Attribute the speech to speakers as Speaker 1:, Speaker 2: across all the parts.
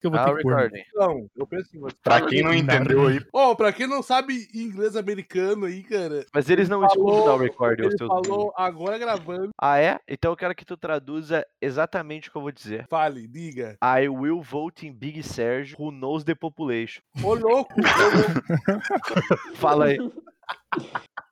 Speaker 1: que eu vou ter que pôr. né?
Speaker 2: Não, Então, eu penso em você.
Speaker 3: Pra quem Ah, não entendeu aí,
Speaker 2: Ó, pra quem não sabe inglês americano aí, cara,
Speaker 4: Mas eles não
Speaker 2: Falou,
Speaker 4: escutam dar o recording,
Speaker 2: ele
Speaker 4: ô seu
Speaker 2: falou agora gravando.
Speaker 4: Ah, é? Então eu quero que tu traduza exatamente o que eu vou dizer.
Speaker 2: Fale, diga.
Speaker 4: I will vote in Big Sergio who knows the population.
Speaker 2: Ô, louco! ô, louco.
Speaker 4: Fala aí.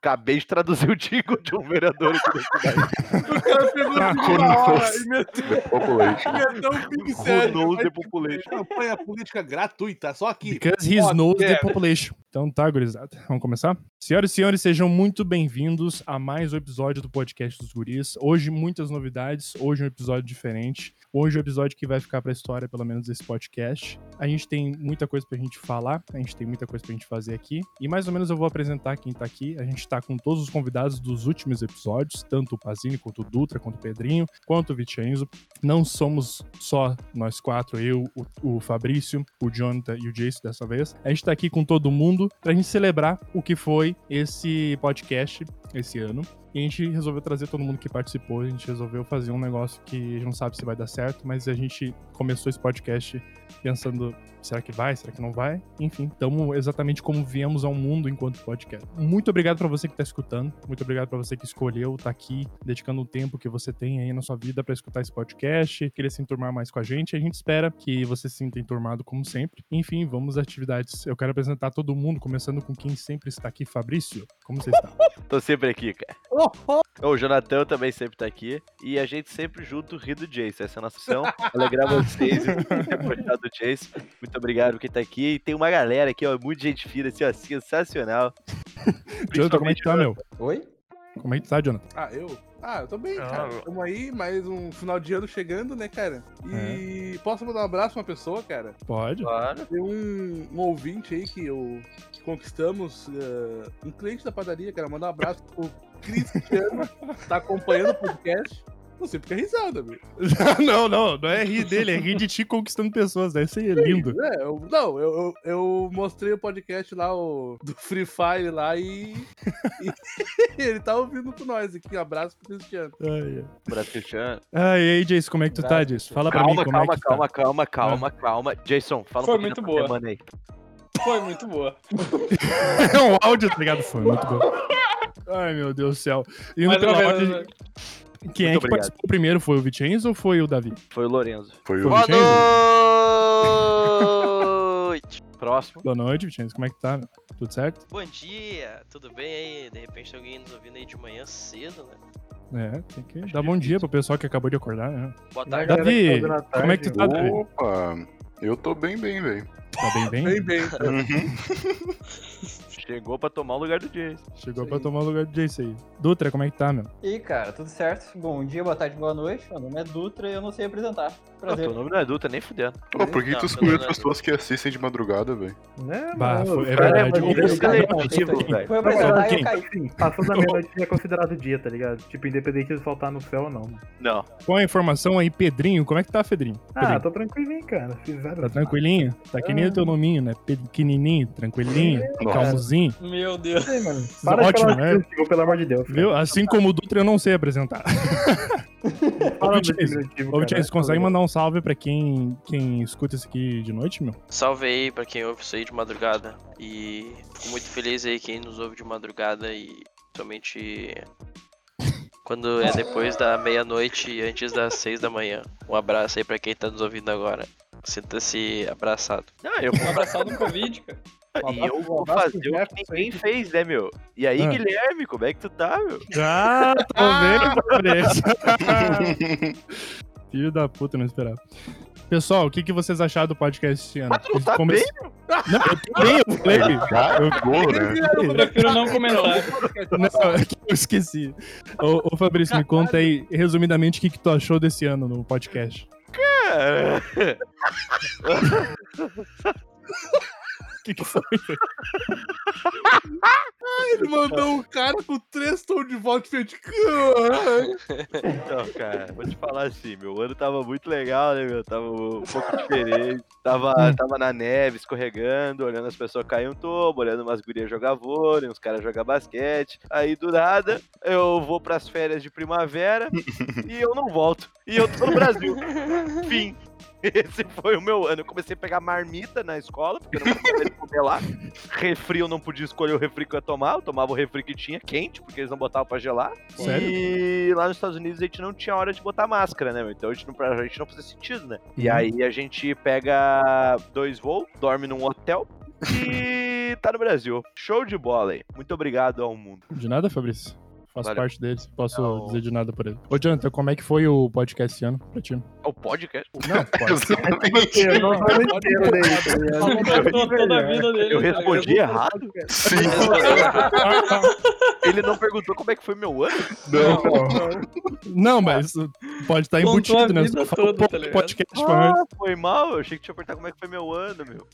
Speaker 4: Acabei de traduzir o Digo de um vereador. aqui da cidade.
Speaker 2: o cara pegou tudo na hora e meteu,
Speaker 3: The Population.
Speaker 2: meteu um big
Speaker 4: who
Speaker 2: sério.
Speaker 4: knows the population.
Speaker 2: Campanha política gratuita, só aqui.
Speaker 1: Because he
Speaker 2: Ó,
Speaker 1: knows
Speaker 2: é.
Speaker 1: the population. Então tá, gurizada. Vamos começar? Senhoras e senhores, sejam muito bem-vindos a mais um episódio do podcast dos guris. Hoje muitas novidades, hoje um episódio diferente. Hoje um episódio que vai ficar pra história, pelo menos, desse podcast. A gente tem muita coisa pra gente falar, a gente tem muita coisa pra gente fazer aqui. E mais ou menos eu vou apresentar quem tá aqui. A gente tá com todos os convidados dos últimos episódios, tanto o Pazini, quanto o Dutra, quanto o Pedrinho, quanto o Vicenzo não somos só nós quatro, eu, o, o Fabrício, o Jonathan e o Jason dessa vez. A gente tá aqui com todo mundo pra gente celebrar o que foi esse podcast esse ano. E a gente resolveu trazer todo mundo que participou, a gente resolveu fazer um negócio que a gente não sabe se vai dar certo, mas a gente começou esse podcast pensando, será que vai, será que não vai? Enfim, estamos exatamente como viemos ao mundo enquanto podcast. Muito obrigado pra você que tá escutando, muito obrigado pra você que escolheu estar aqui, dedicando o tempo que você tem aí na sua vida pra escutar esse podcast, querer se enturmar mais com a gente, a gente espera que você se sinta enturmado como sempre. Enfim, vamos às atividades. Eu quero apresentar todo mundo, começando com quem sempre está aqui, Fabrício. Como você está?
Speaker 4: Tô sempre aqui, cara. O Jonathan também sempre tá aqui. E a gente sempre junto ri do Jace. Essa é a nossa opção. Alegrar vocês e gostar do Jace. Muito obrigado por quem tá aqui. E tem uma galera aqui, ó. Muita gente fina, assim, ó. Sensacional.
Speaker 1: Jonathan, como é que tá, meu?
Speaker 5: Oi?
Speaker 1: Como é que tá, Jonathan?
Speaker 2: Ah, eu? Ah, eu tô bem,
Speaker 3: Ah,
Speaker 2: cara.
Speaker 3: eu-
Speaker 2: Tamo aí, mais um final de ano chegando, né, cara? E
Speaker 1: É.
Speaker 2: posso mandar um abraço pra uma pessoa, cara?
Speaker 1: Pode?
Speaker 4: Claro.
Speaker 2: Tem um, um ouvinte aí que, eu, que conquistamos, eh, um cliente da padaria, cara. Mandar um abraço pro Cristiano, tá acompanhando o podcast. Você fica é risada, meu.
Speaker 1: não, não, não é rir dele, é rir de ti conquistando pessoas, né? deve ser lindo.
Speaker 2: É, eu- não, eu, eu, eu mostrei o podcast lá o, do Free Fire lá e, e ele tá ouvindo com nós aqui. Um abraço pro Cristiano.
Speaker 1: Ai,
Speaker 4: Abraço, assim, Cristiano.
Speaker 1: ai. e aí, Jace, como é que tu tá, Jace? Fala pra mim
Speaker 4: Calma,
Speaker 1: como
Speaker 4: calma,
Speaker 1: é que Ah. tu
Speaker 4: calma, calma, calma, calma. Jason, fala
Speaker 5: Foi
Speaker 4: um pouquinho
Speaker 5: muito
Speaker 4: da
Speaker 5: boa.
Speaker 4: semana aí.
Speaker 5: Foi muito boa.
Speaker 1: tá. É um áudio, tá ligado? Foi muito bom. Ai, meu Deus do céu. E
Speaker 5: Mas não,
Speaker 1: pela
Speaker 5: não,
Speaker 1: ordem,
Speaker 5: não, não.
Speaker 1: quem é
Speaker 4: Muito
Speaker 1: que
Speaker 4: obrigado.
Speaker 1: participou primeiro? Foi o Vicenzo ou foi o Davi?
Speaker 4: Foi o Lorenzo.
Speaker 3: Foi o
Speaker 1: Foi.
Speaker 4: Boa
Speaker 1: Vicenzo?
Speaker 6: noite!
Speaker 4: Próximo.
Speaker 1: Boa noite, Vicenzo, como é que tá? meu? Tudo certo?
Speaker 6: Bom dia, tudo bem aí? De repente tem alguém nos ouvindo aí de manhã cedo, né?
Speaker 1: É, tem que dar bom dia pro pessoal que acabou de acordar, né?
Speaker 6: Boa
Speaker 2: Vai,
Speaker 6: tarde.
Speaker 2: galera que tá
Speaker 1: Davi,
Speaker 2: ouvindo à tarde.
Speaker 1: como é que tu tá, Davi?
Speaker 3: Opa, eu tô bem, bem, velho.
Speaker 1: Tá bem, bem?
Speaker 2: Bem, bem.
Speaker 4: Chegou pra tomar o lugar do Jace.
Speaker 1: Chegou pra tomar o lugar do Jace aí. Dutra, como é que tá, meu?
Speaker 5: E aí, cara, tudo certo? Bom dia, boa tarde, boa noite. Meu nome é Dutra e eu não sei apresentar.
Speaker 4: Não,
Speaker 5: Prazer.
Speaker 4: teu nome não é adulto, nem fudendo.
Speaker 3: Pô, por que
Speaker 6: Não,
Speaker 3: tu
Speaker 6: não,
Speaker 3: excluiu
Speaker 6: não,
Speaker 3: as pessoas que assistem de madrugada, velho?
Speaker 7: Né,
Speaker 1: Bah,
Speaker 7: mano?
Speaker 1: foi- é
Speaker 7: Cara,
Speaker 1: verdade. assim,
Speaker 7: mas
Speaker 1: Vamos
Speaker 7: eu-
Speaker 1: ver se
Speaker 7: eu-
Speaker 1: ele é
Speaker 7: eu-
Speaker 1: positivo,
Speaker 4: velho.
Speaker 5: Foi
Speaker 1: Não,
Speaker 5: apresentar e
Speaker 1: quem?
Speaker 5: eu caí.
Speaker 7: Passou da meia-noite já é considerado dia, tá ligado? Tipo, independente de faltar no céu ou não.
Speaker 4: Não.
Speaker 1: Põe a informação aí, Pedrinho. Como é que tá, Pedrinho?
Speaker 7: Ah,
Speaker 1: Pedrinho,
Speaker 7: tô tranquilinho, cara. Fiz nada.
Speaker 1: Tá tranquilinho? Tá que nem o teu nominho, né? Pequenininho, tranquilinho, calmozinho.
Speaker 5: Meu Deus.
Speaker 7: Ei, mano. Para
Speaker 1: Ótimo,
Speaker 7: de falar
Speaker 1: né?
Speaker 7: de Disney, pelo amor de Deus.
Speaker 1: Viu? Assim como o Dutra, eu não sei apresentar.
Speaker 7: Fala
Speaker 1: Ô,
Speaker 7: do
Speaker 1: Vitinho,
Speaker 7: diminutivo,
Speaker 1: Ô,
Speaker 7: cara.
Speaker 1: Vitinho, você consegue mandar um salve pra quem, quem escuta isso aqui de noite, meu?
Speaker 6: Salve aí pra quem ouve isso aí de madrugada. E fico muito feliz aí quem nos ouve de madrugada e somente quando é depois da meia-noite e antes das seis da manhã. Um abraço aí pra quem tá nos ouvindo agora. Sinta-se abraçado.
Speaker 4: Não, eu
Speaker 5: Um abraçado no Covid, cara.
Speaker 4: E eu
Speaker 2: um
Speaker 4: vou
Speaker 2: abraço
Speaker 4: fazer
Speaker 2: pro
Speaker 4: o
Speaker 2: Jefferson
Speaker 4: que ninguém
Speaker 2: aí.
Speaker 4: fez, né, meu? E aí,
Speaker 1: Ah.
Speaker 4: Guilherme, como é que tu tá, meu?
Speaker 1: Ah, tô vendo, Filho da puta, não esperava. Pessoal, o que, que vocês acharam do podcast esse ano?
Speaker 4: Ah, tu não tá
Speaker 1: Come-
Speaker 4: bem,
Speaker 1: Não, eu tô bem, eu falei.
Speaker 3: Cagou, né?
Speaker 5: Eu prefiro não comentar.
Speaker 1: Não, é que eu esqueci. Ô, ô, Fabrício, me conta aí, resumidamente, o que, que tu achou desse ano no podcast?
Speaker 4: cara?
Speaker 1: O que, que foi?
Speaker 2: Ele mandou um cara com três tons de voz diferente.
Speaker 4: Não, Então, cara, vou te falar assim, meu ano tava muito legal, né, meu? Tava um pouco diferente. Tava,
Speaker 1: Hum.
Speaker 4: tava na neve, escorregando, olhando as pessoas cair um tobo, olhando umas gurias jogar vôlei, uns caras jogar basquete. Aí, do nada, eu vou pras férias de primavera e eu não volto. E eu tô no Brasil. Fim. Esse foi o meu ano. Eu comecei a pegar marmita na escola, porque eu não podia comer lá. Refri eu não podia escolher o refri que eu ia tomar. Eu tomava o refri que tinha, quente, porque eles não botavam pra gelar.
Speaker 1: Sério?
Speaker 4: E lá nos Estados Unidos a gente não tinha hora de botar máscara, né? meu? Então a gente não, a gente não fazia sentido, né? E
Speaker 1: Uhum.
Speaker 4: aí a gente pega dois voos, dorme num hotel e tá no Brasil. Show de bola aí. Muito obrigado ao mundo.
Speaker 1: De nada, Fabrício. Faço
Speaker 4: Valeu.
Speaker 1: parte deles, posso
Speaker 4: Não.
Speaker 1: dizer de nada por ele. Ô, Jonathan, como é que foi o podcast esse ano pra ti?
Speaker 4: É o podcast.
Speaker 1: Não, pode.
Speaker 3: Exatamente.
Speaker 7: Eu não sou inteiro dele, tá ligado?
Speaker 5: Falou toda- toda a vida dele.
Speaker 4: Eu
Speaker 5: tá
Speaker 4: respondi errado.
Speaker 3: Sim.
Speaker 4: Ele não perguntou como é que foi meu ano.
Speaker 3: Não.
Speaker 1: Não, mas pode estar
Speaker 8: Tá. Contou
Speaker 1: embutido,
Speaker 8: a
Speaker 1: né?
Speaker 8: vida
Speaker 1: Só fala um
Speaker 8: toda,
Speaker 1: pouco
Speaker 8: tá
Speaker 1: do
Speaker 8: ligado?
Speaker 1: podcast pra
Speaker 4: Ah, foi mal? Eu achei que tinha perguntado como é que foi meu ano, meu.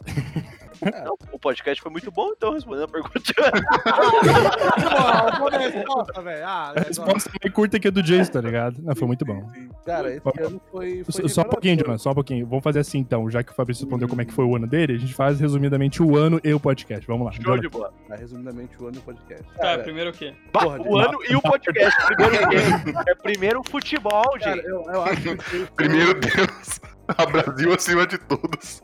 Speaker 4: Não, o podcast foi muito bom, então respondendo a pergunta.
Speaker 2: Porra, boa resposta, velho. Ah,
Speaker 1: A resposta meio curta aqui é do Jason, tá ligado? Não, foi muito bom.
Speaker 2: Cara, esse ano foi. foi
Speaker 1: Só- Só um pouquinho, Jonathan, só um pouquinho. Vamos fazer assim então, já que o Fabrício respondeu como é que foi o ano dele, a gente faz resumidamente o ano e o podcast. Vamos lá.
Speaker 4: Show
Speaker 1: Jonathan.
Speaker 4: de bola.
Speaker 2: Ah, resumidamente, o ano e o podcast.
Speaker 8: Tá, primeiro o quê?
Speaker 4: Bah,
Speaker 2: Porra,
Speaker 4: o ano e o podcast. Primeiro game. É primeiro o futebol,
Speaker 2: Cara,
Speaker 4: gente.
Speaker 2: eu, eu acho que.
Speaker 3: Primeiro Deus. A Brasil acima de todos.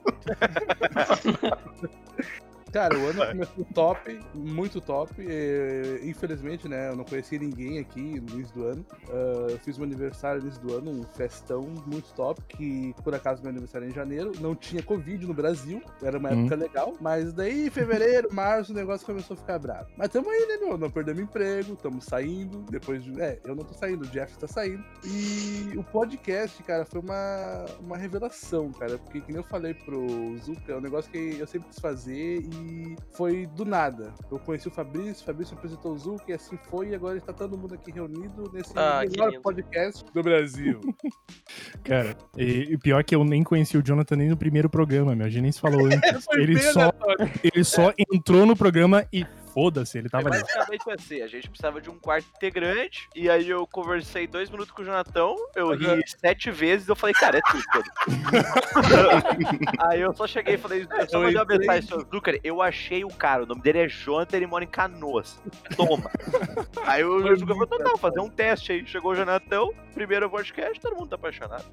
Speaker 2: Cara, o ano começou top, muito top. E, infelizmente, né? Eu não conheci ninguém aqui no início do ano. Ah, eu fiz meu aniversário no início do ano, um festão muito top. Que por acaso meu aniversário é em janeiro. Não tinha Covid no Brasil, era uma
Speaker 1: Hum.
Speaker 2: época legal. Mas daí, fevereiro, março, o negócio começou a ficar bravo. Mas tamo aí, né, meu? Não perdemos emprego, tamo saindo. Depois de. É, eu não tô saindo, o Jeff tá saindo. E o podcast, cara, foi uma, uma revelação, cara. Porque, que nem eu falei pro Zuka, é um negócio que eu sempre quis fazer e foi do nada. Eu conheci o Fabrício, o Fabrício apresentou o Zuka e assim foi. E agora está todo mundo aqui reunido nesse
Speaker 6: Ah, que
Speaker 2: melhor
Speaker 6: lindo.
Speaker 2: podcast do Brasil.
Speaker 1: Cara, e, e pior que eu nem conheci o Jonathan nem no primeiro programa, meu. A gente nem se falou antes.
Speaker 2: É, Foi
Speaker 1: ele,
Speaker 2: bem
Speaker 1: só, ele só entrou no programa e foda-se, ele tava ali.
Speaker 4: Basicamente foi assim, a gente precisava de um quarto integrante, e aí eu conversei dois minutos com o Jonatão, eu ri sete vezes, eu falei, cara, é tudo. aí eu só cheguei e falei, eu só
Speaker 2: Eu
Speaker 4: mandei uma
Speaker 2: entrei-
Speaker 4: mensagem, seu Zucker, eu achei o cara, o nome dele é Jonathan, ele mora em Canoas, toma. aí o Zucker falou, não, não, fazer um teste aí. Chegou o Jonatão, primeiro podcast, todo mundo tá apaixonado.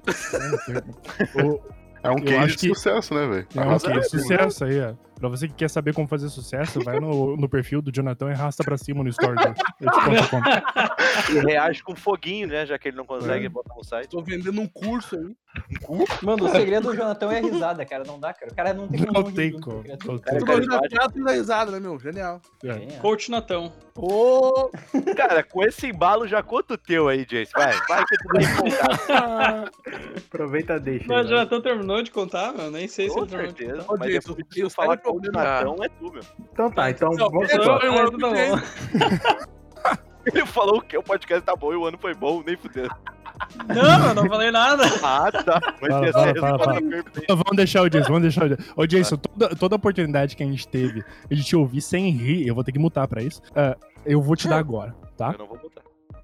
Speaker 1: O-
Speaker 3: É um
Speaker 1: Eu
Speaker 3: case
Speaker 1: acho
Speaker 3: de
Speaker 1: que-
Speaker 3: sucesso, né, velho?
Speaker 1: É,
Speaker 3: Arrasou.
Speaker 1: ok, sucesso aí, ó. Pra você que quer saber como fazer sucesso, vai no, no perfil do Jonathan e arrasta pra cima no story dele. Eu te conto como.
Speaker 4: E reage com foguinho, né, já que ele não consegue
Speaker 2: É.
Speaker 4: botar no site.
Speaker 2: Tô vendendo um curso aí.
Speaker 5: Mano, o segredo do Jonatão é a risada, cara. Não dá, cara. O cara não tem como
Speaker 1: Não
Speaker 5: rir
Speaker 1: tem
Speaker 5: do
Speaker 1: como.
Speaker 5: segredo.
Speaker 1: não tem
Speaker 4: É,
Speaker 2: Tô
Speaker 4: cara,
Speaker 1: como.
Speaker 2: dando a piada e dando risada, né, meu? Genial.
Speaker 1: É.
Speaker 5: Quem é?
Speaker 8: Coach Natão.
Speaker 2: Ô,
Speaker 4: Cara, com esse embalo já conta o teu aí, Jace. Vai, vai que tu tá empolgado.
Speaker 7: Aproveita e deixa.
Speaker 8: Mas o
Speaker 7: aí, vai.
Speaker 8: Jonathan terminou de contar, mano. Nem sei se
Speaker 4: Com
Speaker 8: ele terminou de
Speaker 4: certeza.
Speaker 8: contar.
Speaker 2: Ô,
Speaker 4: Mas
Speaker 2: Jason,
Speaker 4: depois que eu
Speaker 2: sai
Speaker 4: falar
Speaker 2: do
Speaker 4: com o Jonatão, é tu, meu.
Speaker 7: Então tá, então
Speaker 2: Não, um
Speaker 7: vamos
Speaker 1: é
Speaker 2: eu-
Speaker 7: lá.
Speaker 2: eu-
Speaker 8: Ah, então não.
Speaker 4: Ele falou que o podcast tá bom e o ano foi bom, nem fudeu.
Speaker 8: Não, eu não falei nada.
Speaker 4: Ah, tá. Mas
Speaker 1: Fala,
Speaker 4: ia
Speaker 1: fala, fala,
Speaker 4: ser resultado
Speaker 1: fala.
Speaker 4: perfeito.
Speaker 1: Então, Vamos deixar o Jason, vamos deixar o Jason. Ô, Jason, toda, toda oportunidade que a gente teve de te ouvir sem rir, eu vou ter que mutar pra isso, ah, eu vou te dar agora, tá?
Speaker 4: Eu não vou botar.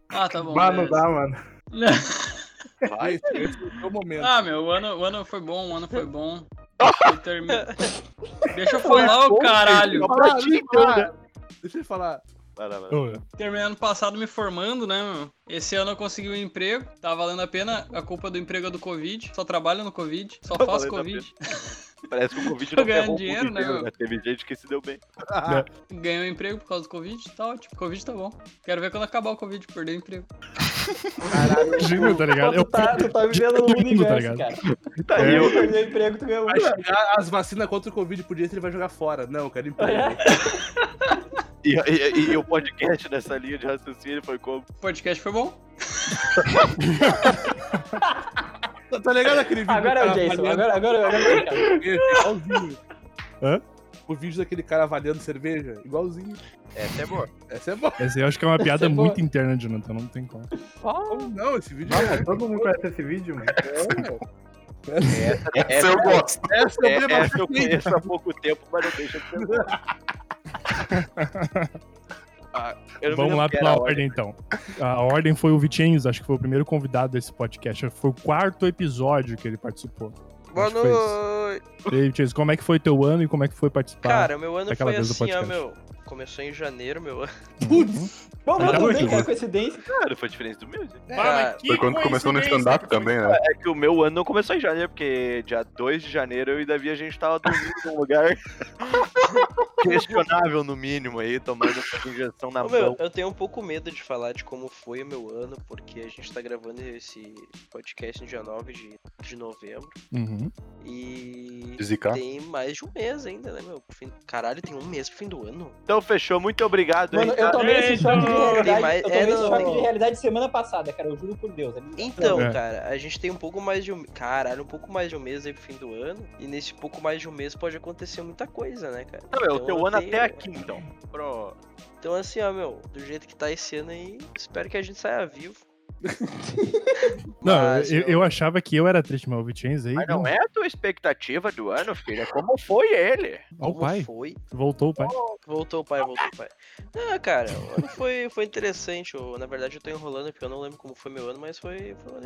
Speaker 8: Ah, tá bom.
Speaker 7: Ah, não
Speaker 8: beleza.
Speaker 7: dá, mano.
Speaker 2: Esse, esse é o meu momento.
Speaker 8: Ah, meu, o ano, o ano foi bom, o ano foi bom. E termina- Deixa eu falar, ô caralho.
Speaker 4: Só pra ti, então, né?
Speaker 2: Deixa eu falar.
Speaker 4: Vai lá, vai lá.
Speaker 1: Ô,
Speaker 8: Terminei ano passado me formando, né, meu? Esse ano eu consegui um emprego, tá valendo a pena. A culpa do emprego é do Covid. Só trabalho no Covid, só
Speaker 4: Tá
Speaker 8: faço
Speaker 4: valendo a
Speaker 8: Covid.
Speaker 4: Parece que o Covid
Speaker 8: Tô
Speaker 4: não
Speaker 8: ganhando
Speaker 4: ferrou o mundo
Speaker 8: dinheiro, né,
Speaker 4: inteiro,
Speaker 8: meu?
Speaker 4: né? Teve gente que se deu bem.
Speaker 8: Ganhei um emprego por causa do Covid, tá ótimo. Covid tá bom. Quero ver quando acabar o Covid, perder o emprego.
Speaker 1: Gino, tá ligado? Eu
Speaker 5: Tu tá, tu tá vivendo um
Speaker 1: todo mundo, tá
Speaker 5: universo,
Speaker 1: ligado?
Speaker 5: cara.
Speaker 4: Tá aí,
Speaker 5: Eu
Speaker 4: eu.
Speaker 5: perdi o emprego, tu ganhou um.
Speaker 2: Vai chegar as vacinas contra o Covid por dia, ele vai jogar fora. Não, né? eu quero emprego.
Speaker 4: E, e- e- e o podcast nessa linha de raciocínio foi como?
Speaker 8: O podcast foi bom?
Speaker 2: Tá- Tá ligado aquele vídeo?
Speaker 5: Agora é
Speaker 2: do
Speaker 5: o
Speaker 2: cara
Speaker 5: Jason,
Speaker 2: avaliando
Speaker 5: agora, agora, é agora, cara.
Speaker 2: cerveja? É Igualzinho.
Speaker 1: Hã?
Speaker 2: O vídeo daquele cara avaliando cerveja? Igualzinho.
Speaker 4: Essa é boa.
Speaker 2: Essa é boa.
Speaker 1: Essa aí eu acho que é uma piada
Speaker 5: é boa.
Speaker 1: muito interna, Jonathan, não tem como.
Speaker 2: Não, é, esse vídeo é
Speaker 7: Nossa, todo mundo conhece esse vídeo, mano.
Speaker 4: Essa,
Speaker 3: Essa eu gosto.
Speaker 2: é. Essa
Speaker 4: é-
Speaker 2: é o
Speaker 4: essa eu conheço há pouco tempo, mas não deixa de ser boa. Ah, eu não me
Speaker 1: Vamos
Speaker 4: lembro
Speaker 1: lá
Speaker 4: que
Speaker 1: pela
Speaker 4: era a
Speaker 1: ordem, então. A ordem foi o Vitinhos, acho que foi o primeiro convidado desse podcast. Foi o quarto episódio que ele participou.
Speaker 6: Boa
Speaker 1: Acho que foi isso.
Speaker 6: noite!
Speaker 1: David Chase, como é que foi teu ano e como é que foi participar?
Speaker 6: Cara, meu ano
Speaker 1: daquela
Speaker 6: foi
Speaker 1: vez do
Speaker 6: assim, ó,
Speaker 1: podcast.
Speaker 6: meu. Começou em janeiro, meu ano.
Speaker 1: putz! Tá
Speaker 5: Bom, mas
Speaker 1: Ainda
Speaker 5: tudo
Speaker 1: bem
Speaker 5: bem,
Speaker 1: que
Speaker 5: cara, coincidência.
Speaker 4: Cara, foi diferente do meu, gente.
Speaker 6: Cara,
Speaker 3: Foi quando começou no stand-up É, também, né?
Speaker 4: É que o meu ano não começou em janeiro, porque dia 2 de janeiro eu e Davi a gente tava dormindo num lugar questionável, no mínimo, aí, tomando essa injeção na
Speaker 1: Tá
Speaker 6: Ô, meu,
Speaker 4: mão.
Speaker 6: eu tenho um pouco medo de falar de como foi o meu ano, porque a gente tá gravando esse podcast no dia 9 de, de novembro.
Speaker 1: Uhum.
Speaker 6: E.
Speaker 3: Zicar.
Speaker 6: Tem mais de um mês ainda, né, meu? Pro fim- Caralho, tem um mês pro fim do ano.
Speaker 4: Então fechou, muito obrigado,
Speaker 5: Mano, eu
Speaker 4: Ricardo.
Speaker 5: tomei esse choque de
Speaker 6: Eita!
Speaker 5: realidade.
Speaker 6: Mas
Speaker 5: Eu tomei
Speaker 6: era
Speaker 5: esse choque
Speaker 6: no-
Speaker 5: de realidade semana passada, cara. Eu juro por Deus. é bizarro.
Speaker 6: Então,
Speaker 1: É.
Speaker 6: cara, a gente tem um pouco mais de um. Caralho, um pouco mais de um mês aí pro fim do ano. E nesse pouco mais de um mês pode acontecer muita coisa, né, cara?
Speaker 4: Tá, meu,
Speaker 6: Então,
Speaker 4: teu
Speaker 6: eu
Speaker 4: ano
Speaker 6: tenho-
Speaker 4: até aqui, então. Pro...
Speaker 6: Então, assim, ó, meu, do jeito que tá esse ano aí, espero que a gente saia vivo.
Speaker 1: Não,
Speaker 6: Mas,
Speaker 1: eu,
Speaker 6: meu,
Speaker 1: eu achava que eu era triste, mas o Vicenzo aí.
Speaker 4: Mas não
Speaker 1: não.
Speaker 4: é a tua expectativa do ano, filho, é como foi ele.
Speaker 1: Ó o
Speaker 6: como
Speaker 1: pai.
Speaker 6: Foi.
Speaker 1: Voltou o pai.
Speaker 6: Voltou o pai, voltou o pai. Ah, cara, o ano foi, foi interessante. Eu, na verdade, eu tô enrolando porque eu não lembro como foi meu ano, mas foi, foi um ano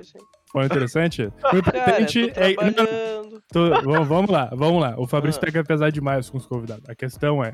Speaker 6: assim.
Speaker 1: Foi interessante? O
Speaker 6: Cara, eu
Speaker 1: importante
Speaker 6: tô
Speaker 1: é. não, não,
Speaker 6: trabalhando.
Speaker 1: tô- vamos- vamos lá, vamos lá. O Fabrício
Speaker 6: Ah.
Speaker 1: pega pesado demais com os convidados. A questão é: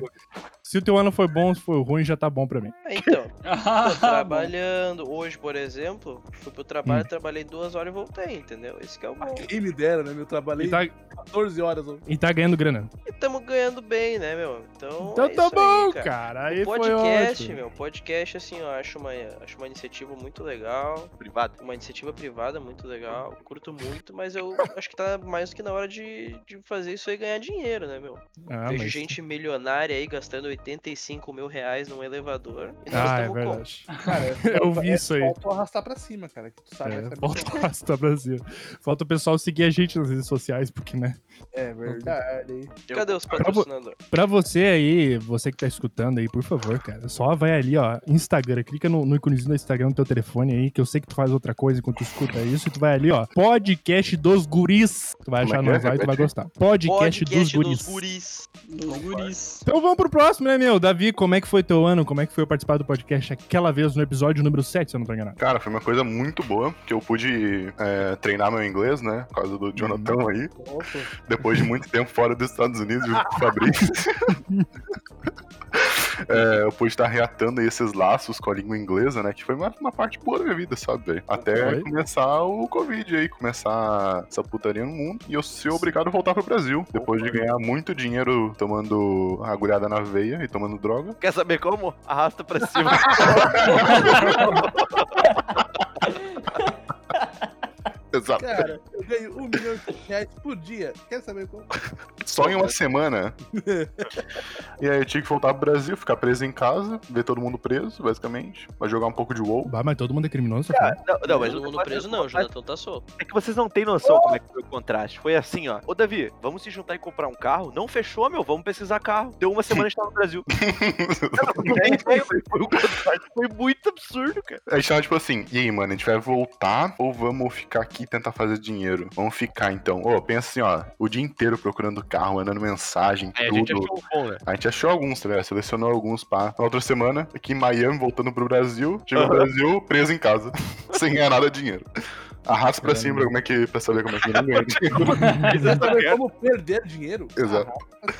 Speaker 1: se o teu ano foi bom, se foi ruim, já tá bom pra mim.
Speaker 6: Ah, Então,
Speaker 8: Ah,
Speaker 6: tô trabalhando. Hoje, por exemplo, fui pro
Speaker 1: Hum.
Speaker 6: trabalho, trabalhei duas horas e voltei, entendeu? Esse que é o bom.
Speaker 2: Quem me dera, né? Eu
Speaker 1: E
Speaker 2: trabalhei
Speaker 1: tá,
Speaker 2: 14 horas. ó.
Speaker 1: e tá ganhando grana.
Speaker 6: E tamo ganhando bem, né, meu? Então,
Speaker 1: Então
Speaker 6: é
Speaker 1: tá
Speaker 6: isso aí,
Speaker 1: bom,
Speaker 6: cara. Um
Speaker 1: cara. Aí foi
Speaker 6: podcast,
Speaker 1: ótimo.
Speaker 6: meu, podcast, assim, eu acho uma, acho uma iniciativa muito legal,
Speaker 4: Privado.
Speaker 6: uma iniciativa privada muito legal, curto muito, mas eu acho que tá mais do que na hora de, de fazer isso aí e ganhar dinheiro, né, meu?
Speaker 1: Ah,
Speaker 6: Vejo
Speaker 1: mas-
Speaker 6: gente milionária aí gastando 85 mil reais num elevador e nós
Speaker 1: Ah, é
Speaker 6: estamos como?
Speaker 1: verdade. eu vi isso aí.
Speaker 2: Falta eu é arrastar pra cima, cara. Que tu sabe
Speaker 1: É,
Speaker 2: essa
Speaker 1: falta o Rasta Brasil. Falta o pessoal seguir a gente nas redes sociais, porque, né?
Speaker 2: É verdade.
Speaker 6: Cadê os
Speaker 1: vou-
Speaker 6: patrocinadores?
Speaker 1: Pra você aí, você que tá escutando aí, por favor, cara, só vai ali, ó, Instagram, clica no, no íconezinho do Instagram do teu telefone aí, que eu sei que tu faz outra coisa enquanto tu escuta isso, e tu vai ali, ó, podcast dos guris. Tu vai
Speaker 3: Como é
Speaker 1: achar
Speaker 3: que é?
Speaker 1: nós lá e tu vai
Speaker 3: Repete.
Speaker 1: gostar. Podcast, dos,
Speaker 6: Podcast
Speaker 1: guris.
Speaker 6: dos guris.
Speaker 8: Dos guris.
Speaker 1: Então vamos pro próximo, né, meu? Davi, como é que foi teu ano? Como é que foi participar do podcast aquela vez no episódio número 7, se eu não tô enganado?
Speaker 3: Cara, foi uma coisa muito boa, que eu pude é, treinar meu inglês, né? Por causa do Jonathan aí. Depois de muito tempo fora dos Estados Unidos, junto com o Fabrício. É, eu pude estar reatando aí esses laços com a língua inglesa, né? Que foi uma, uma parte boa da minha vida, sabe, velho? Até
Speaker 1: Foi.
Speaker 3: começar o Covid aí, começar essa putaria no mundo. E eu ser obrigado a voltar pro Brasil. Depois de ganhar muito dinheiro tomando agulhada na veia e tomando droga.
Speaker 4: Quer saber como? Arrasta pra cima.
Speaker 3: Exato.
Speaker 2: Cara, eu ganho um milhão de reais por dia. Quer saber como?
Speaker 3: Só em uma semana. e aí eu tinha que voltar pro Brasil, ficar preso em casa, ver todo mundo preso, basicamente. Vai jogar um pouco de WoW.
Speaker 1: Bah, mas todo mundo é criminoso, cara.
Speaker 4: não, não, mas
Speaker 6: Todo mundo
Speaker 4: mas-
Speaker 6: preso não, o Jonathan tá solto.
Speaker 4: É que vocês não têm noção como é que foi o contraste. Foi assim, ó. Ô, Davi, vamos se juntar e comprar um carro? Não fechou, meu. Vamos pesquisar carro. Deu uma semana a gente tava no Brasil. É, é, foi, foi o contraste foi muito absurdo, cara.
Speaker 3: um Aí chama tipo assim, e aí, mano, a gente vai voltar ou vamos ficar aqui e tentar fazer dinheiro? Vamos ficar então. Ô, pensa assim, ó, o dia inteiro procurando carro, mandando mensagem,
Speaker 4: É, a
Speaker 3: tudo.
Speaker 4: gente achou bom, né?
Speaker 3: A gente achou alguns, tá ligado? Selecionou alguns, pá. Na outra semana, aqui em Miami, voltando pro Brasil. Chegou no
Speaker 4: Aham.
Speaker 3: Brasil, preso em casa. sem ganhar nada de dinheiro. Arrasta pra
Speaker 1: Caramba.
Speaker 3: cima pra, como é que, pra saber como é que ele ganha dinheiro.
Speaker 2: Quer saber como perder dinheiro?
Speaker 3: Exato.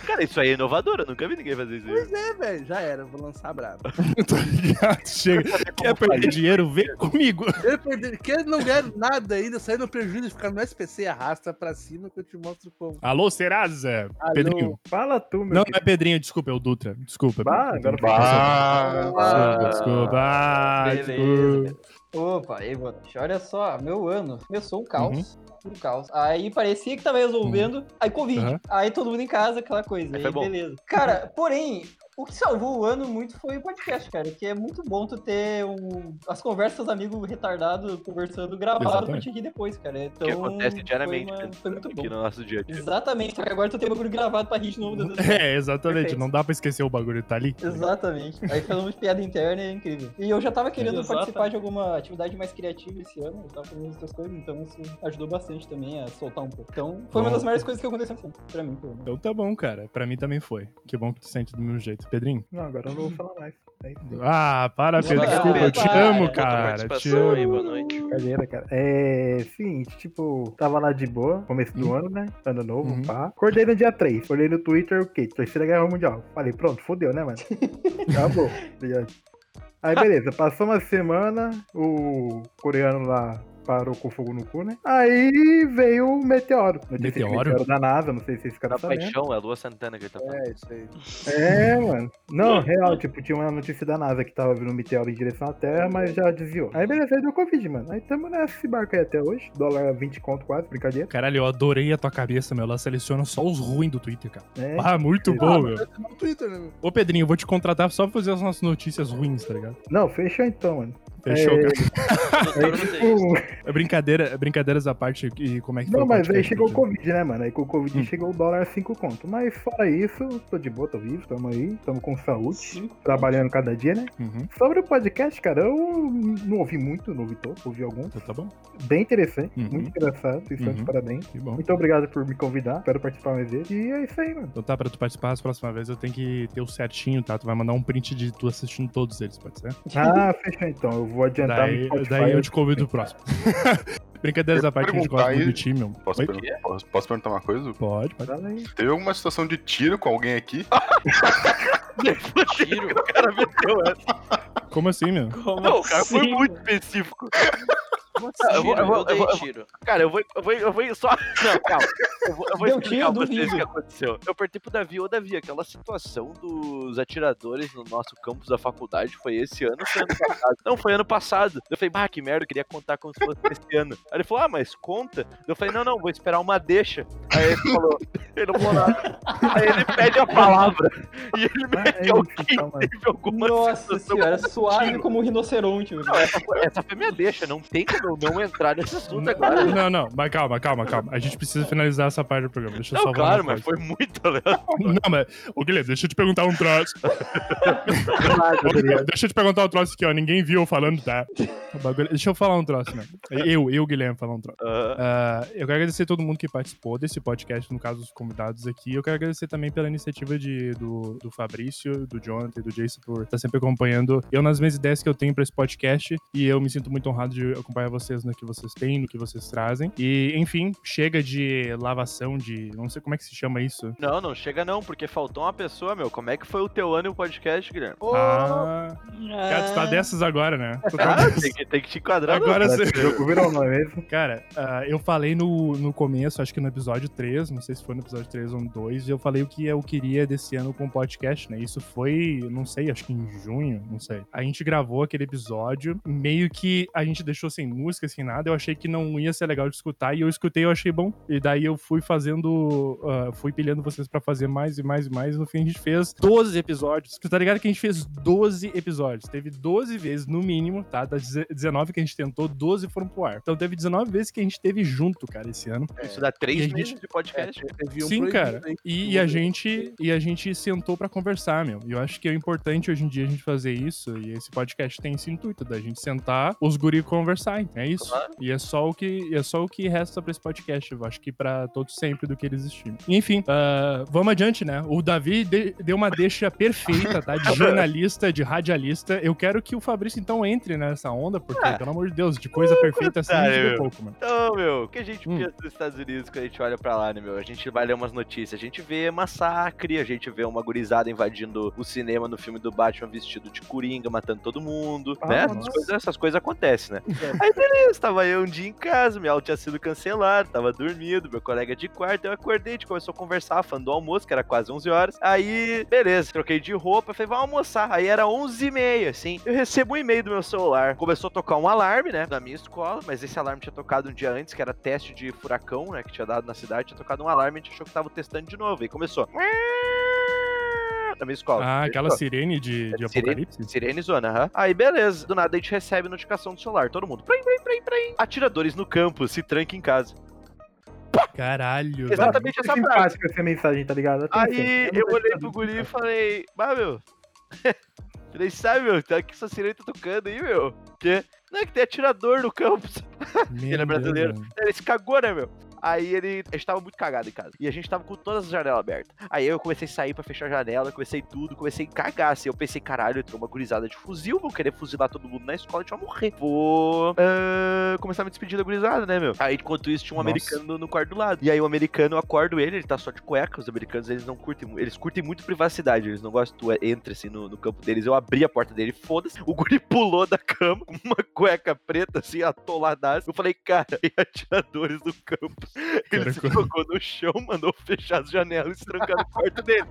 Speaker 4: Cara, isso aí é inovador. Eu nunca vi ninguém fazer isso.
Speaker 2: Pois é, velho. Já era, vou lançar brabo.
Speaker 1: Tô ligado, chega. Quer perder dinheiro? Vem comigo.
Speaker 2: Quer, perder, quer não ganhar nada ainda, sair no prejuízo e ficar no SPC, arrasta pra cima que eu te mostro como.
Speaker 1: Alô, Serasa?
Speaker 2: Alô.
Speaker 1: Pedrinho.
Speaker 7: Fala tu, meu
Speaker 1: Não, não é
Speaker 7: querido.
Speaker 1: Pedrinho, desculpa, é o Dutra. Desculpa.
Speaker 7: Bah, agora foi
Speaker 3: Bah.
Speaker 1: Desculpa, desculpa. Ah,
Speaker 4: Beleza.
Speaker 1: desculpa.
Speaker 5: Opa, aí, boa noite. Olha só, meu ano começou um caos. Puro caos. Aí parecia que tava resolvendo. Aí Covid.
Speaker 1: Uhum. Aham.
Speaker 5: Aí todo mundo em casa, aquela coisa.
Speaker 4: Aí
Speaker 5: Aí,
Speaker 4: foi bom.
Speaker 5: beleza. Cara, porém. O que salvou o ano muito foi o podcast, cara. Que é muito bom tu ter um... as conversas amigos retardados conversando gravado pra
Speaker 1: Exatamente.
Speaker 5: te rir depois, cara. Então,
Speaker 4: que acontece diariamente
Speaker 5: Foi, uma-
Speaker 4: né,
Speaker 5: foi muito bom.
Speaker 4: aqui no nosso dia a dia.
Speaker 5: Exatamente, só que agora tu tem o bagulho gravado pra rir de novo. né? Deus do céu.
Speaker 1: É, exatamente.
Speaker 5: Perfeito.
Speaker 1: Não dá pra esquecer o bagulho, tá ali.
Speaker 5: Exatamente. Aí falando de piada interna é incrível. E eu já tava querendo
Speaker 8: Exatamente.
Speaker 5: participar de alguma atividade mais criativa esse ano, eu tava fazendo outras coisas, então isso ajudou bastante também a soltar um pouco. Então, foi uma
Speaker 1: Bom.
Speaker 5: das maiores coisas que aconteceu assim, pra mim, pelo menos.
Speaker 1: Então tá bom, cara. Pra mim também foi. Que bom que tu sente do mesmo jeito. momento, Pedrinho?
Speaker 7: Não, agora eu não vou falar mais. É isso.
Speaker 1: Ah, para,
Speaker 5: Não,
Speaker 1: Pedro.
Speaker 5: não,
Speaker 1: Desculpa, eu te
Speaker 5: para.
Speaker 1: amo,
Speaker 6: é, Outra
Speaker 1: cara. Te
Speaker 6: participação aí,
Speaker 1: amo.
Speaker 6: boa noite.
Speaker 7: Brincadeira, cara. É. Seguinte, tipo, tava lá de boa, começo do ano, né? Ano novo,
Speaker 1: Uhum.
Speaker 7: pá. Acordei no dia 3. Acordei no Twitter, o quê? Terceira Guerra Mundial. Falei, pronto, fodeu, né, mano? Acabou. tá ligado? Aí, beleza. Passou uma semana, o coreano lá. Parou com fogo no cu, né? Aí veio o meteoro. Notícia de
Speaker 1: Meteoro?
Speaker 7: meteoro da NASA, não sei se vocês
Speaker 4: Na
Speaker 7: ficaram sabendo.
Speaker 4: paixão, é a Lua Santana que ele tá falando.
Speaker 2: É, isso aí.
Speaker 7: É, mano. Não, real, tipo, tinha uma notícia da NASA que tava vindo um meteoro em direção à Terra, mas já desviou. Aí beleza, aí deu Covid, mano. Aí tamo nesse barco aí até hoje. Dólar 20 conto quase, brincadeira.
Speaker 1: Caralho, eu adorei a tua cabeça, meu. Ela seleciona só os ruins do Twitter, cara.
Speaker 7: É.
Speaker 1: Ah, muito
Speaker 7: Ah,
Speaker 1: bom, meu.
Speaker 2: mas é no Twitter, né, meu?
Speaker 1: Ô, Pedrinho, eu vou te contratar só pra fazer as nossas notícias ruins, tá ligado?
Speaker 7: Não, fechou então, mano.
Speaker 1: Fechou,
Speaker 7: É,
Speaker 1: cara.
Speaker 6: Doutor roteirista.
Speaker 7: Tipo,
Speaker 1: É Brincadeira, é brincadeiras à parte e como é que foi
Speaker 7: não,
Speaker 1: o
Speaker 7: mas aí
Speaker 1: podcast,
Speaker 7: chegou o
Speaker 1: Pedrinho?
Speaker 7: Covid, né, mano? Aí com o Covid
Speaker 1: Hum.
Speaker 7: chegou o dólar 5 conto. Mas fora isso, tô de boa, tô vivo, tamo aí, tamo com saúde.
Speaker 8: Cinco.
Speaker 7: Trabalhando cada dia, né?
Speaker 1: Uhum.
Speaker 7: Sobre o podcast, cara, eu não ouvi muito, não ouvi todo, ouvi algum.
Speaker 1: Então tá bom,
Speaker 7: Bem interessante,
Speaker 1: Uhum.
Speaker 7: muito engraçado. Vocês estão
Speaker 1: Uhum.
Speaker 7: de parabéns.
Speaker 1: que bom.
Speaker 7: Muito obrigado por me convidar. Espero participar mais vezes. E é isso aí, mano.
Speaker 1: Então tá, pra tu participar as próximas vezes eu tenho que ter o certinho, tá? Tu vai mandar um print de tu assistindo todos eles, pode ser?
Speaker 7: Ah, fechou então. Eu vou adiantar
Speaker 1: Daí,
Speaker 7: no Spotify.
Speaker 1: daí eu te convido o próximo. Brincadeiras
Speaker 3: Eu
Speaker 1: à parte, a gente
Speaker 3: perguntar
Speaker 1: gosta muito do
Speaker 3: aí-
Speaker 1: time, meu.
Speaker 4: é
Speaker 3: Posso,
Speaker 1: Oi?
Speaker 3: perguntar- posso- posso perguntar uma coisa?
Speaker 1: Pode, pode.
Speaker 7: Fala aí.
Speaker 3: Teve alguma situação de tiro com alguém aqui?
Speaker 4: Ah,
Speaker 6: Tiro?
Speaker 1: Como assim, meu?
Speaker 8: Como
Speaker 4: Não, o cara foi
Speaker 8: assim?
Speaker 4: muito específico.
Speaker 6: Tiro,
Speaker 4: eu vou- eu vou- eu
Speaker 6: dei
Speaker 4: vou- eu
Speaker 6: tiro.
Speaker 4: Cara, eu vou, eu vou, eu vou só. Não, calma. Eu vou, eu vou
Speaker 5: Deu
Speaker 4: explicar pra
Speaker 5: tiro do
Speaker 4: vocês o que
Speaker 5: vídeo.
Speaker 4: aconteceu. Eu perguntei pro Davi, ô Davi, aquela situação dos atiradores no nosso campus da faculdade foi esse ano ou foi ano passado? Não, foi ano passado. Eu falei, bah, que merda, eu queria contar como se fosse esse ano. Aí ele falou, ah, mas conta. Eu falei, não, não, vou esperar uma deixa. Aí ele falou, ele não falou nada. Aí ele pede a palavra. E ele
Speaker 7: Ah, é
Speaker 4: mete
Speaker 7: isso,
Speaker 4: alguém que
Speaker 7: então, mano.
Speaker 4: teve
Speaker 1: assim?
Speaker 4: alguma
Speaker 5: Nossa
Speaker 4: situação
Speaker 5: senhora, suave como um rinoceronte. meu.
Speaker 4: não, essa, foi, essa foi minha deixa, não tem como eu não entrar nesse
Speaker 1: Hum.
Speaker 4: assunto agora.
Speaker 1: Não, não, mas calma, calma, calma. A gente precisa finalizar essa parte do programa. Deixa eu
Speaker 4: Não,
Speaker 1: só
Speaker 4: claro, mas foi muito aleatório.
Speaker 1: Não, mas. Ô, Guilherme, deixa eu te perguntar um troço. Ô, Guilherme, deixa eu te perguntar um troço aqui, ó. Ninguém viu eu falando, tá? O bagulho- Deixa eu falar um troço, né? Eu, eu, Guilherme, falar um troço.
Speaker 4: Ah,
Speaker 1: Ah, eu quero agradecer a todo mundo que participou desse podcast, no caso, os convidados aqui. Eu quero agradecer também pela iniciativa de, do, do Fabrício, do Jonathan e do Jason por estar sempre acompanhando eu nas minhas ideias que eu tenho pra esse podcast. E eu me sinto muito honrado de acompanhar vocês no que vocês têm, no que vocês trazem. E, enfim, chega de lavação de. Não sei como é que se chama isso.
Speaker 4: não, não chega não, porque faltou uma pessoa, meu. Como é que foi o teu ano e o podcast, Guilherme?
Speaker 1: Ah, cara, tu tá
Speaker 8: Ah.
Speaker 1: dessas agora, né? Tu tá
Speaker 4: Ah,
Speaker 1: dessas.
Speaker 4: tem, que, tem que te enquadrar. meu.
Speaker 1: Agora
Speaker 7: Parece
Speaker 1: você.
Speaker 7: que o jogo virou não é mesmo?
Speaker 1: Cara, ah, eu falei no, no começo, acho que no episódio 3, não sei se foi no episódio 3 ou no 2, eu falei o que eu queria desse ano com o podcast, né? Isso foi, não sei, acho que em junho, não sei. A gente gravou aquele episódio, meio que a gente deixou sem música, sem nada, eu achei que não ia ser legal de escutar, e eu escutei e eu achei bom. E daí eu fui fazendo, ah, fui pilhando vocês pra fazer mais e mais e mais, e no fim a gente fez 12 episódios. Tu tá ligado que a gente fez 12 episódios? Teve 12 vezes no mínimo, tá? Das 19 que a gente tentou, 12 foram pro ar. Então teve 19 vezes que a gente teve junto, cara, esse ano.
Speaker 4: Isso dá
Speaker 1: E a
Speaker 4: três
Speaker 1: gente-
Speaker 4: meses de podcast.
Speaker 2: Teve um
Speaker 1: Sim,
Speaker 2: proibido,
Speaker 1: cara.
Speaker 2: hein?
Speaker 1: E, e a gente e a gente sentou pra conversar, meu. E eu acho que é importante hoje em dia a gente fazer isso. E esse podcast tem esse intuito da gente sentar, os guri conversarem. É isso.
Speaker 4: Claro.
Speaker 1: E é só o que e é só o que resta pra esse podcast. Eu acho que pra todos sempre do que eles estimam. Enfim, ah, vamos adiante, né? O Davi de- deu uma deixa perfeita, tá? De jornalista, de radialista. Eu quero que o Fabrício então entre nessa onda, porque
Speaker 4: Ah. tá,
Speaker 1: pelo amor de Deus, de coisa perfeita assim,
Speaker 4: cara,
Speaker 1: de
Speaker 4: meu.
Speaker 1: pouco, mano.
Speaker 4: Então, meu, o que a gente
Speaker 1: Hum.
Speaker 4: pensa dos Estados Unidos quando a gente olha pra lá, né, meu? A gente vai ler umas notícias, a gente vê massacre, a gente vê uma gurizada invadindo o cinema no filme do Batman vestido de coringa, matando todo mundo,
Speaker 7: Ah,
Speaker 4: né? Essas
Speaker 7: nossa.
Speaker 4: coisas, essas coisas acontecem, né? Aí, beleza, tava eu um dia em casa, minha aula tinha sido cancelada, tava dormindo, meu colega de quarto, eu acordei, a gente começou a conversar, falando do almoço, que era quase 11 horas. Aí, beleza, troquei de roupa, falei, vamos almoçar. Aí era 11 e meia, assim. Eu recebo um e-mail do meu celular. Começou a tocar um alarme, né, da minha escola, mas esse alarme tinha tocado um dia antes, que era teste de furacão, né, que tinha dado na cidade, tinha tocado um alarme, a gente achou que tava testando de novo. Aí começou... Da minha escola.
Speaker 1: Ah, aquela
Speaker 4: Fechou?
Speaker 1: sirene de, de
Speaker 4: É Sirene.
Speaker 1: apocalipse?
Speaker 4: Sirene zona, aham. né? Aí beleza, do nada a gente recebe notificação do celular, todo mundo. Prim, prim, prim, prim. Atiradores no campo, se tranca em casa.
Speaker 1: Caralho. velho.
Speaker 4: Exatamente
Speaker 7: Muito
Speaker 4: essa frase.
Speaker 7: simpática essa mensagem, tá ligado? Até
Speaker 4: Aí
Speaker 7: sei.
Speaker 4: eu olhei pro guri
Speaker 7: Né,
Speaker 4: e falei, bah, meu. Falei, sabe, meu, tá aqui essa sirene tá tocando aí, meu. Que? Não é que tem atirador no campo.
Speaker 1: Meu
Speaker 4: Ele é brasileiro.
Speaker 1: Deus, velho.
Speaker 4: Ele se cagou, né, meu? Aí ele estava muito cagado em casa. E a gente tava com todas as janelas abertas. Aí eu comecei a sair pra fechar a janela, comecei tudo, comecei a cagar. Assim, eu pensei, caralho, entrou uma gurizada de fuzil, vão querer fuzilar todo mundo na escola, a gente vai morrer. Vou ah, começar a me despedir da gurizada, né, meu? Aí, enquanto isso, tinha um
Speaker 1: Nossa.
Speaker 4: americano no- no quarto do lado. E aí o americano, eu acordo ele, ele tá só de cueca. Os americanos, eles não curtem, mu- eles curtem muito privacidade, eles não gostam que tu entre assim no, no campo deles. Eu abri a porta dele, foda-se. O guri pulou da cama com uma cueca preta, assim, atoladaço. Eu falei, cara, e atiradores do campo. Ele
Speaker 1: Cara,
Speaker 4: se
Speaker 1: co-
Speaker 4: jogou no chão, mandou fechar as janelas e trancar no quarto dele.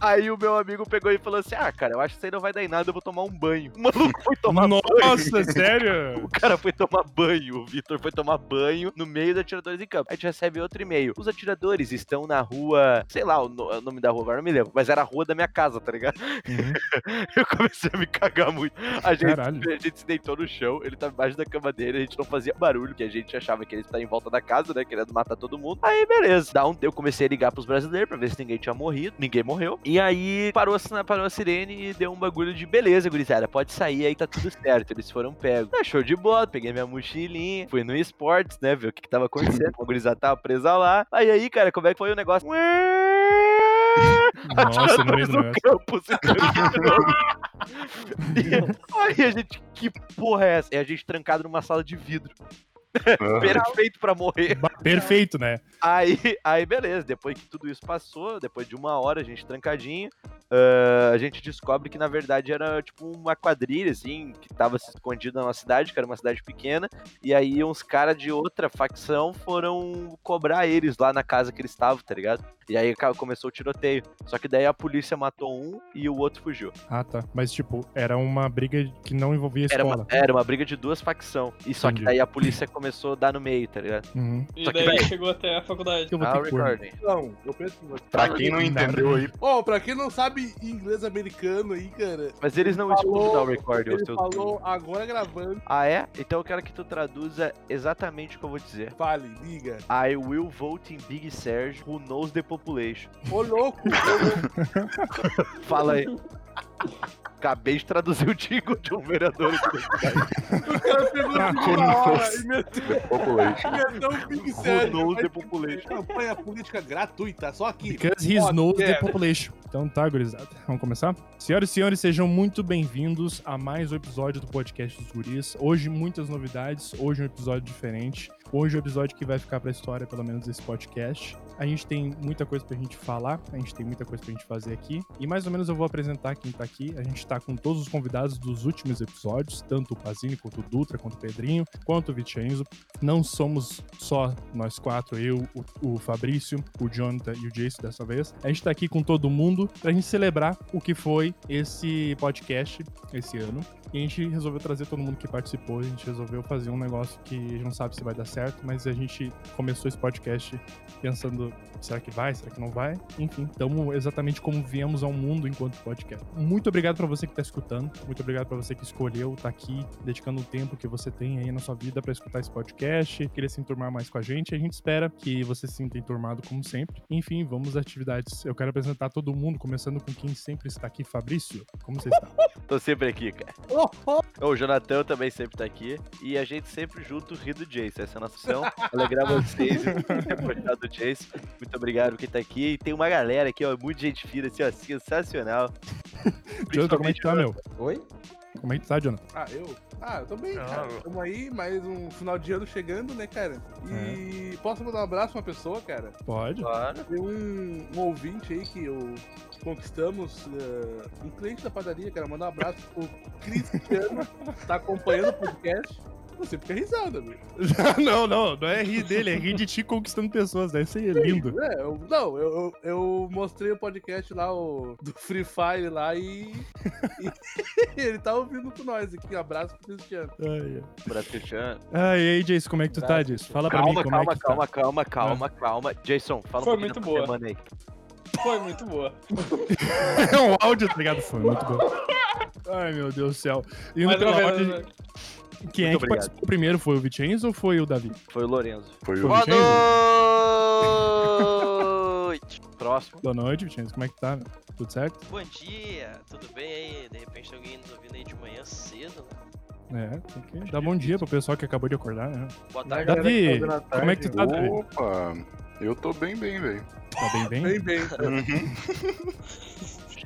Speaker 4: Aí o meu amigo pegou e falou assim: Ah, cara, eu acho que isso aí não vai dar em nada, eu vou tomar um banho. O maluco foi tomar banho.
Speaker 1: Nossa, sério?
Speaker 4: O cara foi tomar banho, o Vitor foi tomar banho no meio dos atiradores em campo. A gente recebe outro e-mail. Os atiradores estão na rua, sei lá o, no- o nome da rua, agora eu não me lembro, mas era a rua da minha casa, tá ligado? Eu comecei a me cagar muito. A gente,
Speaker 1: Caralho.
Speaker 4: a gente se deitou no chão, ele tava embaixo da cama dele, a gente não fazia barulho, que a gente achava que ele estava em volta da casa, né? Querendo matar todo mundo. Aí, beleza. Dá um, eu comecei a ligar pros brasileiros pra ver se ninguém tinha morrido. Ninguém morreu. E aí parou a, sina- parou a sirene e deu um bagulho de beleza, gurizada. Pode sair aí, tá tudo certo. Eles foram pegos. Ah, show de bola, peguei minha mochilinha, fui no esportes, né? Ver o que, que tava acontecendo. A gurizada tava presa lá. Aí aí, cara, como é que foi o negócio? Ué!
Speaker 1: Nossa, no meio
Speaker 4: Atiradores
Speaker 1: do
Speaker 4: no
Speaker 1: negócio.
Speaker 4: campo, se Aí a gente, que porra é essa? É a gente trancado numa sala de vidro.
Speaker 1: Ah.
Speaker 4: Perfeito pra morrer.
Speaker 1: Ba- Perfeito, né?
Speaker 4: Aí, aí, beleza, depois que tudo isso passou, depois de uma hora a gente trancadinho, ah, a gente descobre que na verdade era tipo uma quadrilha, assim, que tava se escondida na nossa cidade, que era uma cidade pequena, e aí uns caras de outra facção foram cobrar eles lá na casa que eles estavam, tá ligado? E aí ca- começou o tiroteio. Só que daí a polícia matou um e o outro fugiu.
Speaker 1: Ah, tá. Mas, tipo, era uma briga que não envolvia a
Speaker 4: Era
Speaker 1: escola.
Speaker 4: uma, era uma briga de duas facções. E só que
Speaker 1: Entendi.
Speaker 4: daí a polícia começou a dar no meio, tá ligado?
Speaker 1: Uhum.
Speaker 8: E
Speaker 4: Só que
Speaker 8: daí
Speaker 4: daí-
Speaker 8: chegou até a faculdade.
Speaker 1: Eu vou
Speaker 4: Ah,
Speaker 1: ter cor.
Speaker 4: recording.
Speaker 2: Não, eu penso que você.
Speaker 3: Pra quem não entendeu aí,
Speaker 2: Ó, pra quem não sabe inglês americano aí, cara,
Speaker 4: Mas eles não
Speaker 2: Falou,
Speaker 4: escutam o recording,
Speaker 2: ele
Speaker 4: ô seu
Speaker 2: falou agora gravando.
Speaker 4: Ah, é? Então eu quero que tu traduza exatamente o que eu vou dizer.
Speaker 2: Fale, liga.
Speaker 4: I will vote in Big Serge who knows the population.
Speaker 2: Ô, louco! ô, louco.
Speaker 4: Fala aí. Acabei de traduzir o jingle de um vereador.
Speaker 2: o cara pegou
Speaker 1: Ah,
Speaker 2: tudo na hora e meteu,
Speaker 3: population.
Speaker 2: meteu um big
Speaker 4: who
Speaker 2: sério.
Speaker 4: knows the population.
Speaker 2: Campanha política gratuita, só aqui.
Speaker 1: Because he
Speaker 2: Ó,
Speaker 1: knows the
Speaker 2: é.
Speaker 1: population. Então tá, gurizada. Vamos começar? Senhoras e senhores, sejam muito bem-vindos a mais um episódio do podcast dos guris. Hoje muitas novidades, hoje um episódio diferente. Hoje é um episódio que vai ficar pra história, pelo menos, desse podcast. A gente tem muita coisa pra gente falar, a gente tem muita coisa pra gente fazer aqui. E mais ou menos eu vou apresentar quem tá aqui. A gente tá com todos os convidados dos últimos episódios, tanto o Pazini, quanto o Dutra, quanto o Pedrinho, quanto o Vicenzo não somos só nós quatro, eu, o, o Fabrício, o Jonathan e o Jason dessa vez. A gente tá aqui com todo mundo pra gente celebrar o que foi esse podcast esse ano. E a gente resolveu trazer todo mundo que participou, a gente resolveu fazer um negócio que a gente não sabe se vai dar certo, mas a gente começou esse podcast pensando, será que vai, será que não vai? Enfim, estamos exatamente como viemos ao mundo enquanto podcast. Muito obrigado pra você que tá escutando, muito obrigado pra você que escolheu estar aqui, dedicando o tempo que você tem aí na sua vida pra escutar esse podcast, querer se enturmar mais com a gente. A gente espera que você se sinta enturmado como sempre. Enfim, vamos às atividades. Eu quero apresentar todo mundo, começando com quem sempre está aqui, Fabrício. Como você está?
Speaker 4: Tô sempre aqui, cara. O Jonathan também sempre tá aqui. E a gente sempre junto ri do Jace. Essa é a nossa missão. Alegrar vocês e reportar do Jace. Muito obrigado por quem tá aqui. E tem uma galera aqui, ó. Muita gente fina, assim, ó. Sensacional.
Speaker 1: Jonathan, como é que tá, meu?
Speaker 5: Oi?
Speaker 1: Como é que tá, Jonathan?
Speaker 2: Ah, eu? Ah, eu tô bem,
Speaker 6: Ah,
Speaker 2: cara.
Speaker 6: eu-
Speaker 2: Tamo aí, mais um final de ano chegando, né, cara? E posso mandar um abraço pra uma pessoa, cara?
Speaker 1: Pode?
Speaker 6: Claro.
Speaker 2: Tem um, um ouvinte aí que eu conquistamos, eh, um cliente da padaria, cara. Mandar um abraço pro Cristiano, tá acompanhando o podcast. Você fica risada, velho.
Speaker 1: não, não, não é rir dele, é rir de ti conquistando pessoas, né? deve ser lindo.
Speaker 2: É, eu- não, eu, eu, eu mostrei o podcast lá o, do Free Fire lá e, e ele tá ouvindo com nós aqui. Abraço pro Cristiano.
Speaker 1: Ai,
Speaker 4: Abraço, Cristiano.
Speaker 1: ai. e aí, Jace, como é que tu tá, Jace? Fala pra
Speaker 4: Calma,
Speaker 1: mim como
Speaker 4: calma,
Speaker 1: é que Ah.
Speaker 4: calma,
Speaker 1: tu
Speaker 4: calma, calma, calma. Jason, fala
Speaker 8: Foi
Speaker 4: um pouquinho
Speaker 8: muito
Speaker 4: da
Speaker 8: boa.
Speaker 4: semana aí.
Speaker 8: Foi muito boa.
Speaker 1: tá. É um áudio, tá ligado? Foi muito bom. Ai, meu Deus do céu. E
Speaker 8: Mas,
Speaker 1: pela
Speaker 8: não,
Speaker 1: ordem,
Speaker 8: não, não.
Speaker 1: quem é
Speaker 4: Muito
Speaker 1: que
Speaker 4: obrigado.
Speaker 1: participou primeiro? Foi o Vicenzo ou foi o Davi?
Speaker 4: Foi o Lorenzo.
Speaker 3: Foi o
Speaker 1: Foi o
Speaker 6: Boa
Speaker 1: Vicenzo?
Speaker 6: noite!
Speaker 4: Próximo.
Speaker 1: Boa noite, Vicenzo. Como é que tá? meu? Tudo certo?
Speaker 6: Bom dia, tudo bem aí? De repente tem alguém nos ouvindo aí de manhã cedo, né?
Speaker 1: É, tem que dar bom dia pro pessoal que acabou de acordar, né?
Speaker 6: Boa
Speaker 7: Vai,
Speaker 6: tarde.
Speaker 1: Davi,
Speaker 7: galera, que tá ouvindo à
Speaker 1: como é que
Speaker 7: tarde.
Speaker 1: tu tá, Davi?
Speaker 3: Opa, eu tô bem, bem, velho.
Speaker 1: Tá bem, bem?
Speaker 2: Bem, bem.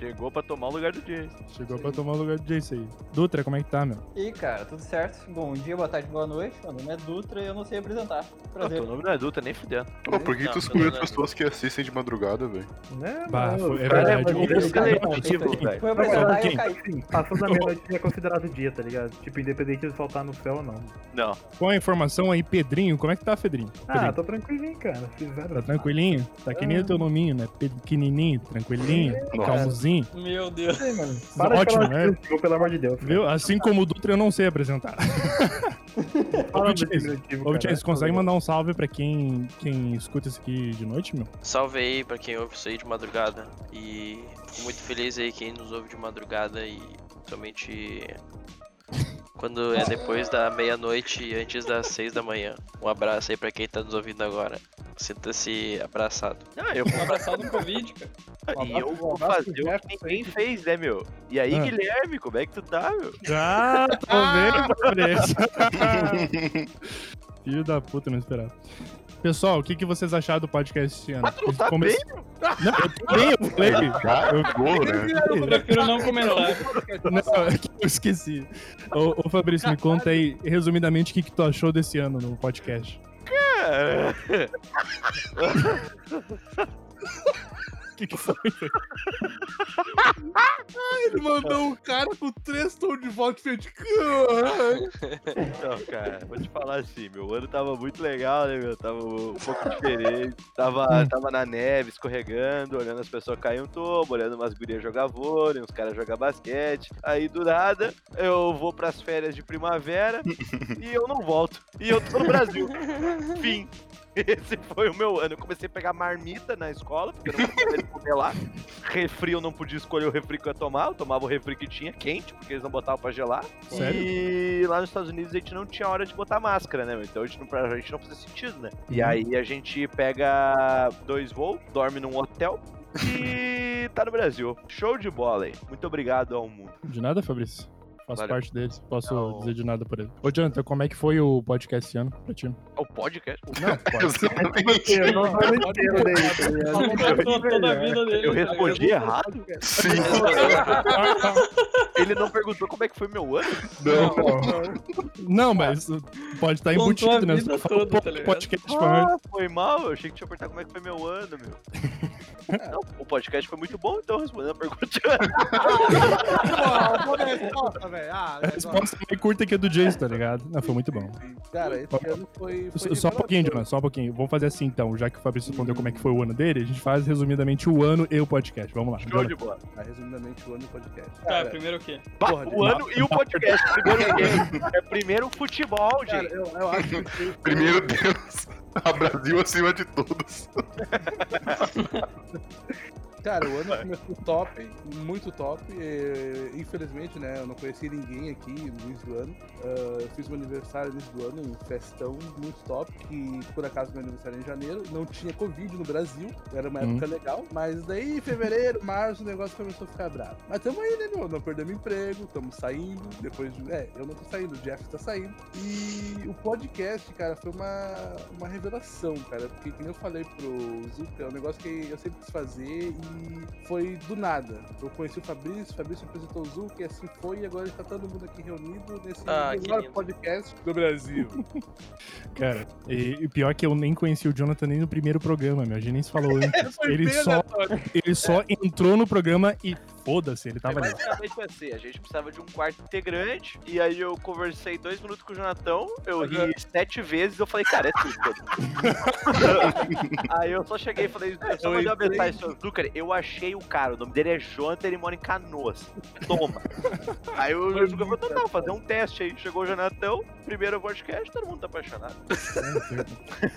Speaker 4: Chegou pra tomar o lugar do Jason.
Speaker 1: Chegou pra tomar o lugar do Jace aí. Dutra, como é que tá, meu?
Speaker 5: E aí, cara, tudo certo? Bom dia, boa tarde, boa noite. Meu nome é Dutra e eu não sei apresentar.
Speaker 4: Não,
Speaker 1: Ah,
Speaker 5: Prazer.
Speaker 4: teu nome não é adulto, nem fudendo.
Speaker 3: Pô, por que
Speaker 6: Não,
Speaker 3: tu
Speaker 6: não,
Speaker 3: excluiu
Speaker 6: não,
Speaker 3: as pessoas que assistem de madrugada, velho?
Speaker 7: Né,
Speaker 1: Bah,
Speaker 7: mano?
Speaker 1: foi- é
Speaker 7: Cara,
Speaker 1: verdade.
Speaker 7: mas
Speaker 1: O
Speaker 7: ele-
Speaker 1: pessoal-
Speaker 7: cara,
Speaker 1: não,
Speaker 4: seletivo,
Speaker 1: quem-
Speaker 4: velho.
Speaker 5: Foi
Speaker 1: Não,
Speaker 5: apresentar e eu
Speaker 1: quem?
Speaker 5: caí.
Speaker 7: assim, Tipo, Passou da meia-noite é considerado dia, tá ligado? Tipo, independente de soltar no céu ou não.
Speaker 4: Não.
Speaker 1: Qual a informação aí, Pedrinho? Como é que tá, Pedrinho?
Speaker 7: Ah,
Speaker 1: Pedrinho,
Speaker 7: tô tranquilinho, cara. Fizeram.
Speaker 1: Tá tranquilinho? Tá que nem o teu nominho, né? Pequenininho, tranquilinho, calmozinho.
Speaker 8: Meu Deus.
Speaker 7: Para
Speaker 1: Ótimo,
Speaker 7: de falar
Speaker 1: né?
Speaker 7: de Disney, pelo amor de Deus.
Speaker 1: Viu? Assim como o Dutra, eu não sei apresentar.
Speaker 7: Fala do
Speaker 1: Jason.
Speaker 7: diminutivo,
Speaker 1: Ô,
Speaker 7: cara.
Speaker 1: Chase, consegue mandar um salve pra quem, quem escuta isso aqui de noite, meu?
Speaker 6: Salve aí pra quem ouve isso aí de madrugada. E fico muito feliz aí quem nos ouve de madrugada e somente quando é depois da meia-noite e antes das seis da manhã. Um abraço aí pra quem tá nos ouvindo agora. Sinta-se abraçado.
Speaker 4: Ah, eu
Speaker 8: Abraçado no Covid, cara.
Speaker 4: E eu
Speaker 2: um
Speaker 4: vou
Speaker 2: abraço
Speaker 4: fazer
Speaker 2: pro
Speaker 4: o que
Speaker 2: Jefferson
Speaker 4: ninguém fez, né, meu? E aí,
Speaker 1: Ah.
Speaker 4: Guilherme, como é que tu tá, meu?
Speaker 1: Ah, tô vendo, Filho da puta, não esperava. Pessoal, o que, que vocês acharam do podcast esse ano?
Speaker 4: Mas tu não tá
Speaker 1: Come-
Speaker 4: bem, meu?
Speaker 1: Não, eu tô bem, eu falei.
Speaker 3: Cagou, né?
Speaker 8: Eu prefiro não comentar.
Speaker 1: Não, é que eu esqueci. Ô, ô, Fabrício, me conta aí, resumidamente, o que, que tu achou desse ano no podcast?
Speaker 4: Cara,
Speaker 1: O que, que foi?
Speaker 2: Ele mandou um cara com três tons de voz diferente.
Speaker 1: Tá
Speaker 4: Não, Então, cara, vou te falar assim, meu ano tava muito legal, né, meu? Tava um pouco diferente. Tava, tava na neve, escorregando, olhando as pessoas cair um tobo, olhando umas gurias jogar vôlei, uns caras jogar basquete. Aí, do nada, eu vou pras férias de primavera e eu não volto. E eu tô no Brasil. Fim. Esse foi o meu ano. Eu comecei a pegar marmita na escola, porque eu não podia comer lá. Refri eu não podia escolher o refri que eu ia tomar. Eu tomava o refri que tinha, quente, porque eles não botavam pra gelar.
Speaker 1: Sério?
Speaker 4: E lá nos Estados Unidos a gente não tinha hora de botar máscara, né? meu? Então a gente não, pra- a gente não fazia sentido, né? E
Speaker 1: Uhum.
Speaker 4: aí a gente pega dois voos, dorme num hotel e tá no Brasil. Show de bola aí. Muito obrigado ao mundo.
Speaker 1: De nada, Fabrício. Faço
Speaker 4: Valeu.
Speaker 1: parte deles, posso
Speaker 4: Não.
Speaker 1: dizer de nada por ele. Ô, Jonathan, como é que foi o podcast esse ano pra ti?
Speaker 4: É o podcast.
Speaker 1: Não, pode.
Speaker 3: é Exatamente.
Speaker 7: Eu não vou inteiro daí, tá ligado?
Speaker 8: Falou toda a vida dele.
Speaker 4: Eu
Speaker 8: cara.
Speaker 4: respondi errado.
Speaker 3: Sim.
Speaker 4: Ele não perguntou como é que foi meu ano.
Speaker 3: Não.
Speaker 1: Não, mas uh, pode estar
Speaker 8: Tá. Contou
Speaker 1: embutido,
Speaker 8: a
Speaker 1: né?
Speaker 8: vida
Speaker 1: Só fala um
Speaker 8: toda,
Speaker 1: pouco
Speaker 8: tá
Speaker 1: do
Speaker 8: ligado?
Speaker 1: podcast pra mim.
Speaker 4: Ah, foi mal. Eu achei que tinha perguntado como é que foi meu ano, meu. Não, o podcast foi muito bom, então respondendo a pergunta. Ah,
Speaker 1: A resposta é meio curta que a do Jason, tá ligado? Não, foi muito bom.
Speaker 2: Cara, esse ano foi.
Speaker 1: Só-
Speaker 2: foi
Speaker 1: Só um
Speaker 2: revelador.
Speaker 1: pouquinho, Jonathan, só um pouquinho. Vamos fazer assim então, já que o Fabrício respondeu como é que foi o ano dele, a gente faz resumidamente o ano e o podcast. Vamos lá.
Speaker 4: Show
Speaker 1: Jonathan.
Speaker 4: de bola.
Speaker 2: Ah, resumidamente, o ano do podcast.
Speaker 8: Tá,
Speaker 2: Cara,
Speaker 8: primeiro o quê?
Speaker 4: Bah,
Speaker 2: Porra,
Speaker 4: o ano e o podcast. Primeiro game. É primeiro o futebol,
Speaker 2: cara,
Speaker 4: gente.
Speaker 2: eu, eu acho que. foi-
Speaker 3: Primeiro Deus. A Brasil acima de todos.
Speaker 2: Cara, o ano começou top, muito top. E, infelizmente, né? Eu não conheci ninguém aqui no início do ano. Ah, eu fiz meu aniversário no início do ano, um festão muito top. Que por acaso meu aniversário é em janeiro. Não tinha Covid no Brasil, era uma
Speaker 1: Hum.
Speaker 2: época legal. Mas daí, em fevereiro, março, o negócio começou a ficar bravo. Mas tamo aí, né, meu? Não perdemos emprego, estamos saindo. Depois de. É, eu não tô saindo, o Jeff tá saindo. E o podcast, cara, foi uma, uma revelação, cara. Porque, como eu falei pro Zuka, é um negócio que eu sempre quis fazer e foi do nada. Eu conheci o Fabrício, o Fabrício apresentou o Zuka e assim foi. E agora está todo mundo aqui reunido nesse
Speaker 6: Ah, que
Speaker 2: melhor
Speaker 6: lindo.
Speaker 2: podcast do Brasil.
Speaker 1: Cara, e, e pior que eu nem conheci o Jonathan nem no primeiro programa, meu. A gente nem se falou antes.
Speaker 2: É, Foi
Speaker 1: ele,
Speaker 2: bem né,
Speaker 1: só,
Speaker 2: aleatório.
Speaker 1: ele só entrou no programa e foda-se, ele tava ali.
Speaker 4: Basicamente foi assim, a gente precisava de um quarto integrante, e aí eu conversei dois minutos com o Jonatão, eu ri sete vezes, eu falei, cara, é tudo. aí eu só cheguei e falei, eu só
Speaker 2: Eu
Speaker 4: mandei uma
Speaker 2: entrei-
Speaker 4: mensagem, seu Zucker, eu achei o cara, o nome dele é Jonathan, ele mora em Canoas, toma. aí o Zucker falou, não, não, fazer um teste aí, chegou o Jonatão, primeiro podcast, todo mundo tá apaixonado.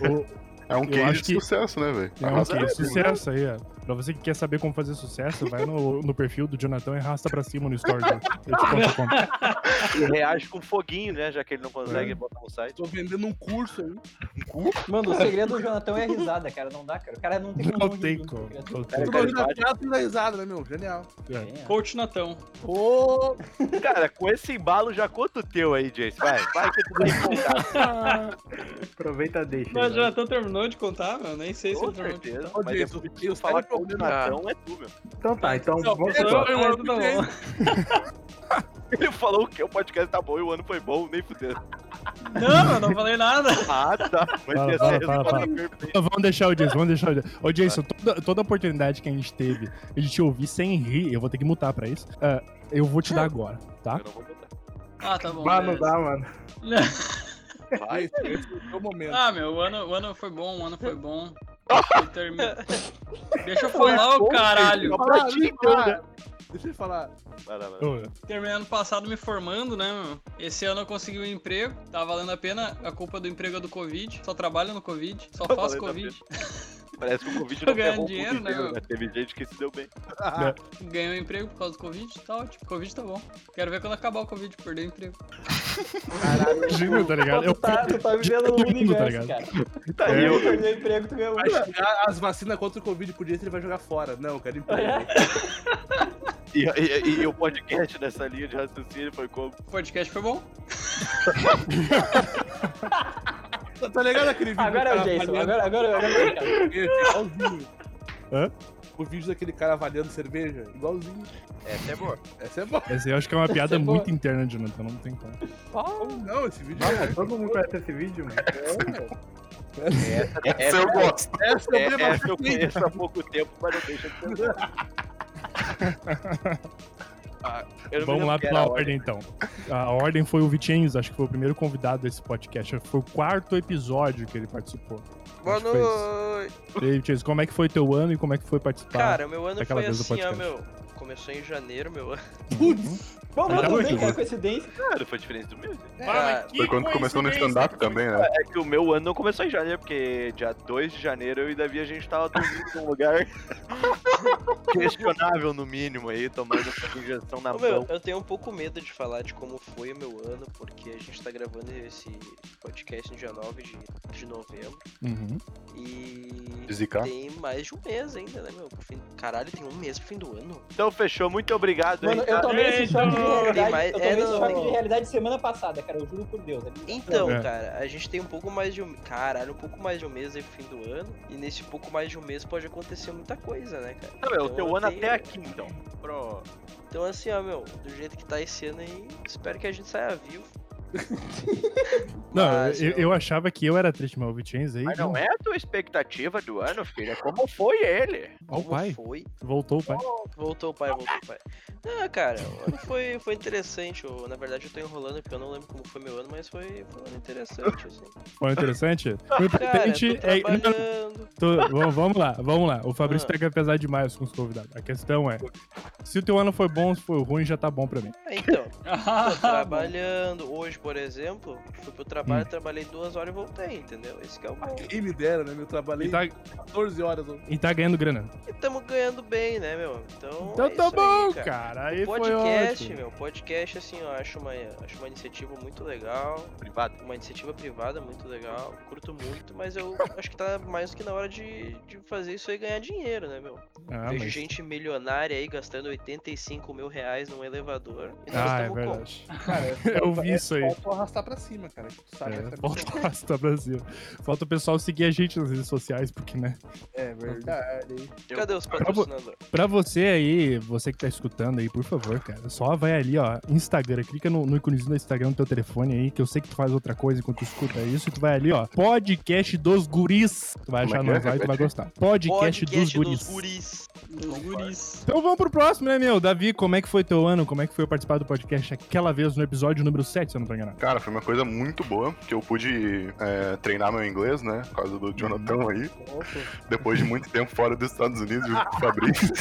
Speaker 1: Ô,
Speaker 3: É um case
Speaker 1: acho
Speaker 3: de
Speaker 1: que-
Speaker 3: sucesso, né, velho?
Speaker 1: É um
Speaker 3: Arrasa-
Speaker 1: case de sucesso aí, ó. Pra você que quer saber como fazer sucesso, vai no, no perfil do Jonathan e arrasta pra cima no story dele. Eu te conto como.
Speaker 4: E reage com foguinho, né? Já que ele não consegue botar no site.
Speaker 2: Tô vendendo um curso aí.
Speaker 5: Mano, o segredo do Jonatão é a risada, cara. Não dá, cara. O cara não tem como.
Speaker 1: Não
Speaker 5: rir um
Speaker 1: tem
Speaker 5: do
Speaker 1: como.
Speaker 5: segredo.
Speaker 1: Não tem
Speaker 4: É,
Speaker 2: Tudo
Speaker 4: cara,
Speaker 1: como.
Speaker 2: ali na piada, tudo na risada, né, meu? Genial.
Speaker 5: Tem, é.
Speaker 8: Coach Natão.
Speaker 2: Ô,
Speaker 4: Cara, com esse embalo, já conta o teu aí, Jace. Vai, vai que tu tá empolgado.
Speaker 7: Aproveita e deixa.
Speaker 8: Mas o
Speaker 7: aí, velho.
Speaker 8: Jonathan terminou de contar, mano. Nem sei se
Speaker 4: Com
Speaker 8: ele terminou de
Speaker 4: certeza.
Speaker 8: contar.
Speaker 2: Ô,
Speaker 4: Mas
Speaker 2: Jason,
Speaker 4: depois
Speaker 2: eu
Speaker 4: que tu falar
Speaker 2: saio
Speaker 4: com o
Speaker 6: procurar.
Speaker 4: Natão, é tu, meu.
Speaker 7: Então tá, então
Speaker 8: Não,
Speaker 7: vamos
Speaker 8: eu-
Speaker 7: lá.
Speaker 8: eu-
Speaker 2: eu-
Speaker 8: ainda não.
Speaker 2: eu-
Speaker 4: Ele falou que o podcast tá bom e o ano foi bom, nem fudeu.
Speaker 8: Não, eu não falei nada.
Speaker 4: Ah, tá. Mas
Speaker 1: Fala,
Speaker 4: tinha
Speaker 1: fala,
Speaker 4: certeza
Speaker 1: fala,
Speaker 4: que
Speaker 1: fala.
Speaker 4: tá perfeito.
Speaker 1: Não, Vamos deixar o Jason, vamos deixar o Jason. Ô, Jason, toda, toda oportunidade que a gente teve de te ouvir sem rir, eu vou ter que mutar pra isso, ah, eu vou te dar agora, tá?
Speaker 4: Eu não vou botar.
Speaker 8: Ah, tá bom.
Speaker 7: Mano, não
Speaker 8: beleza.
Speaker 7: dá, mano.
Speaker 4: Vai.
Speaker 2: Esse, esse é o meu momento.
Speaker 8: Ah, meu, o ano, o ano foi bom, o ano foi bom. E termina- Deixa eu falar, ô caralho.
Speaker 4: pra ti, então,
Speaker 2: Ah, Deixa eu falar.
Speaker 4: Vai lá, vai lá.
Speaker 1: Ô,
Speaker 8: Terminei ano passado me formando, né, meu? Esse ano eu consegui um emprego. Tá valendo a pena. A culpa do emprego é do Covid. Só trabalho no Covid. Só
Speaker 4: Tá
Speaker 8: faço
Speaker 4: valendo a
Speaker 8: Covid.
Speaker 4: Parece que o Covid
Speaker 8: Tô
Speaker 4: não
Speaker 8: ganhando
Speaker 4: ferrou com o
Speaker 8: dinheiro, né,
Speaker 4: dinheiro,
Speaker 8: meu?
Speaker 4: né? Teve gente que se deu bem.
Speaker 8: Ganhei um emprego por causa do Covid e tal. Tipo, Covid tá bom. Quero ver quando acabar o Covid, perder o emprego.
Speaker 1: Gino, tá ligado?
Speaker 5: Pô,
Speaker 1: Eu
Speaker 5: tu, tá, tu tá vivendo um
Speaker 1: todo mundo, tá É.
Speaker 5: universo, cara.
Speaker 4: Tá aí,
Speaker 5: Eu
Speaker 4: eu...
Speaker 5: perdi o emprego, tu ganhou
Speaker 2: Vai
Speaker 5: um.
Speaker 2: chegar as vacinas contra o Covid por direito, ele vai jogar fora. Não, eu quero emprego.
Speaker 4: e, e- e- e o podcast nessa linha de raciocínio foi como?
Speaker 8: O podcast foi bom.
Speaker 2: Tá- Tá ligado aquele vídeo?
Speaker 5: Agora é
Speaker 2: do
Speaker 5: o
Speaker 2: cara
Speaker 5: Jason,
Speaker 2: avaliando
Speaker 5: agora, agora, é agora, cara.
Speaker 2: cerveja? É Igualzinho.
Speaker 1: Hã?
Speaker 2: O vídeo daquele cara avaliando cerveja? Igualzinho.
Speaker 4: Essa é boa.
Speaker 2: Essa é boa.
Speaker 1: Essa aí eu acho que é uma piada
Speaker 5: é boa.
Speaker 1: muito interna, Jonathan, não tem como.
Speaker 2: Não, esse vídeo é
Speaker 7: Mano, todo mundo conhece esse vídeo, mano.
Speaker 3: Essa eu gosto.
Speaker 2: Essa
Speaker 4: É,
Speaker 2: é o
Speaker 4: essa eu conheço há pouco tempo, mas não deixa de ser boa. Ah, eu não me
Speaker 1: Vamos
Speaker 4: lembro
Speaker 1: lá
Speaker 4: que
Speaker 1: pela
Speaker 4: era a
Speaker 1: ordem, então. A ordem foi o Vitinhos, acho que foi o primeiro convidado desse podcast. Foi o quarto episódio que ele participou.
Speaker 6: Boa
Speaker 1: Acho que foi isso.
Speaker 6: noite.
Speaker 1: E aí, Vitinhos, como é que foi teu ano e como é que foi participar?
Speaker 6: Cara, meu ano
Speaker 1: daquela
Speaker 6: foi
Speaker 1: vez do
Speaker 6: assim, ó, meu.
Speaker 1: podcast.
Speaker 6: Começou em janeiro, meu ano.
Speaker 1: Uhum,
Speaker 5: Bom,
Speaker 1: Ainda
Speaker 5: mas tudo
Speaker 1: bem
Speaker 5: bem,
Speaker 1: que
Speaker 5: cara,
Speaker 1: você-
Speaker 5: coincidência.
Speaker 4: Claro, foi diferente do meu. né?
Speaker 6: Cara,
Speaker 3: Foi quando começou no stand-up também, né?
Speaker 4: É que o meu ano não começou em janeiro, porque dia 2 de janeiro eu e Davi a gente tava dormindo num lugar questionável, no mínimo, aí, tomando essa injeção na
Speaker 6: Ô, meu,
Speaker 4: mão.
Speaker 6: eu tenho um pouco medo de falar de como foi o meu ano, porque a gente tá gravando esse podcast no dia 9 de, de novembro.
Speaker 1: Uhum.
Speaker 6: E.
Speaker 1: Tá.
Speaker 3: Zicar.
Speaker 6: Tem mais de um mês ainda, né, meu? Pro fim- Caralho, tem um mês pro fim do ano.
Speaker 4: Então fechou, muito obrigado, hein?
Speaker 5: Mano, eu tomei esse choque de
Speaker 8: Tem
Speaker 5: realidade.
Speaker 6: mais-
Speaker 5: Eu tomei
Speaker 6: é,
Speaker 5: esse
Speaker 6: não.
Speaker 5: choque de realidade semana passada, cara. Eu juro por Deus. é bizarro.
Speaker 6: Então,
Speaker 1: É.
Speaker 6: cara, a gente tem um pouco mais de um. Caralho, um pouco mais de um mês aí pro fim do ano. E nesse pouco mais de um mês pode acontecer muita coisa, né, cara?
Speaker 4: Tá, meu, o
Speaker 6: Então
Speaker 4: teu
Speaker 6: eu
Speaker 4: ano
Speaker 6: tenho-
Speaker 4: até aqui, então. Pro...
Speaker 6: Então assim, ó, meu, do jeito que tá esse ano aí, espero que a gente saia vivo.
Speaker 1: Não,
Speaker 4: Ah,
Speaker 6: Mas,
Speaker 1: eu,
Speaker 6: meu,
Speaker 1: eu achava que eu era triste, mas o Vitinhos aí.
Speaker 4: é Mas não é a tua expectativa do ano, filho, é como foi ele.
Speaker 1: Ó, o
Speaker 6: como
Speaker 1: pai.
Speaker 6: Foi.
Speaker 1: Voltou o pai.
Speaker 6: Voltou o pai, voltou o pai. Ah, cara, o ano foi, foi interessante. Eu, na verdade, eu tô enrolando porque eu não lembro como foi meu ano, mas foi, foi um ano interessante, assim.
Speaker 1: Foi interessante? O
Speaker 6: Cara, eu
Speaker 1: importante
Speaker 6: tô
Speaker 1: é. não, não,
Speaker 6: trabalhando.
Speaker 1: tô- vamos- vamos lá, vamos lá. O Fabrício
Speaker 6: Ah.
Speaker 1: pega pesado demais com os convidados. A questão é: se o teu ano foi bom, se foi ruim, já tá bom pra mim.
Speaker 6: Ah, Então,
Speaker 8: Ah,
Speaker 6: tô trabalhando. Hoje, por exemplo, fui pro
Speaker 1: Hum.
Speaker 6: trabalho,
Speaker 1: Ah.
Speaker 6: trabalhei duas horas e voltei, entendeu? Esse que é o bom.
Speaker 2: Quem me dera, né? Eu trabalhei
Speaker 1: E tá,
Speaker 2: 14 horas.
Speaker 1: e tá ganhando grana.
Speaker 6: E tamo ganhando bem, né, meu? Então,
Speaker 1: Então
Speaker 6: é
Speaker 1: tá
Speaker 6: isso
Speaker 1: bom,
Speaker 6: aí,
Speaker 1: cara. Aí
Speaker 6: podcast,
Speaker 1: foi ótimo.
Speaker 6: meu, podcast, assim, eu acho uma, acho uma iniciativa muito legal,
Speaker 4: Privado.
Speaker 6: uma iniciativa privada muito legal, curto muito, mas eu acho que tá mais do que na hora de, de fazer isso aí e ganhar dinheiro, né, meu?
Speaker 1: Ah,
Speaker 6: Vejo
Speaker 1: mas-
Speaker 6: gente milionária aí gastando 85 mil reais num elevador e nós
Speaker 1: ah é
Speaker 6: tamo como?
Speaker 1: verdade. Eu vi isso aí.
Speaker 2: Falta arrastar pra cima, cara. que Tu sabe,
Speaker 1: É,
Speaker 2: essa
Speaker 1: falta o Rasta Brasil. Falta o pessoal seguir a gente nas redes sociais, porque, né?
Speaker 2: é verdade.
Speaker 6: Cadê os patrocinadores?
Speaker 1: Pra você aí, você que tá escutando aí, por favor, cara, só vai ali, ó, Instagram, clica no, no íconezinho do Instagram do teu telefone aí, que eu sei que tu faz outra coisa enquanto tu escuta isso, e tu vai ali, ó, podcast dos guris. Tu vai
Speaker 3: Como é
Speaker 1: achar
Speaker 3: que é?
Speaker 1: nós lá e tu vai gostar. Podcast, dos, guris.
Speaker 6: guris.
Speaker 8: Os guris.
Speaker 1: Então vamos pro próximo, né, meu? Davi, como é que foi teu ano? Como é que foi participar do podcast aquela vez no episódio número 7, se eu não tô enganado?
Speaker 3: Cara, foi uma coisa muito boa, que eu pude é, treinar meu inglês, né? Por causa do Jonathan aí. Depois de muito tempo fora dos Estados Unidos, viu, com o Fabrício.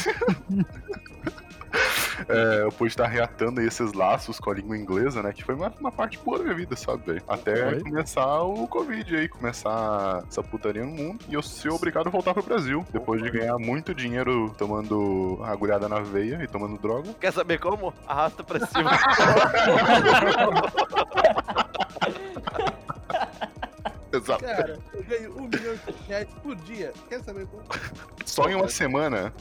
Speaker 3: é, eu pude estar reatando aí esses laços com a língua inglesa, né? Que foi uma, uma parte boa da minha vida, sabe? velho? Até
Speaker 1: Foi.
Speaker 3: começar o Covid aí, começar essa putaria no mundo e eu ser obrigado a voltar pro Brasil. Depois de ganhar muito dinheiro tomando agulhada na veia e tomando droga.
Speaker 4: Quer saber como? Arrasta pra cima.
Speaker 3: Exato.
Speaker 2: Cara, eu ganho um milhão de reais por dia. Quer saber como?
Speaker 3: Só em uma semana.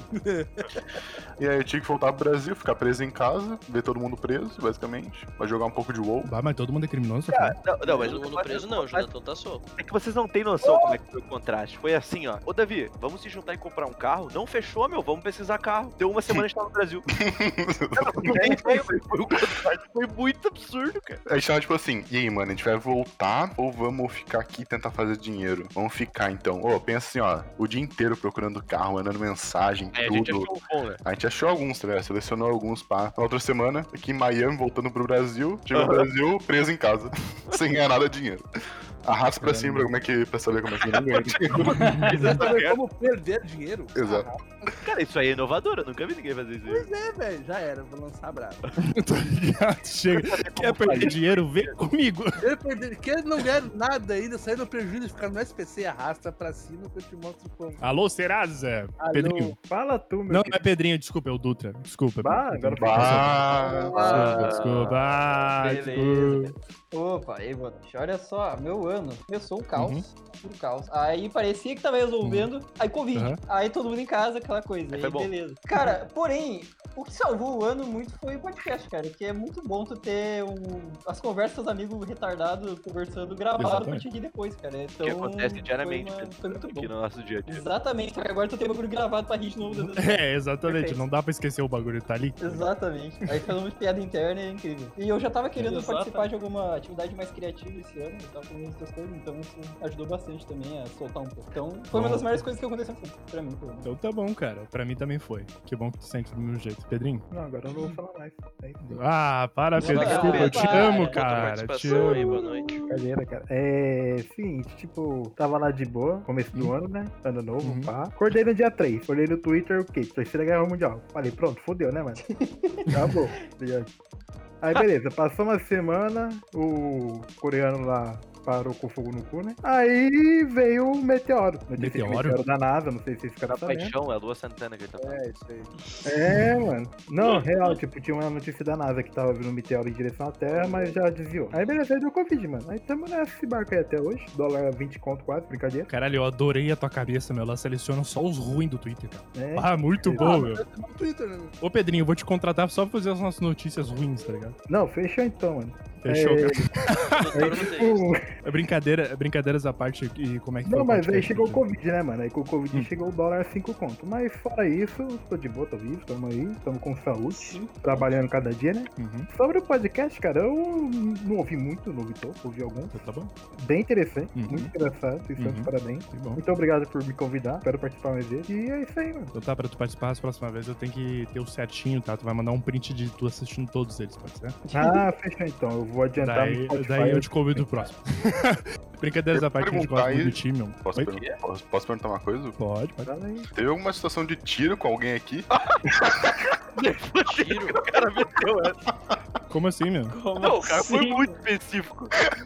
Speaker 3: e aí eu tinha que voltar pro Brasil, ficar preso em casa, ver todo mundo preso, basicamente. Pra jogar um pouco de WoW.
Speaker 1: Bah, mas todo mundo é criminoso. cara.
Speaker 4: não, não, mas é
Speaker 6: Todo mundo
Speaker 4: mas-
Speaker 6: preso não, o
Speaker 4: mas
Speaker 6: Jonathan tá solto.
Speaker 4: É que vocês não têm noção como é que foi o contraste. Foi assim, ó. Ô, Davi, vamos se juntar e comprar um carro? Não fechou, meu. Vamos pesquisar carro. Deu uma semana a gente tava no Brasil. Cara, não tem ideia, foi- foi o contraste foi muito absurdo, cara.
Speaker 3: Aí chama tipo assim, e aí, mano, a gente vai voltar ou vamos ficar aqui e tentar fazer dinheiro? Vamos ficar então. Ô, pensa assim, ó, o dia inteiro procurando carro, mandando mensagem,
Speaker 4: Aí É, a
Speaker 3: tudo.
Speaker 4: gente achou bom, né?
Speaker 3: A gente achou alguns, tá ligado? Selecionou alguns pá. Na outra semana, aqui em Miami, voltando pro Brasil, chega no
Speaker 4: Aham.
Speaker 3: Brasil, preso em casa. sem ganhar nada de dinheiro. Arrasta pra cima pra, como é que, pra saber como é que ele ganha dinheiro.
Speaker 2: Quer saber como perder dinheiro?
Speaker 3: Exato.
Speaker 2: Ah,
Speaker 4: Cara, isso aí é inovador. Eu nunca vi ninguém fazer isso. aí.
Speaker 2: é, velho, já era, vou lançar bravo.
Speaker 1: Tá ligado? Chega. Quer perder dinheiro? Vem comigo.
Speaker 2: Quer, perder, quer não ganhar nada ainda, sair no prejuízo e ficar no SPC, arrasta pra cima que eu te mostro como.
Speaker 1: Alô, Serasa? Pedrinho.
Speaker 7: Fala tu, meu
Speaker 1: Não, não é
Speaker 7: querido.
Speaker 1: Pedrinho, desculpa, é o Dutra. Desculpa.
Speaker 7: Bah,
Speaker 1: Pedrinho.
Speaker 7: agora foi
Speaker 3: Bah,
Speaker 2: Ah.
Speaker 1: Desculpa, desculpa. Ah,
Speaker 4: Beleza.
Speaker 1: desculpa.
Speaker 5: Opa, aí, mano. Olha só, meu ano. Começou o caos. Puro caos. Aí parecia que tava resolvendo. Aí Covid.
Speaker 1: Aham.
Speaker 5: Aí todo mundo em casa, aquela coisa.
Speaker 4: Aí
Speaker 5: Aí,
Speaker 4: foi bom.
Speaker 5: beleza. Cara, porém, o que salvou o ano muito foi o podcast, cara. Que é muito bom tu ter um... as conversas amigos retardados conversando gravado pra
Speaker 1: Exatamente.
Speaker 5: te rir depois, cara. Então,
Speaker 4: O que acontece diariamente né?
Speaker 5: Foi, uma- foi muito
Speaker 4: aqui
Speaker 5: bom.
Speaker 4: no nosso dia a dia.
Speaker 5: Exatamente, só que agora tu tem bagulho gravado pra rir de novo. né?
Speaker 1: É, exatamente.
Speaker 5: Perfeito.
Speaker 1: Não dá pra esquecer o bagulho, tá ali.
Speaker 5: Exatamente. Aí falando de piada interna é incrível. E eu já tava querendo
Speaker 8: Exatamente.
Speaker 5: participar de alguma atividade mais criativa esse ano, eu tava fazendo outras coisas, então isso ajudou bastante também a soltar um pouco. Então, foi uma
Speaker 1: Bom.
Speaker 5: das maiores coisas que aconteceu pra mim. pelo menos.
Speaker 1: Então tá bom, cara. Pra mim também foi. Que bom que tu sente do mesmo jeito. Pedrinho?
Speaker 7: Não, agora eu não vou falar mais. É isso.
Speaker 1: Ah, para, Pedro.
Speaker 5: Não,
Speaker 1: Desculpa, eu te
Speaker 5: para.
Speaker 1: amo,
Speaker 6: Outra
Speaker 1: cara. Te
Speaker 6: participação aí,
Speaker 1: amo.
Speaker 6: boa noite.
Speaker 7: Brincadeira, cara. É. Seguinte, tipo, tava lá de boa, começo do ano, né? Ano novo,
Speaker 1: Uhum.
Speaker 7: pá. Acordei no dia 3, acordei no Twitter, o quê? Terceira Guerra Mundial. Falei, pronto, fodeu, né, mano? Acabou. tá ligado? Aí, beleza, passou uma semana, o coreano lá. Parou com fogo no cu, né? Aí veio o meteoro. Não sei se é
Speaker 1: Meteoro?
Speaker 7: meteoro da NASA, não sei se esse cara
Speaker 4: Na
Speaker 7: tá sabendo.
Speaker 4: paixão, é a Lua Santana que ele tá falando.
Speaker 2: É, isso aí.
Speaker 7: É, mano.
Speaker 1: Hum.
Speaker 7: Não, real, tipo, tinha uma notícia da NASA que tava vindo um meteoro em direção à Terra, mas já desviou. Aí beleza, aí deu Covid, mano. Aí tamo nesse barco aí até hoje. Dólar 20 conto quase, brincadeira.
Speaker 1: Caralho, eu adorei a tua cabeça, meu. Ela seleciona só os ruins do Twitter, cara.
Speaker 7: É.
Speaker 1: Ah, muito
Speaker 7: Ah,
Speaker 1: bom, meu.
Speaker 2: No Twitter, né?
Speaker 1: Ô, Pedrinho, eu vou te contratar só pra fazer as nossas notícias ruins, tá ligado?
Speaker 7: Não, fechou então, mano.
Speaker 1: Fechou,
Speaker 7: É,
Speaker 1: cara.
Speaker 6: Doutor roteirista.
Speaker 7: Tipo,
Speaker 1: É brincadeira, brincadeiras à parte e como é que foi
Speaker 7: não,
Speaker 1: o
Speaker 7: mas aí
Speaker 1: podcast,
Speaker 7: chegou o
Speaker 1: né?
Speaker 7: Covid, né, mano? Aí com o Covid
Speaker 1: Hum.
Speaker 7: chegou o dólar 5 conto. Mas fora isso, tô de boa, tô vivo, tamo aí, tamo com saúde,
Speaker 8: Cinco
Speaker 7: trabalhando cada dia, né?
Speaker 1: Uhum.
Speaker 7: Sobre o podcast, cara, eu não ouvi muito, não ouvi todo, ouvi algum.
Speaker 1: Então Tá bom,
Speaker 7: Bem interessante,
Speaker 1: Uhum.
Speaker 7: muito engraçado, vocês estão de
Speaker 1: Uhum.
Speaker 7: parabéns.
Speaker 1: tá bom.
Speaker 7: Muito obrigado por me convidar. Espero participar mais vezes. E é isso aí, mano.
Speaker 1: Então tá, pra tu participar as próximas vezes eu tenho que ter o certinho, tá? Tu vai mandar um print de tu assistindo todos eles, pode ser?
Speaker 7: Ah, fechou então. Eu vou adiantar
Speaker 1: Daí,
Speaker 7: no Spotify.
Speaker 1: daí eu te convido o próximo. brincadeiras
Speaker 3: Eu
Speaker 1: à parte, a gente
Speaker 3: perguntar
Speaker 1: gosta muito
Speaker 3: aí-
Speaker 1: do time, meu.
Speaker 3: Posso,
Speaker 1: Oi?
Speaker 3: perguntar- posso- posso perguntar uma coisa?
Speaker 1: Pode, pode.
Speaker 7: Fala aí.
Speaker 3: Teve alguma situação de tiro com alguém aqui?
Speaker 4: Ah,
Speaker 6: Tiro.
Speaker 1: Como assim, meu?
Speaker 8: como
Speaker 4: Não, o cara foi
Speaker 8: assim?
Speaker 4: muito específico.
Speaker 6: Tiro,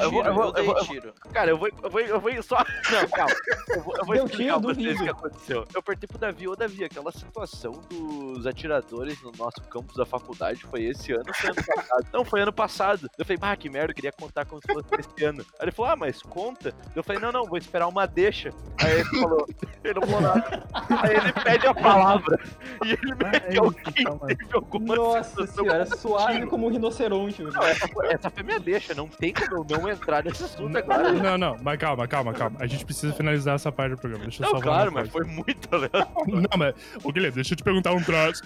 Speaker 4: eu vou- eu vou-
Speaker 6: eu
Speaker 4: eu vou-
Speaker 6: dei
Speaker 4: eu
Speaker 6: tiro.
Speaker 4: Cara, eu vou, eu vou, eu vou só. Não, calma. Eu vou, eu vou
Speaker 5: Deu
Speaker 4: explicar
Speaker 5: tiro,
Speaker 4: pra vocês
Speaker 5: duvido.
Speaker 4: o que aconteceu. Eu perguntei pro Davi, ô Davi, aquela situação dos atiradores no nosso campus da faculdade foi esse ano ou foi ano passado? Não, foi ano passado. Eu falei, bah, que merda, eu queria contar como se fosse esse ano. Aí ele falou, ah, mas conta. Eu falei, não, não, vou esperar uma deixa. Aí ele falou, ele não falou nada. Aí ele pede a palavra. E ele
Speaker 7: Ah, é
Speaker 4: mete
Speaker 7: isso,
Speaker 4: alguém
Speaker 7: calma.
Speaker 4: teve alguma
Speaker 5: assim? Nossa
Speaker 4: situação
Speaker 5: senhora, suave como um rinoceronte. velho.
Speaker 4: não, essa, foi- essa foi minha deixa, não tem como eu não entrar nesse assunto agora.
Speaker 1: Não, não, mas calma, calma, calma. A gente precisa finalizar essa parte do programa. Deixa eu
Speaker 4: Não,
Speaker 1: só falar
Speaker 4: claro,
Speaker 1: uma
Speaker 4: mas
Speaker 1: coisa.
Speaker 4: foi muito aleatório.
Speaker 1: Não, mas. Ô, Guilherme, deixa eu te perguntar um troço.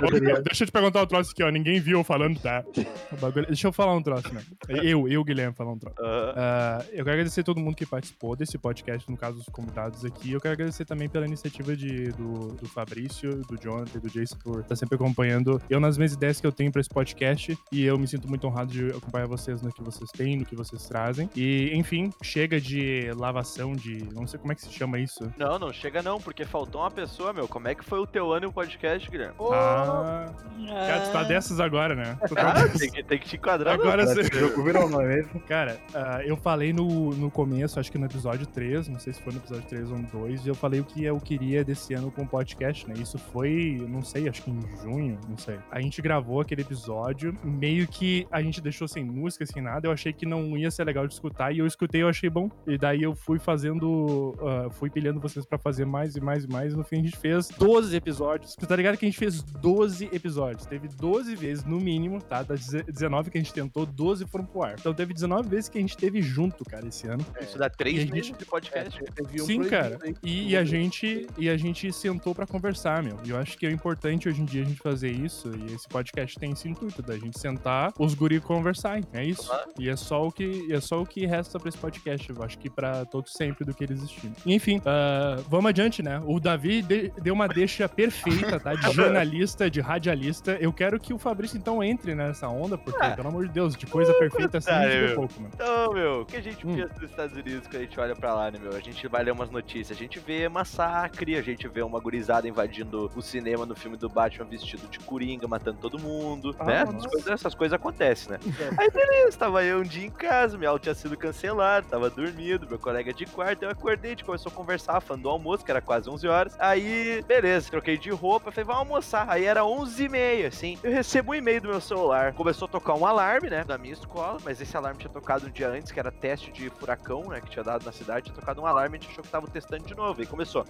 Speaker 1: Ô, Guilherme, deixa eu te perguntar um troço aqui, ó. Ninguém viu eu falando, tá? O bagulho- Deixa eu falar um troço, né? Eu, eu, Guilherme, falar um troço.
Speaker 4: Ah,
Speaker 1: Ah, eu quero agradecer a todo mundo que participou desse podcast, no caso, os convidados aqui. Eu quero agradecer também pela iniciativa de, do, do Fabrício, do Jonathan e do tá Jason por estar sempre acompanhando eu nas minhas ideias que eu tenho pra esse podcast. E eu me sinto muito honrado de acompanhar vocês no que vocês têm, no que vocês trazem. E, enfim, chega de lavação de. Não sei como é que se chama isso.
Speaker 4: Não, não chega não, porque faltou uma pessoa, meu. Como é que foi o teu ano e o podcast, Guilherme?
Speaker 1: Ah, cara, tu tá dessas agora, né? Tu tá
Speaker 4: Ah,
Speaker 1: dessas.
Speaker 4: tem que, tem que te enquadrar. meu.
Speaker 1: Agora
Speaker 7: Esse
Speaker 1: você.
Speaker 7: jogo virou, não é mesmo?
Speaker 1: Cara, ah, eu falei no, no começo, acho que no episódio 3, não sei se foi no episódio 3 ou no 2, e eu falei o que eu queria desse ano com o podcast, né? Isso foi, não sei, acho que em junho, não sei. A gente gravou aquele episódio, meio que a gente deixou sem música, sem nada, eu achei que não ia ser legal de escutar, e eu escutei e eu achei bom. E daí eu fui fazendo, ah, fui pilhando vocês pra fazer mais e mais e mais, e no fim a gente fez 12 episódios. Tu tá ligado que a gente fez 12 episódios? Teve 12 vezes no mínimo, tá? Das 19 que a gente tentou, 12 foram pro ar. Então teve 19 vezes que a gente teve junto, cara, esse ano.
Speaker 4: Isso
Speaker 1: E
Speaker 4: dá
Speaker 1: a
Speaker 4: três
Speaker 1: gente- É,
Speaker 4: meses de podcast.
Speaker 2: Teve um
Speaker 1: Sim,
Speaker 2: proibido,
Speaker 1: cara.
Speaker 2: hein?
Speaker 1: E, e a gente e a gente sentou pra conversar, meu. E eu acho que é importante hoje em dia a gente fazer isso. E esse podcast tem esse intuito da gente sentar, os guri conversarem. É isso. E é só o que e é só o que resta pra esse podcast. Eu acho que pra todos sempre do que eles estimam. E, Enfim, ah, vamos adiante, né? O Davi de- deu uma deixa perfeita, tá? De jornalista, de radialista. Eu quero que o Fabrício então entre nessa onda, porque pelo amor de Deus, de coisa perfeita assim
Speaker 4: contrário,
Speaker 1: fica
Speaker 4: meu.
Speaker 1: pouco, mano.
Speaker 4: Então, meu, o que a gente
Speaker 1: Hum.
Speaker 4: pensa dos Estados Unidos quando a gente olha pra lá, né, meu? A gente vai ler umas notícias, a gente vê massacre, a gente vê uma gurizada invadindo o cinema no filme do Batman vestido de coringa, matando todo mundo,
Speaker 1: Ah,
Speaker 4: né? Essas
Speaker 1: nossa.
Speaker 4: coisas, essas coisas acontecem, né? Aí beleza, tava eu um dia em casa, minha aula tinha sido cancelada, tava dormindo, meu colega de quarto, eu acordei, a gente começou a conversar, falando do almoço, que era quase 11 horas. Aí, beleza, troquei de roupa, falei, vamos almoçar. Aí era 11 e meia, assim. Eu recebo um e-mail do meu celular. Começou a tocar um alarme, né, da minha escola, mas esse alarme tinha tocado um dia antes, que era teste de furacão, né, que tinha dado na cidade, tinha tocado um alarme, a gente achou que tava testando de novo. Aí começou...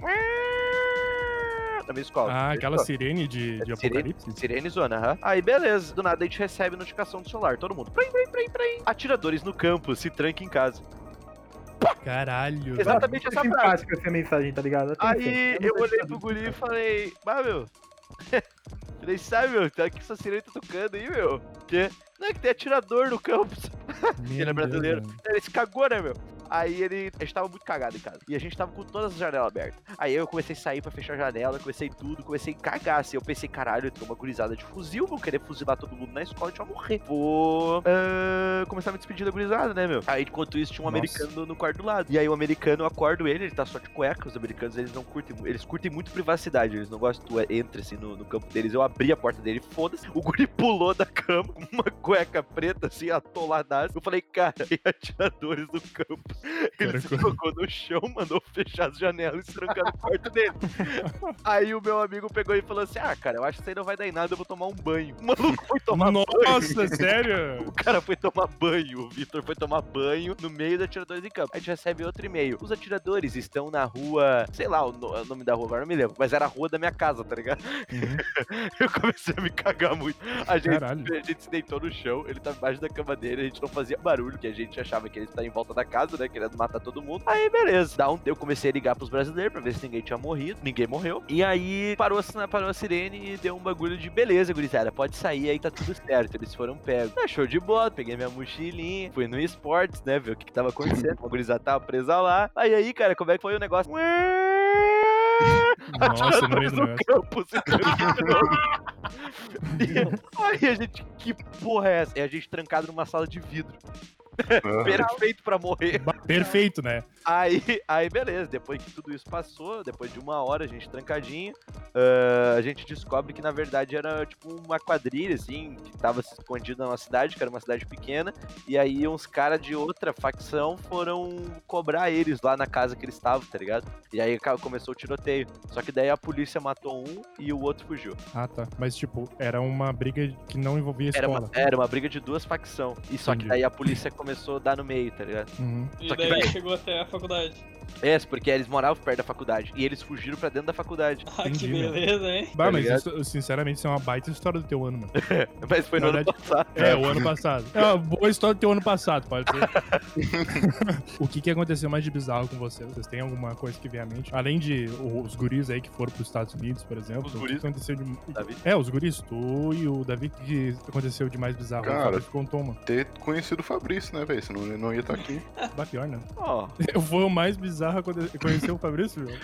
Speaker 4: Da minha escola.
Speaker 1: Ah, aquela
Speaker 4: Fechou.
Speaker 1: sirene de, de
Speaker 4: Sirene.
Speaker 1: apocalipse.
Speaker 4: Sirene zona, aham. Aí beleza, do nada a gente recebe notificação do celular, todo mundo. Prim, prim, prim, prim. Atiradores no campo, se tranca em casa.
Speaker 1: Caralho. velho.
Speaker 4: Exatamente
Speaker 7: Muito
Speaker 4: essa frase.
Speaker 7: simpática essa mensagem, tá ligado? Tem que ser.
Speaker 4: Aí eu
Speaker 7: não sei
Speaker 4: olhei
Speaker 7: se
Speaker 4: pro
Speaker 7: tá
Speaker 4: guri e falei, bah, meu. Falei, sabe, meu, tá aqui essa sirene tá tocando aí, meu. Porque não é que tem atirador no campo.
Speaker 1: Meu
Speaker 4: Ele é brasileiro.
Speaker 1: Deus, mano.
Speaker 4: Ele se cagou, né, meu? Aí ele. A gente tava muito cagado em casa. E a gente tava com todas as janelas abertas. Aí eu comecei a sair pra fechar a janela, comecei tudo, comecei a cagar. Assim, eu pensei, caralho, eu tenho uma gurizada de fuzil, vou querer fuzilar todo mundo na escola e a gente vai morrer. Vou ah, começar a me despedir da gurizada, né, meu? Aí, enquanto isso, tinha um
Speaker 1: Nossa.
Speaker 4: americano no quarto do lado. E aí o americano, eu acordo ele, ele tá só de cueca. Os americanos, eles não curtem. mu- Eles curtem muito privacidade. Eles não gostam que tu entra assim no, no campo deles. Eu abri a porta dele, foda-se. O guri pulou da cama com uma cueca preta, assim, atoladaço. Eu falei, cara, e atiradores do campo. Ele
Speaker 1: Cara,
Speaker 4: se
Speaker 1: co-
Speaker 4: jogou no chão, mandou fechar as janelas e trancar no quarto dele. Aí o meu amigo pegou e falou assim: Ah, cara, eu acho que isso aí não vai dar em nada, eu vou tomar um banho. O maluco foi tomar banho.
Speaker 1: Nossa, sério?
Speaker 4: O cara foi tomar banho, o Vitor foi tomar banho no meio dos atiradores de campo. A gente recebe outro e-mail. Os atiradores estão na rua. Sei lá o, no- o nome da rua, agora não me lembro. Mas era a rua da minha casa, tá ligado? Eu comecei a me cagar muito. A gente
Speaker 1: Caralho.
Speaker 4: a gente se deitou no chão, ele tava embaixo da cama dele, a gente não fazia barulho, que a gente achava que ele tá em volta da casa, né? Querendo matar todo mundo. Aí, beleza. Dá um... Eu comecei a ligar pros brasileiros pra ver se ninguém tinha morrido. Ninguém morreu. E aí parou a, sina- parou a sirene e deu um bagulho de beleza, gurizada. Pode sair aí, tá tudo certo. Eles foram pegos. Ah, show de bola, peguei minha mochilinha, fui no esportes, né? Ver o que, que tava acontecendo. A gurizada tava presa lá. Aí aí, cara, como é que foi o negócio?
Speaker 1: Nossa, é no meio
Speaker 4: Atiradores
Speaker 1: do
Speaker 4: no
Speaker 1: negócio.
Speaker 4: campo, se Aí a gente, que porra é essa? É a gente trancado numa sala de vidro. né?
Speaker 3: Ah.
Speaker 4: Perfeito pra morrer.
Speaker 1: Ba- Perfeito, né?
Speaker 4: Aí, aí, beleza, depois que tudo isso passou, depois de uma hora a gente trancadinho, ah, a gente descobre que na verdade era tipo uma quadrilha, assim, que tava se escondida na cidade, que era uma cidade pequena, e aí uns caras de outra facção foram cobrar eles lá na casa que eles estavam, tá ligado? E aí ca- começou o tiroteio. Só que daí a polícia matou um e o outro fugiu.
Speaker 1: Ah, tá. Mas, tipo, era uma briga que não envolvia
Speaker 4: Era
Speaker 1: escola.
Speaker 4: uma, era uma briga de duas facções. E só que
Speaker 1: Entendi.
Speaker 4: daí a polícia começou a dar no meio, tá ligado?
Speaker 1: Uhum.
Speaker 4: Só
Speaker 8: E
Speaker 4: que
Speaker 8: daí
Speaker 4: daí-
Speaker 8: chegou até a faculdade.
Speaker 4: É, porque eles moravam perto da faculdade. E eles fugiram pra dentro da faculdade.
Speaker 8: Ah, que
Speaker 1: Entendi, né? meu.
Speaker 8: beleza, hein?
Speaker 1: Bah, mas
Speaker 4: ligado? É.
Speaker 1: isso, sinceramente, isso é uma baita história do teu ano, mano.
Speaker 4: Mas foi
Speaker 1: Na
Speaker 4: no ano
Speaker 1: verdade-
Speaker 4: passado.
Speaker 1: É, o ano passado. É uma boa história do teu ano passado, pode ser. o que, que aconteceu mais de bizarro com vocês? Vocês têm alguma coisa que vem à mente? Além de o- os guris aí que foram pros Estados Unidos, por exemplo.
Speaker 4: Os
Speaker 1: o que
Speaker 4: guris?
Speaker 1: que aconteceu de...
Speaker 4: Davi?
Speaker 1: É, os guris, tu e o Davi, o que que aconteceu de mais bizarro?
Speaker 3: Cara.
Speaker 1: o Fabrício contou, mano.
Speaker 3: Ter conhecido o Fabrício, né, velho? Senão ele não ia estar aqui.
Speaker 1: Bah, pior, né?
Speaker 4: Ó,
Speaker 1: Foi o mais bizarro quando eu conheci o Fabrício, viu?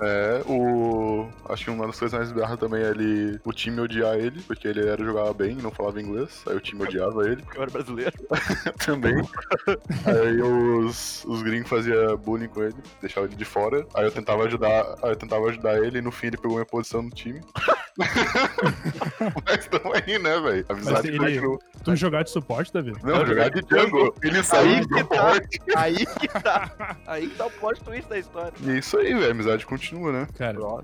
Speaker 3: É, o. Acho que uma das coisas mais bizarras também é ele, o time odiar ele, porque ele era, jogava bem e não falava inglês, aí o time odiava ele
Speaker 4: Porque eu era brasileiro.
Speaker 3: também. aí os, os gringos faziam bullying com ele, deixavam ele de fora. Aí eu tentava ajudar, aí eu tentava ajudar ele e no fim ele pegou minha posição no time. Mas tamo aí, né, velho? A amizade
Speaker 1: ele-
Speaker 3: continua.
Speaker 1: Tu jogar de suporte, Davi?
Speaker 3: Não, jogar de jungle. Ele saiu
Speaker 4: Aí
Speaker 3: do
Speaker 4: que
Speaker 3: tá.
Speaker 4: tá. Aí que tá. Aí que tá o plot twist da história.
Speaker 3: E é isso aí, velho. A amizade continua, né?
Speaker 1: Cara, ah,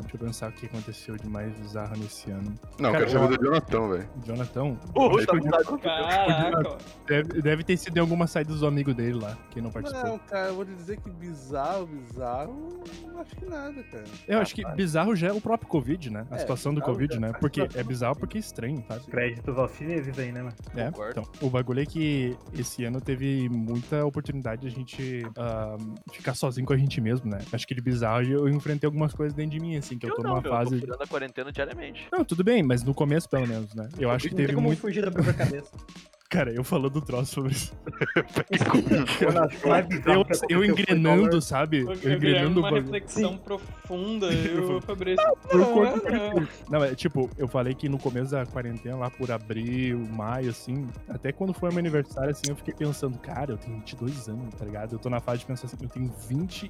Speaker 1: deixa eu pensar o que aconteceu de mais bizarro nesse ano.
Speaker 3: Não,
Speaker 1: Cara,
Speaker 3: quero saber do Jonathan, velho.
Speaker 1: O Jonathan
Speaker 4: Uh,
Speaker 1: Ele
Speaker 4: tá
Speaker 1: podia-
Speaker 4: mudado.
Speaker 8: Caraca.
Speaker 1: deve, deve ter sido em alguma saída dos amigos dele lá, que não participou.
Speaker 2: Não, cara, eu vou te dizer que bizarro, bizarro, não acho que nada, cara.
Speaker 1: Eu acho que bizarro já é o próprio Covid, né? A
Speaker 2: É,
Speaker 1: situação do
Speaker 2: bizarro
Speaker 1: Covid,
Speaker 2: já-
Speaker 1: né?
Speaker 2: a
Speaker 1: Porque
Speaker 2: situação
Speaker 1: é bizarro porque é estranho, sabe?
Speaker 7: Créditos aos chineses aí, né, mano?
Speaker 1: É,
Speaker 4: Concordo.
Speaker 1: então, o bagulho é que esse ano teve muita oportunidade de a gente ah, ficar sozinho com a gente mesmo, né? Acho que de bizarro eu enfrentei algumas coisas dentro de mim, assim, que eu, tô
Speaker 4: não,
Speaker 1: numa
Speaker 4: meu,
Speaker 1: fase.
Speaker 4: Eu tô tirando a quarentena diariamente.
Speaker 1: Não, tudo bem, mas no começo pelo menos, né? Eu acho que
Speaker 5: Não tem
Speaker 1: teve
Speaker 5: como
Speaker 1: muito.
Speaker 5: fugir da própria cabeça.
Speaker 1: Cara, eu falando do troço sobre isso.
Speaker 7: Eu acho que o
Speaker 2: Tipo,
Speaker 7: mais bizarro
Speaker 1: Eu,
Speaker 7: que aconteceu
Speaker 1: eu
Speaker 7: foi
Speaker 1: engrenando, sabe?
Speaker 8: Eu
Speaker 1: Eu
Speaker 8: queria
Speaker 1: engrenando o
Speaker 8: é uma
Speaker 1: bagulho.
Speaker 8: reflexão profunda e o Fabrício.
Speaker 1: Por
Speaker 8: Não,
Speaker 1: conta-
Speaker 8: não, não.
Speaker 1: Não, é tipo, eu falei que no começo da quarentena, lá por abril, maio, assim, até quando foi meu aniversário, assim, eu fiquei pensando, cara, eu tenho 22 anos, tá ligado? Eu tô na fase de pensar assim, eu tenho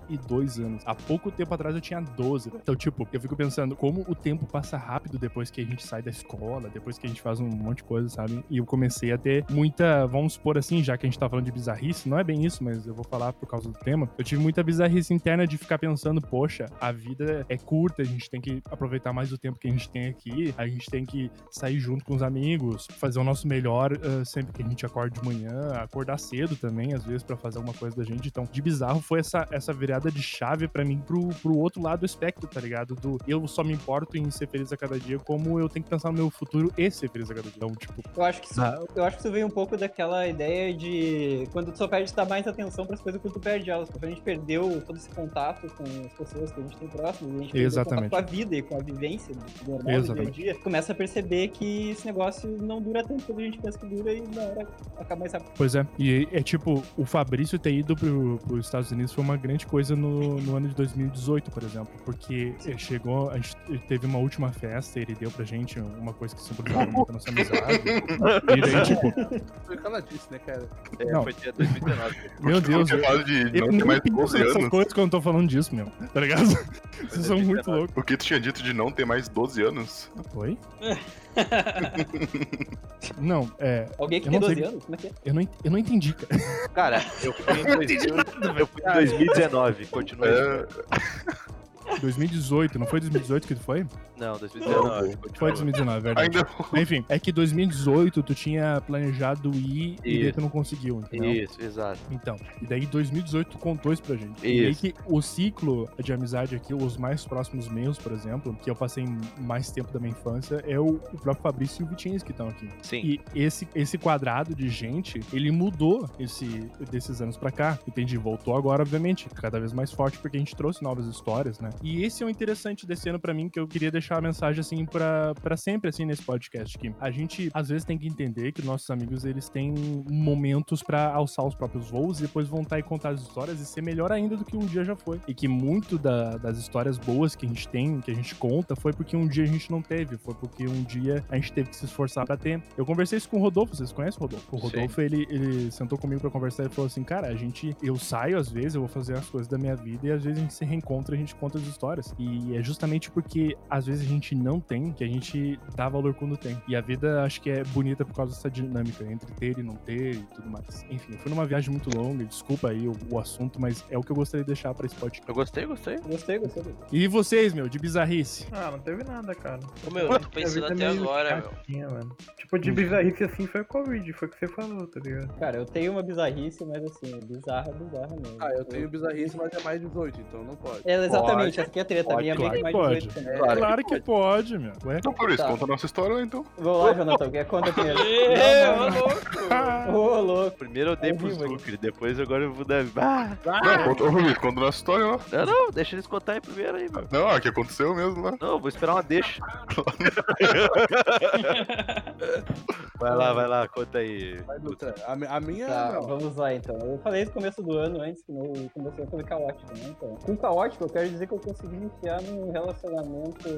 Speaker 1: 22 anos. Há pouco tempo atrás eu tinha 12. Então, tipo, eu fico pensando como o tempo passa rápido depois que a gente sai da escola, depois que a gente faz um monte de coisa, sabe? E eu comecei a ter muita, vamos supor assim, já que a gente tá falando de bizarrice, não é bem isso, mas eu vou falar por causa do tema. Eu tive muita bizarrice interna de ficar pensando, poxa, a vida é curta, a gente tem que aproveitar mais o tempo que a gente tem aqui, a gente tem que sair junto com os amigos, fazer o nosso melhor ah, sempre que a gente acorda de manhã, acordar cedo também, às vezes, pra fazer alguma coisa da gente. Então, de bizarro foi essa, essa virada de chave pra mim pro, pro outro lado do espectro, tá ligado? Do eu só me importo em ser feliz a cada dia, como eu tenho que pensar no meu futuro e ser feliz a cada dia. Então, tipo,
Speaker 5: Eu acho que isso,
Speaker 1: Ah.
Speaker 5: eu acho que isso vem um pouco daquela ideia de quando tu só perde dar mais atenção para as coisas quando tu perde elas, porque a gente perdeu todo esse contato com as pessoas que a gente tem próximo, e a gente perdeu
Speaker 1: Exatamente.
Speaker 5: contato com a vida e com a vivência né, do normal do dia a
Speaker 1: Exatamente.
Speaker 5: dia, começa a perceber que esse negócio não dura tanto quanto a gente pensa que dura e na hora acaba mais rápido.
Speaker 1: Pois é, e é tipo, o Fabrício ter ido pro, pros Estados Unidos foi uma grande coisa no, no ano de 2018, por exemplo, porque ele chegou, a gente teve uma última festa, ele deu pra gente uma coisa que simbolizava muito a nossa amizade. E daí, tipo,
Speaker 2: Foi o que ela disse, né, cara?
Speaker 4: É,
Speaker 1: Não.
Speaker 4: foi dia 2019.
Speaker 1: meu Deus,
Speaker 3: Eu,
Speaker 1: eu,
Speaker 3: falo de
Speaker 1: eu
Speaker 3: não ter
Speaker 1: nem
Speaker 3: mais
Speaker 1: penso
Speaker 3: 12
Speaker 1: nessas
Speaker 3: anos.
Speaker 1: coisas quando eu tô falando disso, meu, tá ligado? Vocês são muito loucos.
Speaker 3: O que tu tinha dito de não ter mais 12 anos?
Speaker 1: Oi? Não, é,
Speaker 5: Alguém que
Speaker 1: Eu
Speaker 5: tem
Speaker 1: não sei-
Speaker 5: 12 anos? Como é que é?
Speaker 1: eu não, en- eu não entendi, cara.
Speaker 4: Cara, eu fui em 2000, eu fui em 2019. Continua aí.
Speaker 3: É,
Speaker 1: 2018, não foi 2018 que foi?
Speaker 4: Não, 2019. continua.
Speaker 1: Foi 2019, é verdade.
Speaker 3: ainda
Speaker 1: Enfim, é que 2018 tu tinha planejado ir e daí
Speaker 4: Isso.
Speaker 1: tu não conseguiu, entendeu?
Speaker 4: Isso, exato.
Speaker 1: Então, e daí 2018 tu contou isso pra gente.
Speaker 4: Isso.
Speaker 1: E que o ciclo de amizade aqui, os mais próximos meus, por exemplo, que eu passei mais tempo da minha infância, é o, o próprio Fabrício e o Vitinhos que estão aqui.
Speaker 4: Sim.
Speaker 1: E esse, esse quadrado de gente, ele mudou esse, desses anos pra cá. Entendi, voltou agora, obviamente, cada vez mais forte, porque a gente trouxe novas histórias, né? E esse é o interessante desse ano pra mim, que eu queria deixar a mensagem, assim, pra pra sempre, assim, nesse podcast, que a gente, às vezes, tem que entender que nossos amigos, eles têm momentos pra alçar os próprios voos e depois voltar e contar as histórias e ser melhor ainda do que um dia já foi. E que muito da- das histórias boas que a gente tem, que a gente conta, foi porque um dia a gente não teve, foi porque um dia a gente teve que se esforçar pra ter. Eu conversei isso com o Rodolfo, vocês conhecem o Rodolfo? O Rodolfo, ele, ele sentou comigo pra conversar e falou assim, cara, a gente, eu saio às vezes, eu vou fazer as coisas da minha vida e às vezes a gente se reencontra, a gente conta as histórias. E é justamente porque às vezes a gente não tem, que a gente dá valor quando tem. E a vida, acho que é bonita por causa dessa dinâmica entre ter e não ter e tudo mais. Enfim, eu fui numa viagem muito longa, desculpa aí o, o assunto, mas é o que eu gostaria de deixar pra esse podcast.
Speaker 4: Eu gostei, gostei.
Speaker 5: Gostei, gostei.
Speaker 1: E vocês, meu, de bizarrice?
Speaker 7: Ah, não teve nada, cara.
Speaker 6: Ô, meu, eu tô pensando até agora, meu.
Speaker 7: meu. Mano. Tipo,
Speaker 1: Hum.
Speaker 7: de bizarrice assim foi o Covid, foi o que você falou, tá ligado?
Speaker 5: Cara, eu tenho uma bizarrice, mas assim, bizarra, bizarra mesmo.
Speaker 2: Ah, eu tenho bizarrice, mas é mais 18, então não pode.
Speaker 5: É, exatamente, essa aqui é a treta, a
Speaker 4: Pode,
Speaker 5: minha
Speaker 1: claro
Speaker 5: meio
Speaker 1: que
Speaker 5: que mais né?
Speaker 1: pode.
Speaker 5: 18 também.
Speaker 4: Claro.
Speaker 1: Claro que pode, meu. Ué?
Speaker 3: Então, por isso,
Speaker 5: Tá.
Speaker 3: conta a nossa história, então.
Speaker 5: Vamos lá, Jonathan, quer conta primeiro?
Speaker 4: É,
Speaker 8: Ê,
Speaker 5: Não,
Speaker 8: ô,
Speaker 5: não, não.
Speaker 8: louco.
Speaker 5: Ô, louco.
Speaker 4: Primeiro
Speaker 1: É,
Speaker 4: eu dei
Speaker 5: Ao
Speaker 4: pro
Speaker 5: vivo aqui.
Speaker 4: Zucre, depois agora eu vou dar. Ah,
Speaker 3: Não, conta, ô, Fabrício, conta a nossa história lá.
Speaker 4: não, não, deixa eles contarem primeiro aí, mano.
Speaker 3: Não, ah, que aconteceu mesmo lá.
Speaker 4: Não, vou esperar uma deixa. vai lá, vai lá, conta aí.
Speaker 2: Vai, Dutra. A, mi- a minha.
Speaker 5: Tá,
Speaker 2: não.
Speaker 5: vamos lá então. Eu falei no começo do ano antes que no começo do ano foi caótico, né? Então, com caótico eu quero dizer que eu consegui me enfiar num relacionamento.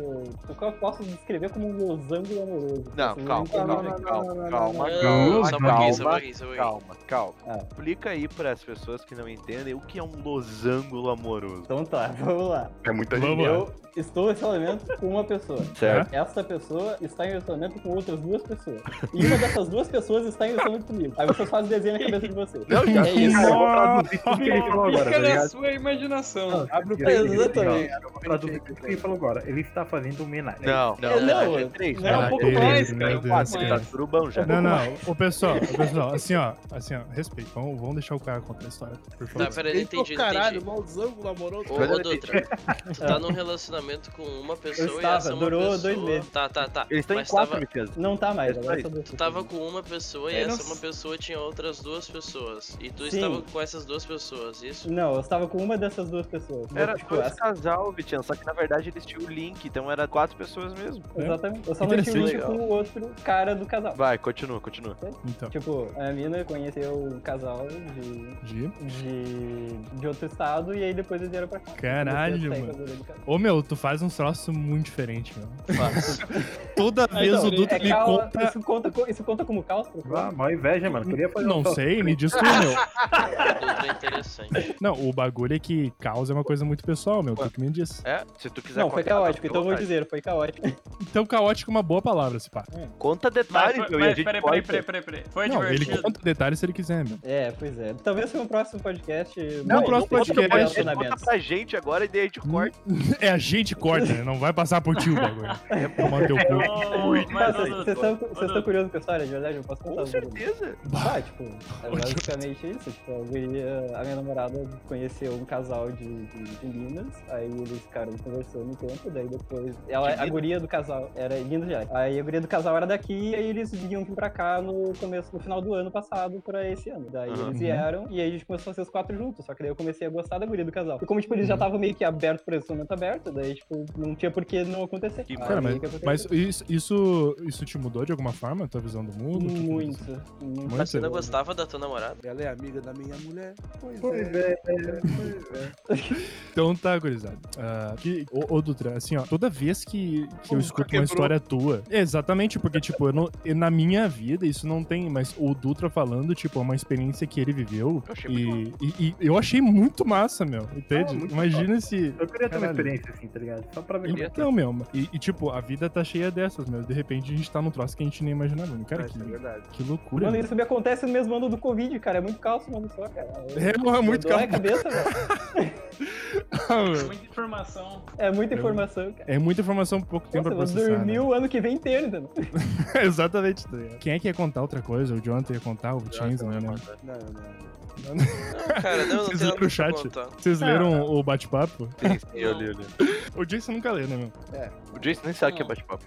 Speaker 5: O que eu posso descrever como um losango amoroso.
Speaker 4: Não,
Speaker 5: Assim,
Speaker 4: calma,
Speaker 5: não, não,
Speaker 4: calma,
Speaker 5: não, não,
Speaker 4: calma,
Speaker 5: não,
Speaker 4: calma,
Speaker 5: não, não. é
Speaker 4: calma,
Speaker 6: Só um pouquinho, só um
Speaker 4: calma,
Speaker 6: pouquinho, só um pouquinho.
Speaker 4: calma, calma.
Speaker 5: Ah.
Speaker 4: Explica aí pras pessoas que não entendem o que é um losango amoroso.
Speaker 5: Então tá, vamos lá.
Speaker 3: É muita
Speaker 1: Vamos
Speaker 3: gente.
Speaker 1: lá.
Speaker 5: Eu estou em relacionamento com uma pessoa.
Speaker 4: Certo?
Speaker 5: Essa pessoa está em relacionamento com outras duas pessoas. E uma dessas duas pessoas está em relacionamento comigo. Aí vocês fazem desenho na cabeça de vocês.
Speaker 4: Não, já
Speaker 5: É isso.
Speaker 7: Cara, eu vou traduzir tudo que ele falou agora, tá
Speaker 8: Fica na
Speaker 7: ligado?
Speaker 8: sua imaginação.
Speaker 2: Abre o né,
Speaker 7: É,
Speaker 2: peito.
Speaker 5: exatamente.
Speaker 2: Abre o peito
Speaker 7: Traduzir
Speaker 2: aí,
Speaker 7: tudo que
Speaker 2: pessoal.
Speaker 7: ele falou agora. Ele está fazendo homenagem.
Speaker 4: Não, não,
Speaker 5: É, não,
Speaker 4: já é três,
Speaker 5: não,
Speaker 4: já
Speaker 8: É um
Speaker 4: é
Speaker 8: pouco
Speaker 4: três.
Speaker 8: mais, cara. É um
Speaker 1: Meu
Speaker 8: pouco
Speaker 1: Deus,
Speaker 8: mais.
Speaker 4: Você tá surubão já.
Speaker 1: Não, não. Ô, pessoal, ô, pessoal, assim, ó. Assim, ó. Respeito. Vamos, vamos deixar o cara contar a história, por favor.
Speaker 6: Tá, pera aí, entendi,
Speaker 2: Eita, caralho,
Speaker 6: entendi.
Speaker 2: losango amoroso.
Speaker 6: Ô, ô Dutra, tu tá num relacionamento com uma pessoa
Speaker 5: Eu
Speaker 6: e essa
Speaker 5: estava,
Speaker 6: uma
Speaker 5: durou
Speaker 6: pessoa...
Speaker 5: dois meses.
Speaker 6: Tá, tá, tá.
Speaker 4: Eles estão em
Speaker 6: Mas
Speaker 4: quatro,
Speaker 6: tava-
Speaker 4: Micas.
Speaker 5: Não tá mais, agora
Speaker 4: É isso
Speaker 5: só duas
Speaker 6: Tu tava
Speaker 5: pessoas.
Speaker 6: com uma pessoa e
Speaker 5: É,
Speaker 6: essa
Speaker 5: não-
Speaker 6: uma pessoa tinha outras duas pessoas. E tu
Speaker 5: Sim.
Speaker 6: estava com essas duas pessoas, isso?
Speaker 5: Não, eu estava com uma dessas duas pessoas.
Speaker 4: Era
Speaker 5: tipo,
Speaker 4: dois
Speaker 5: essa-
Speaker 4: casal, Vitian, só que na verdade eles tinham o link, então era quatro pessoas mesmo.
Speaker 1: É.
Speaker 5: Exatamente. Eu só não tinha um
Speaker 4: Interessante.
Speaker 5: link com o outro cara do casal.
Speaker 4: Vai, continua, continua.
Speaker 1: Então,
Speaker 5: Tipo, a mina conheceu o casal de,
Speaker 1: de...
Speaker 5: de, de outro estado e aí depois eles vieram pra cá.
Speaker 1: Caralho,
Speaker 5: Eu comecei a sair
Speaker 1: mano.
Speaker 5: com a guria do casal.
Speaker 1: Ô, meu, tu faz uns troços muito diferentes, meu. Toda
Speaker 5: Ah,
Speaker 1: vez
Speaker 5: então,
Speaker 1: o Dutra
Speaker 5: é
Speaker 1: me
Speaker 5: cal-
Speaker 1: conta...
Speaker 5: Isso conta, co- isso conta como caos?
Speaker 7: Ah, mó inveja, mano. Queria fazer
Speaker 1: Não
Speaker 7: um só.
Speaker 1: sei, me diz tu, meu.
Speaker 6: Dutra é interessante.
Speaker 1: Não, o bagulho é que causa é uma coisa muito pessoal, meu. Tu que me diz.
Speaker 4: É, se tu quiser
Speaker 5: Não, foi
Speaker 4: contar, tá
Speaker 5: caótico,
Speaker 4: fica à
Speaker 5: então eu vou
Speaker 4: vontade.
Speaker 5: dizer, foi caótico.
Speaker 1: Então, caótico é uma boa palavra, se pá.
Speaker 4: Conta
Speaker 8: Mas,
Speaker 4: detalhes,
Speaker 8: mas,
Speaker 4: meu, e a gente
Speaker 8: peraí,
Speaker 4: pode...
Speaker 8: peraí, peraí, peraí, peraí. Foi
Speaker 1: Não, ele
Speaker 8: É divertido.
Speaker 1: conta detalhes se ele quiser, meu.
Speaker 5: É, pois é. Talvez foi um próximo podcast.
Speaker 1: Não,
Speaker 5: bom,
Speaker 1: o próximo
Speaker 5: bom
Speaker 1: podcast-
Speaker 5: sobre
Speaker 4: Conta
Speaker 5: relacionamentos.
Speaker 4: pra gente agora e daí a gente
Speaker 5: Hum.
Speaker 4: corta.
Speaker 1: É, a gente corta, né? Não vai passar por ti o bagulho.
Speaker 7: É,
Speaker 1: Toma teu cu.
Speaker 8: Ô,
Speaker 5: Tá,
Speaker 8: mas, ô,
Speaker 5: Vocês
Speaker 8: Dutra,
Speaker 5: vocês estão- vocês
Speaker 8: ô,
Speaker 5: estão
Speaker 8: Dutra,
Speaker 5: curiosos com a história, de verdade? Eu posso contar?
Speaker 4: Com
Speaker 5: um pouco.
Speaker 4: certeza.
Speaker 5: Ah, tipo, é basicamente isso. Tipo, a, guria- a minha namorada conheceu um casal de, de, de Minas, aí eles ficaram conversando um tempo, daí depois. Ela, a
Speaker 4: Minas?
Speaker 5: guria do casal era lindo já. Aí a guria do casal era daqui, aí eles vinham vir pra cá no começo, no final do ano passado, pra esse ano. Daí
Speaker 4: Aham.
Speaker 1: Uhum.
Speaker 5: eles vieram e aí a gente começou a ser os quatro juntos. Só que daí eu comecei a gostar da guria do casal. E como, tipo,
Speaker 1: Uhum.
Speaker 5: eles já estavam meio que aberto pra esse momento aberto, daí, tipo, não tinha por que não acontecer.
Speaker 4: Que
Speaker 5: Aí
Speaker 4: massa.
Speaker 1: Cara,
Speaker 5: o
Speaker 1: mas,
Speaker 5: que aconteceu?
Speaker 1: mas isso, isso, isso te mudou de alguma forma, a tua visão do mundo? O que que aconteceu?
Speaker 5: Muito, muito.
Speaker 1: Muito.
Speaker 6: Mas é você não gostava da tua namorada?
Speaker 2: Ela é amiga da minha mulher. Pois,
Speaker 7: Pois
Speaker 2: é.
Speaker 7: é.
Speaker 1: Então tá, gurizada. Ah, que, ô, ô, Dutra, assim, ó, toda vez que, que eu
Speaker 3: Nunca
Speaker 1: escuto uma
Speaker 3: quebrou.
Speaker 1: história tua. Exatamente, porque, tipo, eu não- eu- na minha vida isso não tem, mas o Dutra falando, tipo, é uma experiência que ele viveu.
Speaker 4: Eu achei
Speaker 1: E, e- e eu achei muito massa, meu. Entende?
Speaker 7: Ah, muito
Speaker 1: Imagina se.
Speaker 7: Eu queria ter uma
Speaker 1: Caralho.
Speaker 7: experiência assim, tá ligado? Só pra ver.
Speaker 1: Então, meu, e, e, tipo, a vida tá cheia dessas, meu. De repente a gente tá num troço que a gente nem imaginava. meu. Cara, que,
Speaker 2: é verdade.
Speaker 1: que loucura.
Speaker 5: Mano,
Speaker 1: meu.
Speaker 5: isso me acontece no mesmo ano do Covid, cara. É muito calço, mano, só, cara.
Speaker 1: É, porra, muito
Speaker 5: Dói a
Speaker 1: calmo.
Speaker 5: cabeça, velho.
Speaker 8: Muita informação.
Speaker 5: É muita informação, cara.
Speaker 1: É muita informação por pouco tempo
Speaker 5: Nossa, eu
Speaker 1: pra
Speaker 5: vou
Speaker 1: processar.
Speaker 5: dormir
Speaker 1: né?
Speaker 5: o ano que vem inteiro, entendeu?
Speaker 1: Exatamente. tá ligado? Quem é que ia contar outra coisa? O Jonathan ia contar, o né? Chains, não lembro.
Speaker 2: Não, não.
Speaker 6: Não, cara, não, não
Speaker 1: Vocês
Speaker 6: tem
Speaker 1: viram
Speaker 6: nada pra
Speaker 1: o chat?
Speaker 6: contar.
Speaker 1: Vocês leram o bate-papo?
Speaker 4: Sim, sim, eu li, eu li.
Speaker 1: O Jason nunca lê, né, meu?
Speaker 4: O Jason nem sabe o que é bate-papo.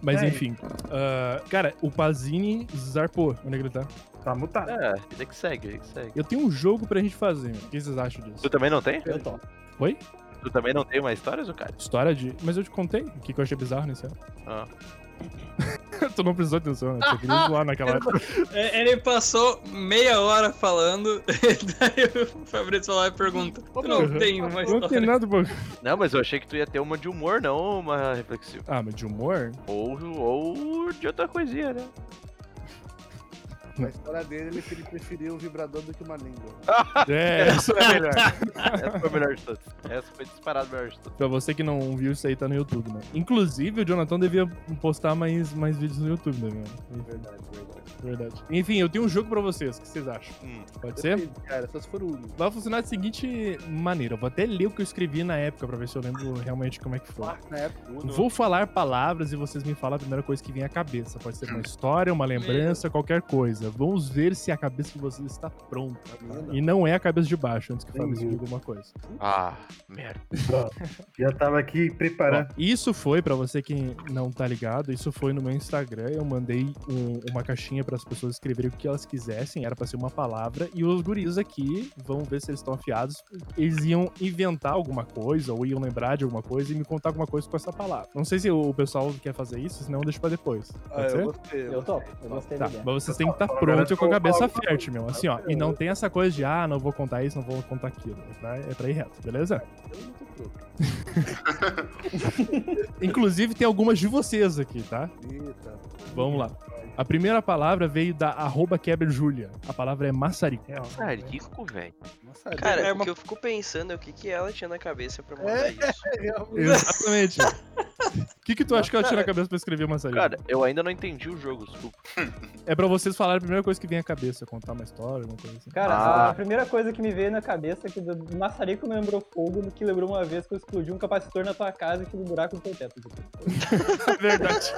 Speaker 1: Mas
Speaker 7: É.
Speaker 1: enfim. Ah, cara, o Pazini zarpou. Onde é que ele tá?
Speaker 7: Tá mutado.
Speaker 4: É, vida que segue, vida que segue.
Speaker 1: Eu tenho um jogo pra gente fazer, meu. O que vocês acham disso?
Speaker 4: Tu também não tem?
Speaker 5: Eu topo.
Speaker 1: Oi?
Speaker 4: Tu também não tem mais histórias, o cara?
Speaker 1: História de. Mas eu te contei o que que eu achei bizarro nesse ano.
Speaker 4: Ah.
Speaker 1: tu não precisou atenção, né? Tu só queria zoar naquela época.
Speaker 8: É, Ele passou meia hora falando, daí o Fabrício vai lá e pergunta. Tu não
Speaker 1: Bruno,
Speaker 8: tem uma
Speaker 1: Não tem
Speaker 8: história.
Speaker 1: nada pra.
Speaker 4: Não, mas eu achei que tu ia ter uma de humor, não uma reflexiva.
Speaker 1: Ah, mas de humor?
Speaker 4: Ou, ou de outra coisinha, né?
Speaker 2: Na história dele, ele ele preferiu o vibrador do que uma língua.
Speaker 1: É.
Speaker 4: foi a melhor. Essa foi a melhor de todas. Essa foi disparada a melhor de todas.
Speaker 1: Pra você que não viu, isso aí tá no YouTube, né? Inclusive, o Jonathan devia postar mais, mais vídeos no YouTube, né, meu?
Speaker 2: Verdade, verdade.
Speaker 1: Verdade. Enfim, eu tenho um jogo pra vocês. O que vocês acham?
Speaker 4: Hum.
Speaker 1: Pode ser?
Speaker 2: Depende, Cara, só se for o único.
Speaker 1: Vai funcionar da seguinte maneira. Eu vou até ler o que eu escrevi na época pra ver se eu lembro realmente como é que foi.
Speaker 2: Na época, o
Speaker 1: Vou falar palavras e vocês me falam a primeira coisa que vem à cabeça. Pode ser uma história, uma lembrança, qualquer coisa. Vamos ver se a cabeça de vocês está pronta. tá? E não é a cabeça de baixo, antes que o Fabrício diga alguma coisa.
Speaker 4: Ah, merda.
Speaker 7: Já tava aqui preparando.
Speaker 1: Ó, isso foi, pra você que não tá ligado, isso foi no meu Instagram. Eu mandei um- uma caixinha pras pessoas escreverem o que elas quisessem, era pra ser uma palavra. E os guris aqui vão ver se eles estão afiados. Eles iam inventar alguma coisa, ou iam lembrar de alguma coisa e me contar alguma coisa com essa palavra. Não sei se o pessoal quer fazer isso, senão eu deixo pra depois.
Speaker 2: Ah,
Speaker 1: Pode ser?
Speaker 2: eu gostei.
Speaker 5: Eu topo. Eu gostei
Speaker 1: Tá,
Speaker 5: da ideia.
Speaker 1: mas vocês têm que estar pronto e com a cabeça fértil, meu. Assim, ó. E não tem essa coisa de, ah, não vou contar isso, não vou contar aquilo. É pra, é pra ir reto, beleza? Inclusive, tem algumas de vocês aqui, tá?
Speaker 2: Eita.
Speaker 1: Vamos lá. A primeira palavra veio da arroba quebra Julia. A palavra é maçarico.
Speaker 4: Sarico, velho.
Speaker 2: Nossa,
Speaker 6: Cara,
Speaker 8: É
Speaker 6: o
Speaker 8: uma-
Speaker 6: que eu fico pensando é o que, que ela tinha na cabeça pra mandar isso.
Speaker 1: Exatamente. O que, que tu acha que ela tira na cabeça pra escrever maçarico?
Speaker 4: Hum. Cara, eu ainda não entendi o jogo, desculpa.
Speaker 1: É pra vocês falarem a primeira coisa que vem à cabeça, contar uma história, alguma coisa assim.
Speaker 5: Cara,
Speaker 4: Ah.
Speaker 5: a primeira coisa que me veio na cabeça é que do do maçarico me lembrou fogo, do que lembrou uma vez que eu explodi um capacitor na tua casa e tive um buraco no teu teto.
Speaker 1: É verdade.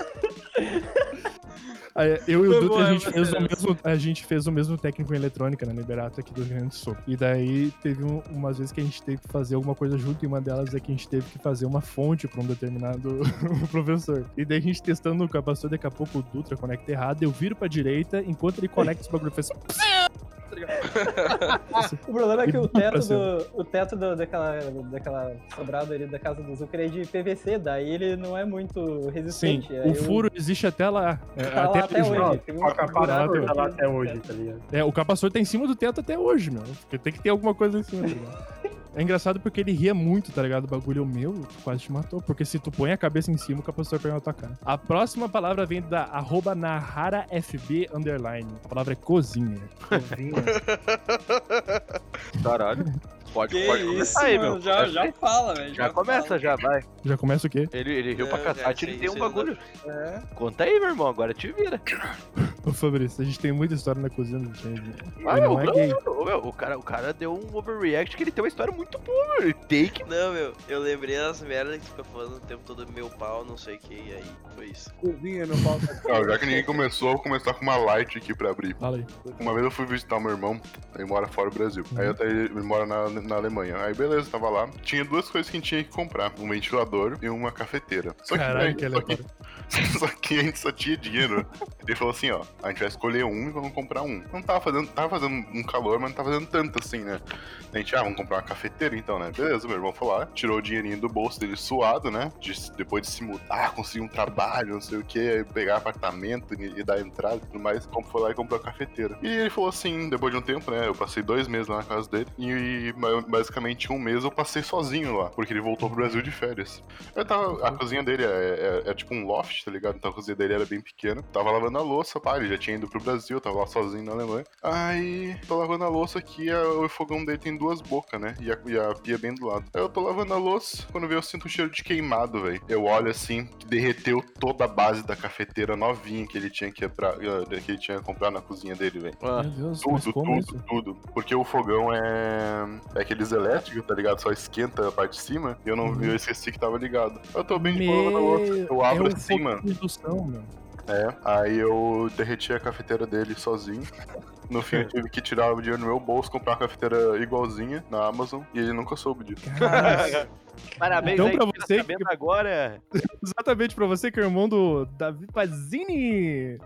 Speaker 1: Aí, Ah, é, Eu e o
Speaker 8: Foi
Speaker 1: Dutra, a
Speaker 8: boa,
Speaker 1: gente, fez o
Speaker 8: Matheus.
Speaker 1: mesmo, a gente fez o mesmo técnico em eletrônica na Liberato aqui do Rio Grande do Sul. E daí teve um- umas vezes que a gente teve que fazer alguma coisa junto, e uma delas é que a gente teve que fazer uma fonte pra um determinado professor. E daí a gente testando o capacitor, daqui a pouco o Dutra conecta errado, eu viro pra direita, enquanto ele conecta esse bagulho, fez
Speaker 5: O problema é
Speaker 1: E
Speaker 5: que o
Speaker 1: muito pra
Speaker 5: teto,
Speaker 1: cima.
Speaker 5: do, o teto do- daquela, daquela sobrada ali da casa do Zucker é de PVC, daí ele não é muito
Speaker 1: sim,
Speaker 5: resistente.
Speaker 1: o furo existe até lá. É,
Speaker 5: é, tá lá até
Speaker 1: hoje.
Speaker 5: hoje. Tem um
Speaker 7: Com a
Speaker 1: Tá
Speaker 7: capacidade
Speaker 5: buraco
Speaker 7: tá lá
Speaker 5: aqui
Speaker 7: até
Speaker 5: no
Speaker 7: hoje,
Speaker 5: teto.
Speaker 7: tá ligado?
Speaker 1: É, o capacitor tá em cima do teto até hoje, meu. Porque tem que ter alguma coisa em cima, tá ligado? É engraçado porque ele ria muito, tá ligado? O bagulho o meu tu quase te matou. Porque se tu põe a cabeça em cima, o capacitor pega na tua cara. A próxima palavra vem da arroba naharafb underline. A palavra é cozinha.
Speaker 4: Caralho. Pode,
Speaker 8: Que
Speaker 4: pode
Speaker 8: isso,
Speaker 4: começar aí,
Speaker 8: mano,
Speaker 4: meu.
Speaker 8: Já, já fala, velho.
Speaker 4: Já começa, já, vai.
Speaker 1: Já começa o quê?
Speaker 4: Ele, ele riu pra
Speaker 6: Não, cara,
Speaker 4: cacete, ele
Speaker 6: isso
Speaker 4: tem
Speaker 6: aí-
Speaker 4: um
Speaker 6: isso aí não dá
Speaker 4: bagulho.
Speaker 2: É.
Speaker 4: Conta aí, meu irmão, agora é te vira.
Speaker 1: Ô, Fabrício, a gente tem muita história na cozinha, gente.
Speaker 4: Ah,
Speaker 1: Ele
Speaker 4: meu,
Speaker 1: não é gay.
Speaker 4: meu, meu, o, cara, o cara deu um overreact que ele tem uma história muito boa. Ele take.
Speaker 6: Não, meu, eu lembrei das merdas que fica falando o tempo todo meu pau, não sei o que, e aí foi isso.
Speaker 2: Cozinha, meu pau. tá-
Speaker 3: Não, já que ninguém começou, eu vou começar com uma light aqui pra abrir.
Speaker 1: Fala aí.
Speaker 3: Uma vez eu fui visitar meu irmão, ele mora fora do Brasil.
Speaker 1: Uhum.
Speaker 3: Aí eu até ele mora na, na Alemanha. Aí beleza, tava lá. Tinha duas coisas que a gente tinha que comprar: um ventilador e uma cafeteira. Só que,
Speaker 1: Caralho,
Speaker 3: né,
Speaker 1: que
Speaker 3: só, que,
Speaker 1: aleatório.
Speaker 3: só que a gente só tinha dinheiro. Ele falou assim: ó, a gente vai escolher um e vamos comprar um. Não tava fazendo, tava fazendo um calor, mas não tava fazendo tanto assim, né? A gente, ah, vamos comprar uma cafeteira então, né? Beleza, meu irmão foi lá, tirou o dinheirinho do bolso dele suado, né? De- depois de se mudar, conseguir um trabalho, não sei o que, pegar apartamento e, e dar entrada e tudo mais. Como foi lá e comprou a cafeteira. E ele falou assim, depois de um tempo, né? Eu passei dois meses lá na casa dele e, ba- basicamente um mês eu passei sozinho lá, porque ele voltou pro Brasil de férias. Eu tava, a cozinha dele é, é- é tipo um loft, tá ligado? Então a cozinha dele era bem pequena. Tava lavando a louça, pá, ele já tinha ido pro Brasil, tava lá sozinho na Alemanha. Aí, tô lavando a louça aqui, a- o fogão dele tem duas bocas, né? E a, e a pia bem do lado. Aí eu tô lavando a louça, quando veio eu sinto um cheiro de queimado, velho. Eu olho assim, derreteu toda a base da cafeteira novinha que ele tinha que, pra, que ele tinha que comprar na cozinha dele, velho.
Speaker 1: Meu Deus, mas
Speaker 3: Tudo,
Speaker 1: como
Speaker 3: tudo,
Speaker 1: isso?
Speaker 3: tudo. Porque o fogão é. É aqueles elétricos, tá ligado? Só esquenta a parte de cima. E eu não vi, eu esqueci que tava ligado. Eu tô bem de boa na louça. Eu abro
Speaker 1: é um
Speaker 3: assim, mano.
Speaker 1: fogo de indução, meu.
Speaker 3: É. Aí eu derreti a cafeteira dele sozinho. No fim, eu tive que tirar o dinheiro do meu bolso, comprar uma cafeteira igualzinha na Amazon. E ele nunca soube disso.
Speaker 4: Parabéns
Speaker 1: Então,
Speaker 4: aí,
Speaker 1: pra
Speaker 4: que tá
Speaker 1: você
Speaker 4: sabendo agora.
Speaker 1: Exatamente pra você que é o irmão do Davi Pazini.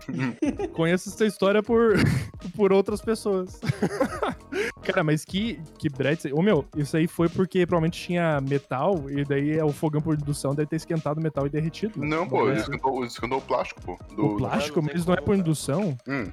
Speaker 1: Conheço essa história por, por outras pessoas. Cara, mas que, que brete. Ô meu, isso aí foi porque provavelmente tinha metal e daí é o fogão por indução deve ter esquentado o metal e derretido. né?
Speaker 3: Não, pô, ele
Speaker 1: Mas
Speaker 3: esquentou, esquentou o plástico, pô.
Speaker 1: O
Speaker 3: Do,
Speaker 1: plástico
Speaker 6: Não tem
Speaker 1: mesmo não é
Speaker 6: como,
Speaker 1: por
Speaker 6: cara.
Speaker 1: indução?
Speaker 3: Hum.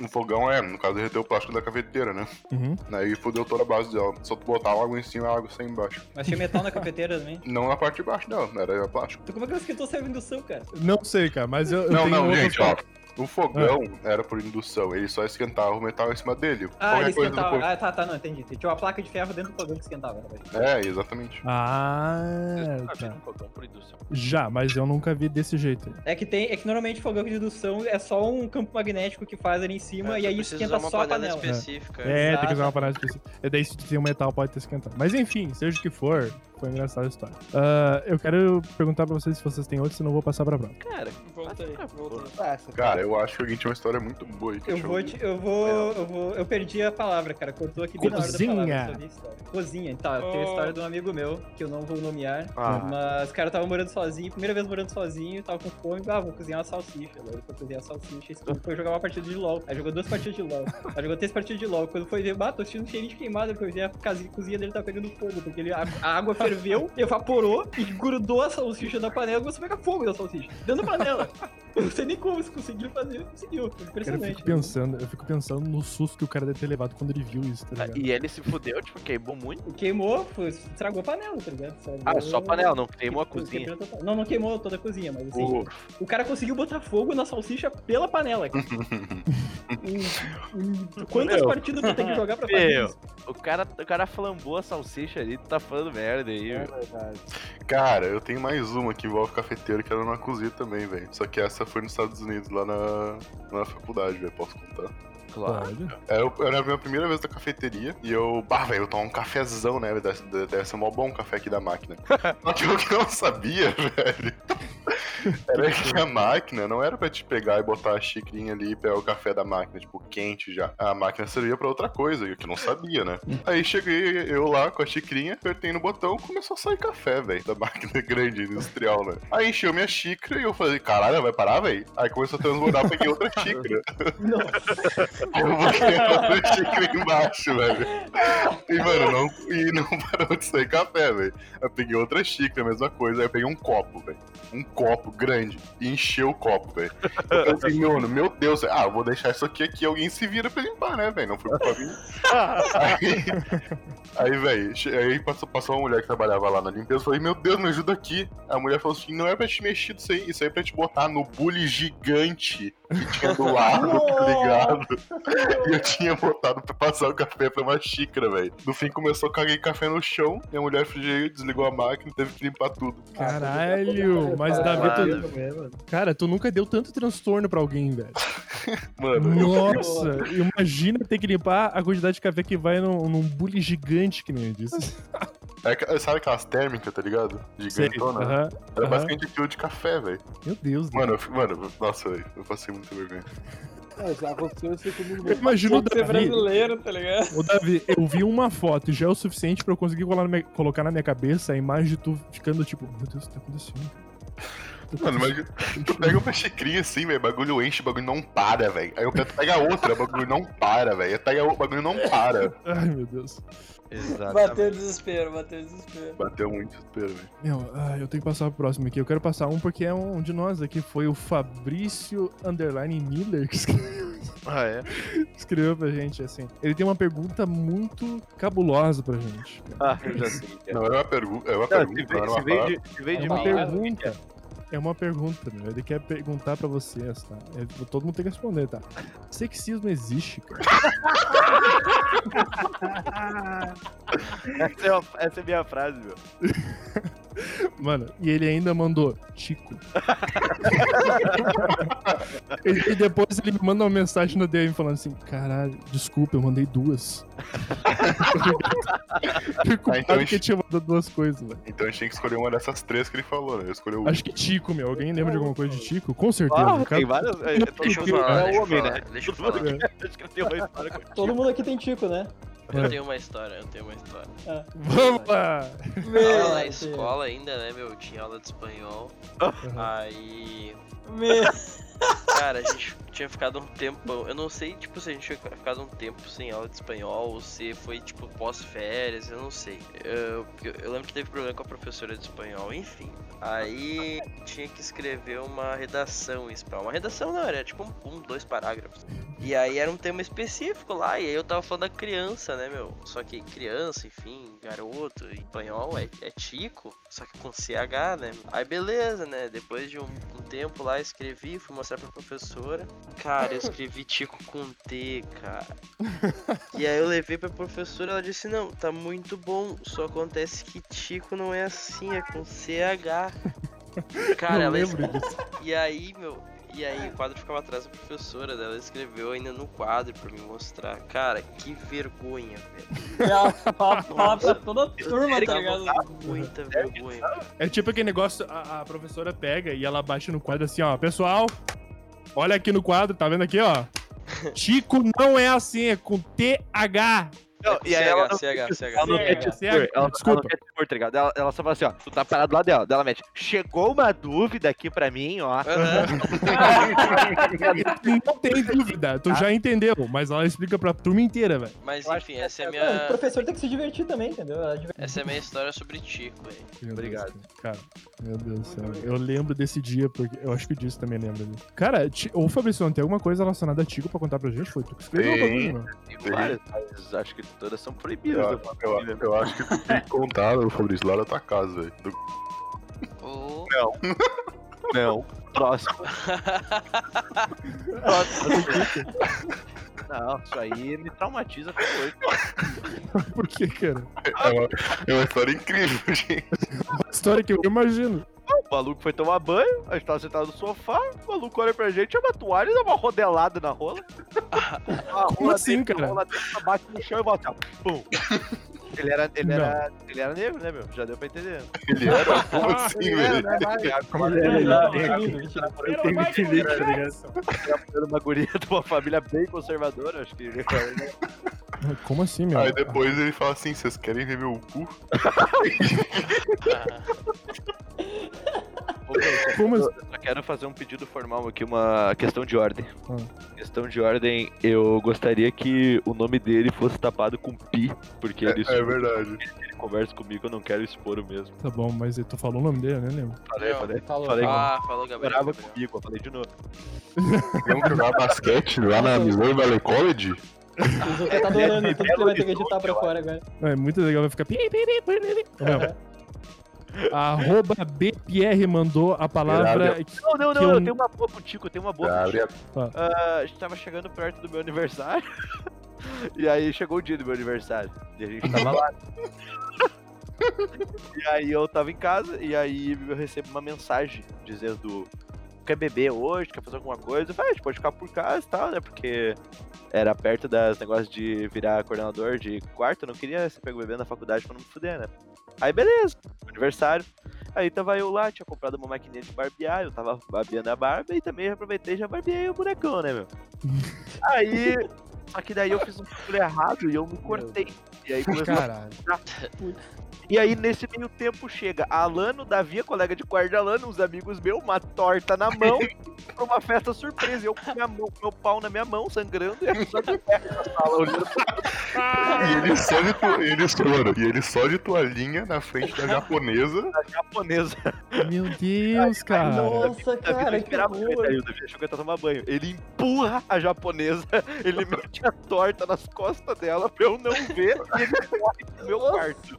Speaker 3: O fogão é, no caso, derreteu o plástico da cafeteira, né?
Speaker 1: Uhum.
Speaker 3: Aí fudeu toda a base dela. Só tu botar água em cima, a água sai embaixo.
Speaker 5: Mas tinha metal na cafeteira também.
Speaker 3: Não na parte de baixo dela, era plástico.
Speaker 5: Então como é que ela esquentou essa indução, cara?
Speaker 1: Não sei, cara, mas eu, eu
Speaker 3: Não,
Speaker 1: tenho
Speaker 3: não,
Speaker 1: outras
Speaker 3: gente, ó. O fogão era por indução, ele só esquentava o metal em cima dele.
Speaker 5: Ah, ele
Speaker 3: do
Speaker 5: esquentava. Ah, tá, tá, não, entendi. Tinha uma placa de ferro dentro do fogão que esquentava. velho.
Speaker 3: fogão. É, exatamente.
Speaker 1: Ah,
Speaker 4: Tá
Speaker 1: tá.
Speaker 4: vendo qual que é o produção?
Speaker 1: Já, mas eu nunca vi desse jeito. aí.
Speaker 5: É que tem, é que normalmente fogão de indução é só um campo magnético que faz ali em cima
Speaker 6: Ah,
Speaker 5: e
Speaker 6: tu
Speaker 5: aí
Speaker 6: precisa
Speaker 5: esquenta
Speaker 6: usar uma
Speaker 5: só a
Speaker 6: panela
Speaker 5: panela.
Speaker 6: específica.
Speaker 1: É, tem que usar uma
Speaker 5: Exato.
Speaker 1: panela específica. É daí se tem um metal pode ter esquentado. Mas enfim, seja o que for, foi engraçada a história. Ah, eu quero perguntar pra vocês se vocês têm outro, senão eu vou passar pra próxima.
Speaker 4: Cara,
Speaker 8: Voltei, voltei.
Speaker 2: Passa.
Speaker 3: Cara, eu acho que alguém tinha uma história muito boa aí. que
Speaker 5: Eu
Speaker 3: deixa
Speaker 5: vou, te- eu vou, eu vou, eu perdi a palavra, cara. Cortou aqui bem
Speaker 1: Cozinha.
Speaker 5: na hora da palavra. eu sabia a história. Cozinha. Tá, tem a
Speaker 8: Oh.
Speaker 5: história de um amigo meu que eu não vou nomear,
Speaker 4: Ah.
Speaker 5: mas cara eu tava morando sozinho, primeira vez morando sozinho, tava com fome, ah, vou cozinhar uma salsicha. Daí eu fui cozinhar a salsicha, isso tudo, foi jogar uma partida de LoL. Aí jogou duas partidas de LoL. Aí jogou três partidas de LoL. Quando foi ver, bah, tô sentindo um cheirinho de queimada, porque eu vi a casa- cozinha dele tá pegando fogo, porque ele, a, a água ferveu, evaporou e grudou a salsicha na panela, começou a pegar fogo da salsicha, dentro da panela. Eu não sei nem como eles conseguiram fazer, conseguiu. Foi
Speaker 1: Cara, eu
Speaker 5: Impressionante.
Speaker 1: fico pensando, eu fico pensando no susto que o cara deve ter levado quando ele viu isso, tá
Speaker 4: Ah,
Speaker 1: ligado?
Speaker 4: E ele se fudeu, tipo, queimou muito.
Speaker 5: Queimou, foi- estragou a panela, tá ligado? Estragou-
Speaker 4: Ah, só panela, não queimou a cozinha.
Speaker 5: Quebrou total. Não, não queimou toda a cozinha, mas assim,
Speaker 4: O-
Speaker 5: o cara conseguiu botar fogo na salsicha pela panela. cara. Hum, hum, Quantas
Speaker 4: Meu.
Speaker 5: partidas tu tem que jogar pra fazer
Speaker 4: Meu.
Speaker 5: isso?
Speaker 4: O cara, o cara flambou a salsicha ali, tu tá falando merda aí.
Speaker 2: É
Speaker 4: meu.
Speaker 2: verdade.
Speaker 3: Cara, eu tenho mais uma que envolve cafeteiro que era numa cozinha também, velho. Só que essa foi nos Estados Unidos, lá na, na faculdade, velho. Posso contar?
Speaker 4: Claro.
Speaker 1: Olha.
Speaker 3: Era, É, era a minha primeira vez na cafeteria e eu, bah, velho, eu tomo um cafezão, né? Deve, deve- deve ser mó bom o café aqui da máquina. Só que o que eu não sabia, velho, era que a máquina não era pra te pegar e botar a xicrinha ali e pegar o café da máquina, tipo, quente já. A máquina servia pra outra coisa, e o que eu não sabia, né? Aí cheguei eu lá com a xicrinha, apertei no botão, começou a sair café, velho, da máquina grande, industrial, né? Aí encheu minha xícara e eu falei, caralho, vai parar, velho? Aí começou a transbordar, peguei outra xícara.
Speaker 5: Nossa,
Speaker 3: Eu botei outra xícara embaixo, velho. E, mano, não, e não parou de sair café, velho. Eu peguei outra xícara, mesma coisa. Aí eu peguei um copo, velho. Um copo grande. E encheu o copo, velho. Eu pensei, mano, meu Deus. Ah, eu vou deixar isso aqui aqui. Alguém se vira pra limpar, né, velho? Não foi pra mim. Aí, aí velho, che- aí passou, passou uma mulher que trabalhava lá na limpeza. Eu falei, meu Deus, me ajuda aqui. A mulher falou assim, não é pra te mexer disso aí. Isso aí é pra te botar no bule gigante que tinha do lado, tá ligado? E eu tinha botado pra passar o café pra uma xícara, velho. No fim começou a cagar café no chão, e a mulher fugiu, desligou a máquina e teve que limpar tudo.
Speaker 1: Caralho, mas Davi,
Speaker 4: Caralho.
Speaker 1: tu... cara, tu nunca deu tanto transtorno pra alguém, velho.
Speaker 3: Mano, eu-
Speaker 1: Nossa, imagina ter que limpar a quantidade de café que vai num, num bule gigante, que nem eu disse.
Speaker 3: é aqua- sabe aquelas térmicas, tá ligado? Gigantona.
Speaker 1: Aham,
Speaker 3: Era
Speaker 1: aham.
Speaker 3: basicamente aquilo de café, velho.
Speaker 1: Meu Deus, Davi.
Speaker 3: Mano, eu, fi- mano, nossa, velho, eu passei muita vergonha.
Speaker 2: É, já aconteceu isso comigo
Speaker 1: Eu
Speaker 2: mesmo.
Speaker 1: imagino o
Speaker 8: Tinha que ser
Speaker 1: Davi.
Speaker 8: brasileiro, tá ligado?
Speaker 1: Ô, Davi, eu vi uma foto e já é o suficiente pra eu conseguir colar na minha- colocar na minha cabeça a imagem de tu ficando tipo, meu Deus, o que tá acontecendo?
Speaker 3: Mano, imagina, tu pega uma xicrinha assim, velho, bagulho enche, bagulho não para, velho. Aí o cara pega outra, bagulho não para, velho. Aí Pega outra, bagulho não para.
Speaker 1: Ai, meu Deus.
Speaker 8: Bateu
Speaker 4: Exatamente.
Speaker 8: o desespero, bateu o desespero.
Speaker 3: Bateu muito desespero, velho.
Speaker 1: Meu, ah, eu tenho que passar pro próximo aqui. Eu quero passar um porque é um de nós aqui. Foi o Fabrício Underline Miller que escreveu-
Speaker 4: Ah, é?
Speaker 1: escreveu pra gente, assim. Ele tem uma pergunta muito cabulosa pra gente.
Speaker 4: Ah, eu já sei. cara.
Speaker 3: Não, é uma pergunta, é
Speaker 4: Não,
Speaker 3: uma
Speaker 4: se vem,
Speaker 3: pergunta, não era
Speaker 4: se
Speaker 3: uma
Speaker 4: vem
Speaker 3: parada.
Speaker 4: de, se vem
Speaker 1: É
Speaker 4: de
Speaker 1: uma
Speaker 4: mim,
Speaker 1: pergunta. É uma pergunta, meu. Ele quer perguntar pra vocês, tá? É, todo mundo tem que responder, tá? Sexismo existe, cara.
Speaker 4: Essa é, uma- essa é a minha frase, meu.
Speaker 1: Mano, e ele ainda mandou Tico. e, e depois ele me manda uma mensagem no DM falando assim: caralho, desculpa, eu mandei duas. Fico
Speaker 3: Ah, então
Speaker 1: culpado
Speaker 3: isso-
Speaker 1: que eu tinha mandado duas coisas, velho.
Speaker 3: Então a gente tem que escolher uma dessas três que ele falou, né? Eu escolhi o
Speaker 1: Acho que Tico, meu. Alguém lembra de alguma coisa de Tico? Com certeza.
Speaker 4: Ah,
Speaker 1: cara.
Speaker 4: tem várias. é, é todo
Speaker 6: Deixa eu
Speaker 4: mundo-
Speaker 6: falar,
Speaker 4: é
Speaker 6: deixa eu
Speaker 4: homem,
Speaker 6: falar,
Speaker 4: né?
Speaker 6: deixa eu
Speaker 4: Todo mundo
Speaker 6: falar.
Speaker 4: aqui- Acho que eu tenho uma história com
Speaker 5: todo mundo aqui tem tico, né? É.
Speaker 1: É.
Speaker 6: Eu tenho uma história, eu tenho uma história.
Speaker 1: Vamos lá!
Speaker 8: Meu,
Speaker 6: Tava na
Speaker 5: Deus.
Speaker 6: escola ainda, né, meu? Tinha aula de espanhol. Aí.
Speaker 8: meu.
Speaker 6: Cara, a gente tinha ficado um tempão. Eu não sei, tipo, se a gente tinha ficado um tempo sem aula de espanhol ou se foi, tipo, pós-férias, eu não sei. Eu, eu- eu lembro que teve problema com a professora de espanhol, enfim. Aí tinha que escrever uma redação em espanhol. Uma redação não, era tipo um, um, dois parágrafos. E aí era um tema específico lá, e aí eu tava falando da criança, né, meu? Só que criança, enfim, garoto, em espanhol é, é tico, só que com CH, né? Aí beleza, né? Depois de um, um tempo lá, escrevi, fui mostrar pra professora. Cara, eu escrevi tico com T, cara. E aí eu levei pra professora, ela disse, não, tá muito bom, só acontece que tico não é assim, é com CH. Cara,
Speaker 1: Não
Speaker 6: ela
Speaker 1: lembro disso.
Speaker 6: e aí, meu, e aí o quadro ficava atrás da professora, dela escreveu ainda no quadro pra me mostrar. Cara, que vergonha, velho.
Speaker 8: Ela fala, fala pra toda a turma,
Speaker 6: Sério que
Speaker 8: tá
Speaker 6: eu
Speaker 8: ligado?
Speaker 6: vou dar Muita vergonha.
Speaker 1: É tipo aquele negócio, a, a professora pega e ela baixa no quadro assim, ó. Pessoal, olha aqui no quadro, tá vendo aqui, ó? Tico não é assim, é com TH.
Speaker 4: Não, e aí ela não
Speaker 6: CH,
Speaker 4: Ela não
Speaker 6: CH.
Speaker 4: quer te
Speaker 1: Você
Speaker 4: expor, É, tipo, ela, ela
Speaker 1: Desculpa.
Speaker 4: não quer te expor, tá ligado? Ela, ela só fala assim, ó, tu tá parado lá dela, dela mete, chegou uma dúvida aqui pra mim, ó.
Speaker 6: Aham.
Speaker 1: Não tem dúvida, tu já entendeu, mas ela explica pra turma inteira, velho.
Speaker 6: Mas
Speaker 4: Eu acho
Speaker 6: enfim, essa é a
Speaker 5: Mano, o
Speaker 6: minha.
Speaker 5: professor tem que se divertir também, entendeu? É divertido.
Speaker 6: Essa é a minha história sobre Tico, velho.
Speaker 1: Meu Deus,
Speaker 4: Obrigado.
Speaker 1: cara, meu Deus do céu. Eu lembro desse dia, porque eu acho que o Dias também lembra dele. Cara, ti- ô Fabrício, não tem alguma coisa relacionada a Tico pra contar pra gente? Foi tu que escreveu
Speaker 3: Tem.
Speaker 1: o bagulho, mano.
Speaker 4: Tem
Speaker 3: Sim.
Speaker 4: várias, mas acho que todas são proibidas.
Speaker 3: Eu, eu, eu acho que tu tem que contar, o Fabrício, lá da tua casa, velho. Do-
Speaker 6: Ô,
Speaker 4: Não. Próximo. Próximo. Não, isso aí me traumatiza até hoje.
Speaker 1: Por que, cara?
Speaker 3: É uma, é uma história incrível, gente.
Speaker 1: História que eu imagino.
Speaker 4: O maluco foi tomar banho, a gente tava sentado no sofá, o maluco olha pra gente, chama a toalha e dá uma rodelada na rola. A
Speaker 1: Como assim, cara?
Speaker 4: A rola dele bate no chão e volta, ó, pum. Ele era, ele, era, ele era negro, né, meu? Já deu pra entender. É, né,
Speaker 3: Ele era como assim, velho?
Speaker 7: Ele é melhor.
Speaker 5: Não, mentira, mentira.
Speaker 7: Ele tem vitiligo, tá ligado?
Speaker 4: Era uma guria de uma família bem conservadora, acho que. ele era, né?
Speaker 1: Como assim, meu?
Speaker 3: Aí depois ele fala assim, vocês querem ver meu cu?
Speaker 6: ah,
Speaker 4: Ô, meu,
Speaker 1: Como assim?
Speaker 4: Eu só quero fazer um pedido formal aqui, uma questão de ordem.
Speaker 1: Hum.
Speaker 4: Questão de ordem, eu gostaria que o nome dele fosse tapado com pi, porque ele,
Speaker 3: É verdade.
Speaker 4: ele conversa comigo, eu não quero expor o mesmo.
Speaker 1: Tá bom, mas tu falou o nome dele, né, lembro?
Speaker 4: Falei,
Speaker 6: Não,
Speaker 4: falei,
Speaker 5: falou.
Speaker 4: falei que
Speaker 6: ah, falou,
Speaker 4: eu
Speaker 6: Gabriel.
Speaker 4: morava comigo, eu falei de novo.
Speaker 3: Vamos jogar basquete lá na Missouri Valley College?
Speaker 5: O Zuka tá adorando tudo que ele vai ter que editar pra fora agora.
Speaker 1: É muito legal, vai ficar. pi, pi, pi, pi, pi, pi. Não. Arroba BPR mandou a palavra.
Speaker 4: Não, não,
Speaker 1: Que
Speaker 4: não,
Speaker 1: eu-
Speaker 4: eu... tenho uma boa pro Tico, eu tenho uma boa pro
Speaker 3: Abre
Speaker 4: Tico.
Speaker 3: a
Speaker 4: Ah, a gente tava chegando perto do meu aniversário. E aí chegou o dia do meu aniversário. E a gente tava lá. e aí eu tava em casa e aí eu recebo uma mensagem dizendo. Quer beber hoje? Quer fazer alguma coisa? Eu falei, "Ah, a gente pode ficar por casa e tal, né? Porque era perto das negócios de virar coordenador de quarto, eu não queria ser pego bebendo na faculdade pra não me fuder, né? Aí beleza, aniversário. Aí tava eu lá, tinha comprado uma maquininha de barbear, eu tava barbeando a barba e também já aproveitei e já barbeei o bonecão, né, meu? Aí. Só que daí eu fiz um bagulho errado e eu me cortei. E aí começou a
Speaker 1: Caralho.
Speaker 4: e aí, nesse meio tempo, chega Alano, Davi, a colega de quarto de Alano, uns amigos meus, uma torta na mão, pra uma festa surpresa. Eu com minha mão, com meu pau na minha mão, sangrando, e a só de perto na sala, olhando pra
Speaker 3: E ele só de, tu- ele só, mano, e ele só de toalhinha na frente da japonesa.
Speaker 4: japonesa.
Speaker 1: Meu Deus, cara.
Speaker 5: Nossa,
Speaker 4: Davi não
Speaker 5: cara, que
Speaker 4: esperava muito,
Speaker 5: horror.
Speaker 4: aí o Davi achou que eu ia tomar banho. Ele empurra a japonesa, ele mete a torta nas costas dela pra eu não ver, e ele corre pro meu
Speaker 5: Nossa.
Speaker 4: quarto.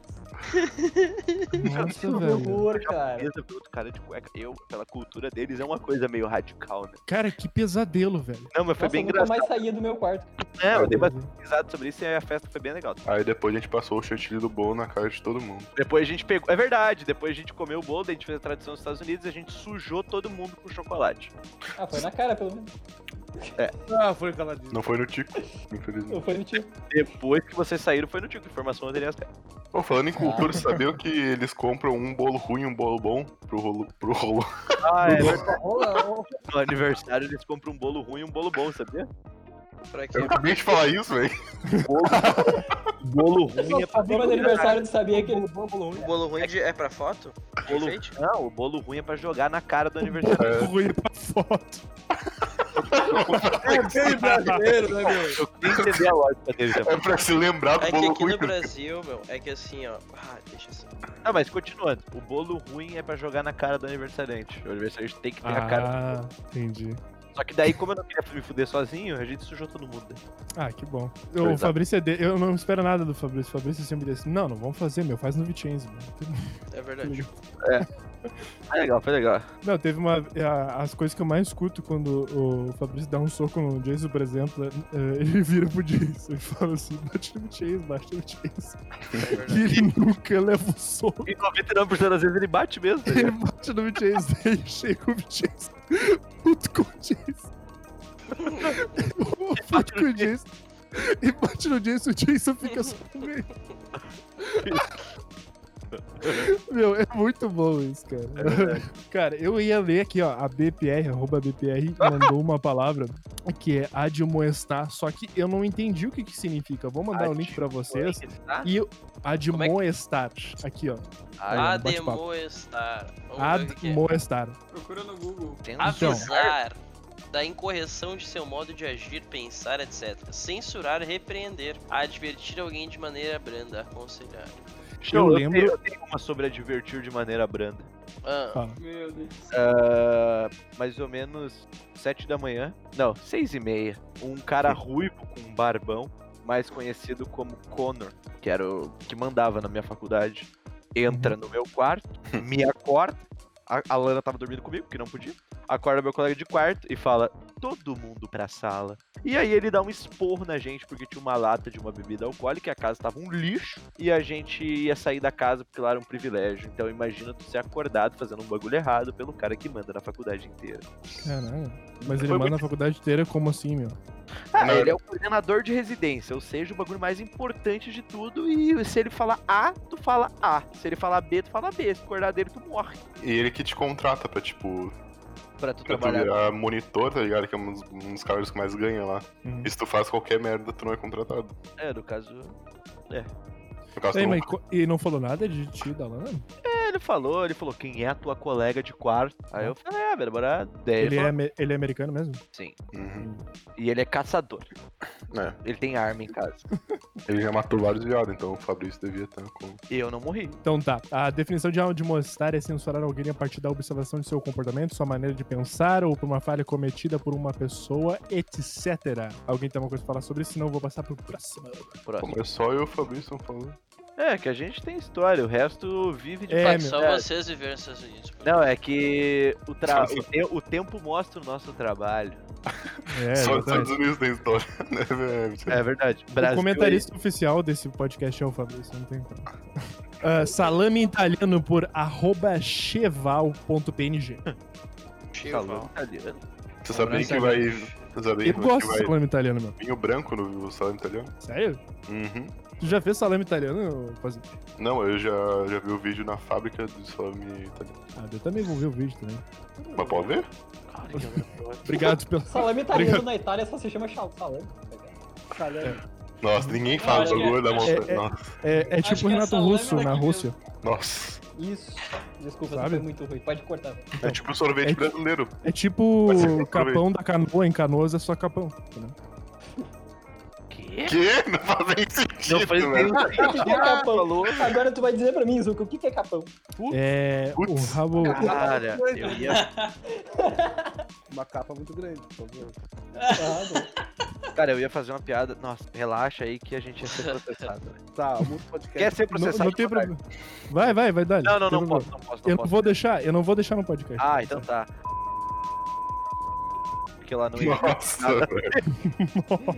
Speaker 1: Nossa,
Speaker 5: Que
Speaker 1: velho.
Speaker 5: horror, cara.
Speaker 4: Japonesa, outro cara de cueca. Eu, pela cultura deles, é uma coisa meio radical, né?
Speaker 1: Cara, que pesadelo, velho.
Speaker 4: Não, mas foi
Speaker 5: Nossa, eu
Speaker 4: bem
Speaker 5: nunca
Speaker 4: engraçado.
Speaker 5: mais saía do meu quarto.
Speaker 4: né? eu dei bastante risada sobre isso e a festa foi bem legal.
Speaker 3: Aí depois a gente passou o chantilly do bolo na cara de todo mundo.
Speaker 4: Depois a gente pegou. É verdade, depois a gente comeu o bolo, daí a gente fez a tradição dos Estados Unidos e a gente sujou todo mundo com chocolate.
Speaker 5: Ah, foi na cara, pelo menos.
Speaker 7: Ah, foi caladinho.
Speaker 3: Não foi no Tico, infelizmente.
Speaker 5: Eu fui no tio.
Speaker 4: Depois que vocês saíram, foi no Tico. Informação anterior. cara.
Speaker 3: Ô, falando em cultura, você sabia que eles compram um bolo ruim e um bolo bom pro rolo? Pro rolo.
Speaker 4: Ah, é verdade.
Speaker 2: Olá, ô,
Speaker 4: No aniversário eles compram um bolo ruim e um bolo bom, sabia?
Speaker 6: Pra quê?
Speaker 3: Eu acabei de falar isso, velho.
Speaker 4: Bolo ruim é pra
Speaker 5: A bola do aniversário tu sabia que ele.
Speaker 6: O bolo ruim de- é pra foto?
Speaker 4: Bolo-
Speaker 6: Enfeite?
Speaker 4: Não, o bolo ruim é pra jogar na cara do aniversário.
Speaker 1: Ruim pra foto.
Speaker 2: é bem brasileiro, né, meu?
Speaker 4: Eu queria entender a lógica deles. né?
Speaker 3: É pra se lembrar do
Speaker 6: É que
Speaker 3: bolo
Speaker 6: aqui
Speaker 3: ruim.
Speaker 6: no Brasil, meu, é que assim, ó. Ah, deixa assim.
Speaker 4: Ah, mas continuando. O bolo ruim é pra jogar na cara do aniversariante. O aniversariante tem que ter É a cara.
Speaker 1: Ah, entendi.
Speaker 4: Só que daí, como eu não queria me fuder sozinho, a gente sujou todo mundo.
Speaker 1: Ah, que bom.
Speaker 4: Pois
Speaker 1: o
Speaker 4: é.
Speaker 1: Fabrício é de... Eu não espero nada do Fabrício. O Fabrício sempre diz assim, não, não vamos fazer, meu. Faz no Vicenzo, mano.
Speaker 6: É verdade.
Speaker 4: Foi legal, foi legal.
Speaker 1: Não, teve uma... a- As coisas que eu mais escuto quando o Fabrício dá um soco no Jason, por exemplo, é, é, ele vira pro Jason e fala assim, bate no Vicenzo, bate no Vicenzo. E
Speaker 6: É verdade.
Speaker 1: ele nunca leva um soco.
Speaker 4: E 99% das vezes ele bate
Speaker 6: tá
Speaker 4: mesmo. Né?
Speaker 1: Ele bate no Vicenzo, daí chega o Vicenzo puto com o Jason. puto com o Jason. E bate no Jason, o Jason fica só no meio. Meu, é muito bom isso, cara.
Speaker 6: É
Speaker 1: cara, eu ia ler aqui, ó. A BPR, arroba BPR, mandou uma palavra que é admoestar, só que eu não entendi o que que significa. Vou mandar o link pra vocês.
Speaker 6: Tá?
Speaker 1: E admoestar, aqui, ó.
Speaker 6: Ah,
Speaker 1: é, bate papo.
Speaker 6: Ademoestar. Vamos ver o que que é.
Speaker 1: Admoestar.
Speaker 8: Procura no Google.
Speaker 4: Ah,
Speaker 1: Então.
Speaker 6: Avisar da incorreção de seu modo de agir, pensar, etc. Censurar, repreender. Advertir alguém de maneira branda. Aconselhar.
Speaker 1: Eu
Speaker 4: Não,
Speaker 1: lembro-
Speaker 4: tenho- Eu tenho uma sobre advertir de maneira branda.
Speaker 6: Ah,
Speaker 1: Tá.
Speaker 8: Meu Deus.
Speaker 4: Ah, mais ou menos sete da manhã. Não, seis e meia. Um cara ruivo com um barbão, mais conhecido como Connor, que era o que mandava na minha faculdade. Entra no meu quarto, me acorda. A, a Lana tava dormindo comigo, que não podia. Acorda meu colega de quarto e fala: todo mundo pra sala. E aí ele dá um esporro na gente porque tinha uma lata de uma bebida alcoólica, a casa tava um lixo e a gente ia sair da casa porque lá era um privilégio. Então imagina tu ser acordado fazendo um bagulho errado pelo cara que manda na faculdade inteira.
Speaker 1: Caralho. Mas ele
Speaker 4: Foi
Speaker 1: manda
Speaker 4: muito-
Speaker 1: na faculdade inteira como assim, meu?
Speaker 4: Ah,
Speaker 3: Não,
Speaker 4: ele é o coordenador de residência, ou seja, o bagulho mais importante de tudo. E se ele falar A, tu fala A. Se ele falar B, tu fala B. Se acordar dele, tu morre.
Speaker 3: E ele que te contrata pra, tipo,
Speaker 4: Pra tu
Speaker 3: pra tu
Speaker 4: trabalhar.
Speaker 3: virar monitor, tá ligado? Que é um dos, um dos caras que mais ganha lá.
Speaker 1: Uhum.
Speaker 3: E se tu faz qualquer merda, tu não é contratado.
Speaker 4: É, no caso.
Speaker 3: No caso,
Speaker 1: Ei,
Speaker 3: tu não-
Speaker 1: mas co- e não falou nada de ti da Lana?
Speaker 4: É, ele falou, ele falou, quem é a tua colega de quarto? Aí eu falei, é, minha namorada. Daí
Speaker 1: Ele é,
Speaker 4: falou,
Speaker 1: ame- ele é americano mesmo?
Speaker 4: Sim.
Speaker 3: Uhum.
Speaker 4: E ele é caçador.
Speaker 3: É.
Speaker 4: Ele tem arma em casa.
Speaker 3: Ele já matou vários viados, então o Fabrício devia estar com.
Speaker 4: E eu não morri.
Speaker 1: Então tá. A definição de admoestar é censurar alguém a partir da observação de seu comportamento, sua maneira de pensar ou por uma falha cometida por uma pessoa, etc. Alguém tem alguma coisa pra falar sobre isso? Senão eu vou passar pro próximo.
Speaker 4: Próximo.
Speaker 3: Como é só eu e o Fabrício falando.
Speaker 4: É, que a gente tem história, o resto vive de
Speaker 1: É,
Speaker 6: pá,
Speaker 1: meu.
Speaker 6: só
Speaker 4: É.
Speaker 6: vocês viveram nos Estados Unidos. pô.
Speaker 4: Não, é que o, tra...
Speaker 3: Só-
Speaker 4: o, te- o tempo mostra o nosso trabalho.
Speaker 1: É,
Speaker 3: só um os
Speaker 1: exatamente.
Speaker 3: Estados Unidos tem história, né?
Speaker 4: É verdade.
Speaker 1: O comentarista oficial desse podcast é o Fabrício, não tem como. Ah, salame italiano por arroba cheval.png.
Speaker 4: é
Speaker 6: Chival.
Speaker 4: tá
Speaker 6: É,
Speaker 3: Você sabia que vai. Você sabia
Speaker 1: Eu
Speaker 3: que vai
Speaker 1: gosto de
Speaker 3: vai
Speaker 1: salame italiano, meu.
Speaker 3: vinho branco no salão italiano?
Speaker 1: Sério?
Speaker 3: Uhum.
Speaker 1: Tu já fez salame italiano, Fazer?
Speaker 3: Não, eu já, já vi o vídeo na fábrica do salame italiano.
Speaker 1: Ah, eu também vou ver o vídeo também.
Speaker 3: Mas pode ver?
Speaker 1: Obrigado pela.
Speaker 5: Salame italiano na Itália só se chama chal- salame.
Speaker 2: Salame.
Speaker 3: Nossa, ninguém fala
Speaker 8: acho
Speaker 3: do
Speaker 8: que
Speaker 3: bagulho da
Speaker 1: é-
Speaker 3: montanha.
Speaker 1: é-
Speaker 3: Nossa.
Speaker 1: É, é
Speaker 8: Acho
Speaker 1: tipo
Speaker 8: que é
Speaker 1: Renato
Speaker 8: salame
Speaker 1: Russo na
Speaker 8: daqui
Speaker 1: Rússia.
Speaker 3: Nossa.
Speaker 5: Isso. Desculpa,
Speaker 1: Sabe?
Speaker 5: isso foi muito ruim. Pode cortar.
Speaker 3: É tipo sorvete
Speaker 1: É-
Speaker 3: brasileiro.
Speaker 1: É tipo
Speaker 3: Mas você
Speaker 1: o capão da canoa em canoas, é só capão. né?
Speaker 4: Que?
Speaker 3: Que? Não faz nem sentido, né?
Speaker 4: Não faz
Speaker 3: velho.
Speaker 5: O que é capão? Agora tu vai dizer pra mim, Zuko, o que que é capão?
Speaker 1: É.
Speaker 3: Putz.
Speaker 1: O rabo.
Speaker 4: Cara, eu ia,
Speaker 2: Uma capa muito grande, por favor.
Speaker 5: Ah,
Speaker 4: cara, eu ia fazer uma piada. Nossa, relaxa aí que a gente ia ser processado.
Speaker 2: Tá, muito podcast.
Speaker 4: Quer ser
Speaker 1: Não,
Speaker 4: processado?
Speaker 1: não tem
Speaker 4: Dali?
Speaker 1: problema. Vai, vai, vai, Dali.
Speaker 4: Não, não,
Speaker 1: tem
Speaker 4: não
Speaker 1: problema.
Speaker 4: posso, não posso,
Speaker 1: Eu
Speaker 4: não
Speaker 1: não
Speaker 4: posso.
Speaker 1: vou deixar, eu não vou deixar no podcast.
Speaker 4: Ah, então tá. Porque lá não ia.
Speaker 3: Nossa, velho.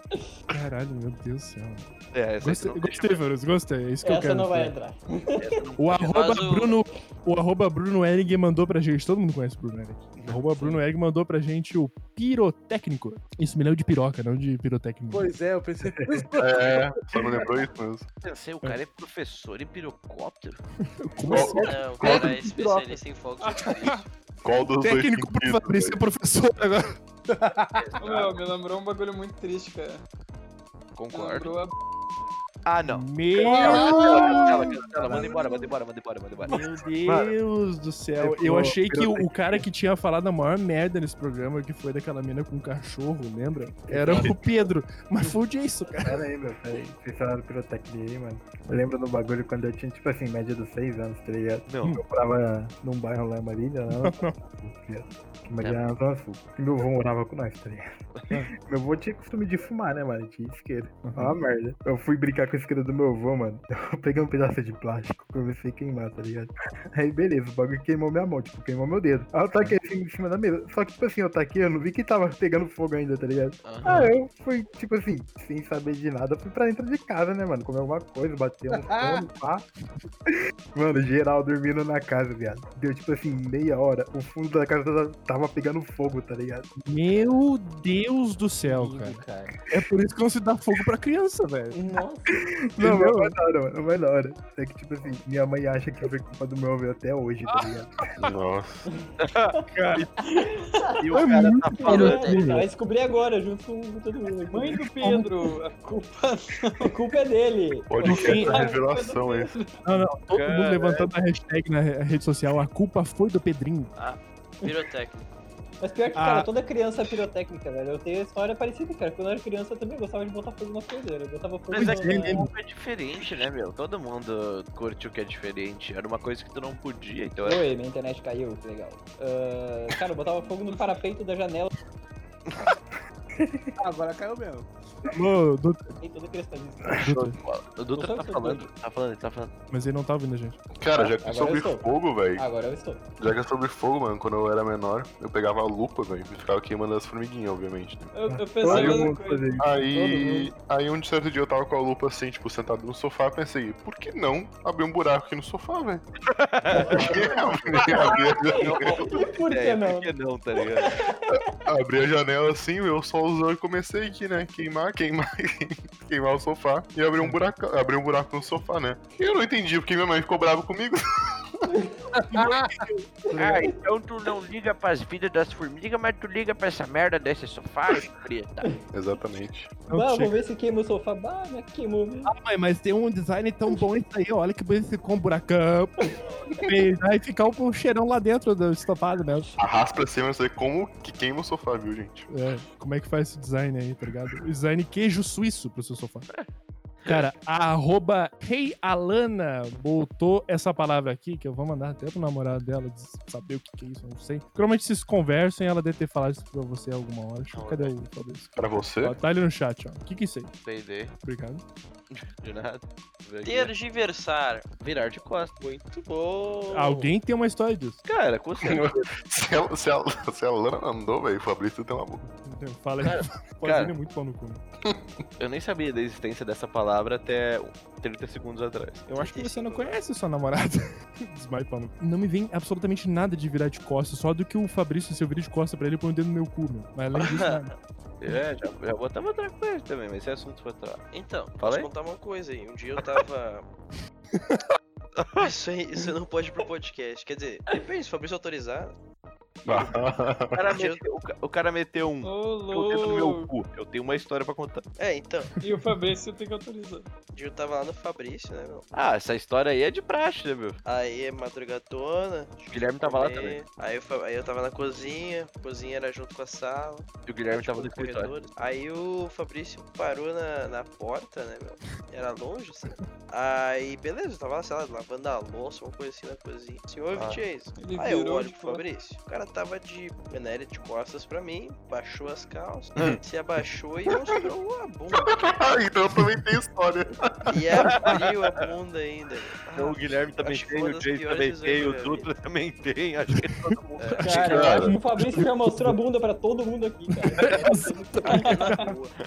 Speaker 1: Caralho, meu Deus do céu.
Speaker 4: É, essa aí tu
Speaker 1: Gostei,
Speaker 4: não deixa,
Speaker 1: gostei, Varus, gostei. É isso que
Speaker 5: não.
Speaker 1: eu quero.
Speaker 5: Essa não vai
Speaker 1: né?
Speaker 5: entrar.
Speaker 4: essa não-
Speaker 1: O arroba,
Speaker 6: Mas o-
Speaker 1: Bruno, o arroba Bruno Ehring mandou pra gente. Todo mundo conhece o Bruno Ehring. O arroba Bruno Ehring mandou pra gente o pirotécnico. Isso me lembra de piroca, não de pirotécnico.
Speaker 2: Pois é, eu pensei.
Speaker 3: É, só não lembrou isso mesmo.
Speaker 4: Eu pensei, o cara é professor em pirocóptero?
Speaker 1: Como assim?
Speaker 6: Não, o cara é especialista em fogos de artifício.
Speaker 3: Qual dos dois
Speaker 1: Técnico pro
Speaker 3: sentidos,
Speaker 1: Fabrício é professor agora.
Speaker 8: Ô, Meu, me lembrou um bagulho muito triste, cara. Me
Speaker 4: Concordo.
Speaker 8: lembrou a...
Speaker 4: Ah, não.
Speaker 1: Meu
Speaker 4: Cancela, cancela, cancela. Manda embora, manda embora, manda embora, manda embora.
Speaker 1: Meu Deus do céu. Eu achei que o, o cara que tinha falado a maior merda nesse programa, que foi daquela mina com cachorro, lembra? Era o Pedro. Mas foi o Jason, cara.
Speaker 7: Pera aí, meu, pera aí. Vocês falaram pirotecnia aí, mano. Eu lembro do bagulho quando eu tinha, tipo assim, média dos 6 anos, tá ligado?
Speaker 4: Não.
Speaker 7: Eu morava num bairro lá em Marília, lá na Zona Sul, tá ligado? Que Marília na Zona Sul. E meu avô morava com nós, tá ligado? meu avô tinha costume de fumar, né, mano? Tinha isqueiro. Ó, a merda. Eu fui brincar com a isqueira do meu avô, mano. Eu peguei um pedaço de plástico, comecei a queimar, tá ligado? Aí, beleza, o bagulho queimou minha mão, tipo, queimou meu dedo. Aí eu taquei assim em cima da mesa. Só que, tipo assim, eu taquei, eu não vi que tava pegando fogo ainda, tá ligado? Ah, eu fui, tipo assim, sem saber de nada, fui pra dentro de casa, né, mano? Comer alguma coisa, bater um fome, pá. Mano, geral dormindo na casa, viado. Deu, tipo assim, meia hora. O fundo da casa tava- tava pegando fogo, tá ligado?
Speaker 1: Meu Deus do céu, cara.
Speaker 5: Lindo, cara.
Speaker 1: É por isso que não se dá fogo pra criança, velho.
Speaker 5: Nossa.
Speaker 7: Não, mas
Speaker 1: Entendeu?
Speaker 7: vai da hora, mano. Vai da hora. É que, tipo assim, minha mãe acha que foi culpa do meu avô até hoje, tá ligado?
Speaker 3: Nossa.
Speaker 4: E o
Speaker 1: É
Speaker 4: cara tá falando.
Speaker 1: Sim,
Speaker 5: Vai descobrir agora, junto com todo mundo aqui.
Speaker 8: Mãe do Pedro, a culpa
Speaker 5: A culpa é dele.
Speaker 3: Podcast
Speaker 5: Sim.
Speaker 3: revelação esse.
Speaker 1: Não, não, todo mundo
Speaker 4: Caralho.
Speaker 1: levantando a hashtag na rede social, a culpa foi do Pedrinho.
Speaker 6: Pirotécnico.
Speaker 5: Mas pior que, cara,
Speaker 1: Ah.
Speaker 5: toda criança é pirotécnica, velho. Eu tenho história parecida, cara. Quando eu era criança, eu também gostava de botar fogo na fogueira. Eu botava fogo
Speaker 4: Mas é
Speaker 5: na-
Speaker 4: que a culpa é diferente, né, meu? Todo mundo curte o que é diferente. Era uma coisa que tu não podia, então era.
Speaker 5: Oi, minha internet caiu, que legal. Ah, cara, eu botava fogo no parapeito da janela.
Speaker 2: Agora caiu mesmo.
Speaker 1: Alô, Dutra.
Speaker 5: E toda criança faz isso.
Speaker 4: Show de bola. O Dutra
Speaker 5: Não
Speaker 4: tá
Speaker 5: sabe
Speaker 4: falando, tá falando, tá falando.
Speaker 1: Mas ele não tá ouvindo a gente.
Speaker 3: Cara, já
Speaker 5: Agora
Speaker 3: que é
Speaker 5: eu
Speaker 3: sobre
Speaker 5: sou.
Speaker 3: fogo, velho.
Speaker 2: Ah.
Speaker 5: Agora eu estou.
Speaker 3: Já que é sobre fogo, mano, quando eu era menor, eu pegava a lupa, velho, e ficava queimando as formiguinhas, obviamente. né?
Speaker 8: Eu, eu pensei a
Speaker 7: Todo
Speaker 8: mesma
Speaker 7: mundo fazia
Speaker 8: coisa.
Speaker 7: isso.
Speaker 3: Aí, aí um certo dia eu tava com a lupa assim, tipo, sentado no sofá, eu pensei, por que não abrir um buraco aqui no sofá, velho? abri,
Speaker 5: E por que
Speaker 4: É,
Speaker 5: não?
Speaker 4: Por que não, tá ligado?
Speaker 3: a janela assim, eu solzão e comecei aqui, né? Queimar, queimar, queimar o sofá e abri um buraco, abri um buraco no sofá, né? E eu não entendi porque minha mãe ficou brava comigo.
Speaker 4: Ah, então tu não liga pras vidas das formigas, mas tu liga pra essa merda desse sofá preta.
Speaker 3: Exatamente.
Speaker 1: Não
Speaker 5: Bah,
Speaker 1: chega.
Speaker 5: vou ver se queima o sofá. Bah, né, mas queimou mesmo.
Speaker 1: Ai, mas tem um design tão bom isso aí, olha que bonito ficou um buracão. Vai ficar um cheirão lá dentro do estopado mesmo.
Speaker 3: Arrasta pra cima, assim, não sei como que queima o sofá, viu, gente?
Speaker 1: É, como é que faz esse design aí, tá ligado? Design queijo suíço pro seu sofá. Cara, a arroba Rei Alana botou essa palavra aqui, que eu vou mandar até pro namorado dela des- saber o que, que é isso, eu não sei. Provavelmente vocês conversam e ela deve ter falado isso pra você alguma hora. Deixa eu-
Speaker 4: né?
Speaker 1: Cadê o talvez?
Speaker 3: Pra você?
Speaker 1: Ó, tá ali no chat, ó. O que que é isso aí?
Speaker 4: Entender.
Speaker 1: Obrigado.
Speaker 4: De nada. Vem aqui.
Speaker 6: Tergiversar.
Speaker 4: Virar de costas. Muito bom.
Speaker 1: Alguém tem uma história disso.
Speaker 4: Cara, com certeza.
Speaker 3: Se a, se a, se a Lana mandou, velho, o Fabrício tem uma boca.
Speaker 1: Entendeu? Então, Fala
Speaker 4: Cara,
Speaker 1: Fazendo é muito pau no cu. né?
Speaker 4: Eu nem sabia da existência dessa palavra até 30 segundos atrás. Então,
Speaker 1: Eu acho que você não conhece sua namorada. Desmaio pau no cu. Não me vem absolutamente nada de virar de costas, só do que o Fabrício, se eu virar de costas pra ele, põe o dedo no meu cu, meu. Mas além disso, nada.
Speaker 4: É, já, já botava outra coisa também, mas esse assunto foi atrás.
Speaker 6: Então,
Speaker 4: Fala
Speaker 6: posso
Speaker 4: aí.
Speaker 6: contar uma coisa aí. Um dia eu tava. isso, aí, isso não pode ir pro podcast. Quer dizer, depende, se o Fabrício autorizar.
Speaker 4: O cara meteu, o ca- o cara meteu um.
Speaker 8: Ô,
Speaker 4: "Meu dedo no meu
Speaker 8: louco.
Speaker 4: cu. Eu tenho uma história pra contar.
Speaker 6: É, então.
Speaker 8: E o Fabrício tem que autorizar.
Speaker 6: Um dia eu tava lá no Fabrício, né, meu?
Speaker 4: Ah, essa história aí é de praxe, né, meu?
Speaker 6: Aí é madrugadona.
Speaker 4: O Guilherme tava lá também.
Speaker 6: comer. Aí eu, fa- aí eu tava na cozinha, a cozinha era junto com a sala.
Speaker 4: E o Guilherme
Speaker 6: tipo,
Speaker 4: tava no escritório.
Speaker 6: corredor. Aí o Fabrício parou na, na porta, né, meu? Era longe, assim. Aí, beleza, eu tava lá, sei lá, lavando a louça, alguma coisa assim na cozinha. Senhor,
Speaker 4: Ah.
Speaker 6: ah. Chase.
Speaker 8: Ele
Speaker 6: Aí eu
Speaker 8: virou tipo,
Speaker 6: olho
Speaker 8: de
Speaker 6: pro
Speaker 8: fora.
Speaker 6: Fabrício. O cara tava de penéria de costas pra mim, baixou as calças,
Speaker 4: Hum.
Speaker 6: se abaixou e mostrou a bunda.
Speaker 3: Ah, então eu também tenho história.
Speaker 6: E abriu a bunda ainda.
Speaker 4: Então o Guilherme também
Speaker 6: acho que
Speaker 4: tem,
Speaker 6: foi
Speaker 4: o
Speaker 6: uma das
Speaker 4: Jason
Speaker 6: piores
Speaker 4: também tem, o
Speaker 6: visões da minha
Speaker 4: Dutra também tem. Acho que é todo mundo.
Speaker 5: É. Cara, eu
Speaker 3: Cara.
Speaker 5: acho que o Fabrício já mostrou a bunda pra todo mundo aqui, cara.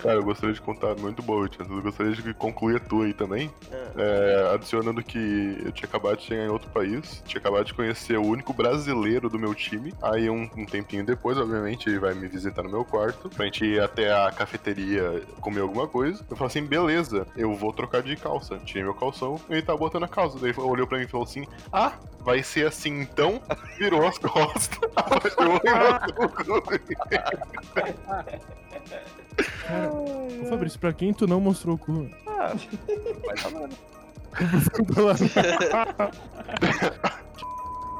Speaker 3: Cara, eu gostaria de contar muito boa, Tiago. Eu gostaria de concluir a tua aí também.
Speaker 6: Ah,
Speaker 3: É, adicionando que eu tinha acabado de chegar em outro país, tinha acabado de conhecer o único brasileiro do meu time. Aí, um, um tempinho depois, obviamente, ele vai me visitar no meu quarto pra gente ir até a cafeteria comer alguma coisa. Eu falei assim: beleza, eu vou trocar de calça. Tirei meu calção, ele tá botando a calça. Daí ele olhou pra mim e falou assim: ah, vai ser assim então? Virou as costas. Abaixou e botou o cu.
Speaker 1: Ô, Fabrício, pra quem tu não mostrou o cu?
Speaker 4: Vai lá, mano.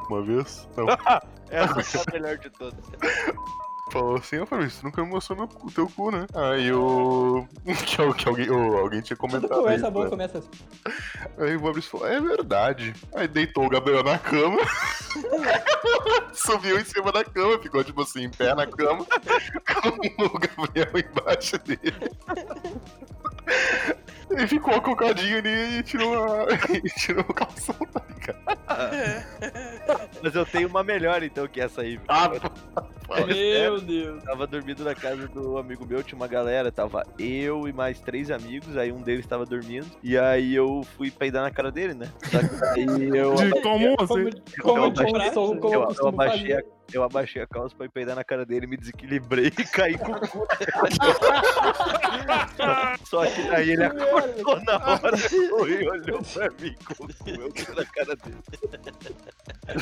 Speaker 3: Uma vez, não,
Speaker 4: Essa foi É a
Speaker 6: é
Speaker 4: melhor de todas.
Speaker 3: Falou assim, eu falei, isso nunca me mostrou meu, cu- teu cu, né? Aí o. que, al- que alguém, o- alguém tinha
Speaker 5: Toda
Speaker 3: comentado.
Speaker 5: conversa
Speaker 3: isso,
Speaker 5: boa
Speaker 3: né?
Speaker 5: começa assim.
Speaker 3: Aí o Fabrício falou, é verdade. Aí deitou o Gabriel na cama. Subiu em cima da cama, ficou tipo assim, em pé na cama, com o Gabriel embaixo dele. Ele ficou cocadinho ali e tirou, a, e tirou o calção, tá ligado?
Speaker 4: Mas eu tenho uma melhor então que essa aí.
Speaker 3: Ah,
Speaker 8: Meu Deus.
Speaker 4: Tava dormindo na casa do amigo meu, tinha uma galera, tava eu e mais três amigos, aí um deles tava dormindo, e aí eu fui peidar na cara dele, né? Só que aí eu,
Speaker 1: De comum,
Speaker 8: Como,
Speaker 1: assim.
Speaker 8: como
Speaker 4: Eu
Speaker 8: de
Speaker 4: abaixei-
Speaker 8: praxe,
Speaker 5: Sou-
Speaker 8: né?
Speaker 5: como-
Speaker 4: eu, eu
Speaker 5: costumo
Speaker 4: abaixei a,
Speaker 5: fazer.
Speaker 4: Eu abaixei a calça pra ir peidar na cara dele, me desequilibrei e caí com o cu. Só que daí ele acordou na hora correu e olhou pra mim com o cu. Eu caí na cara dele. Ai,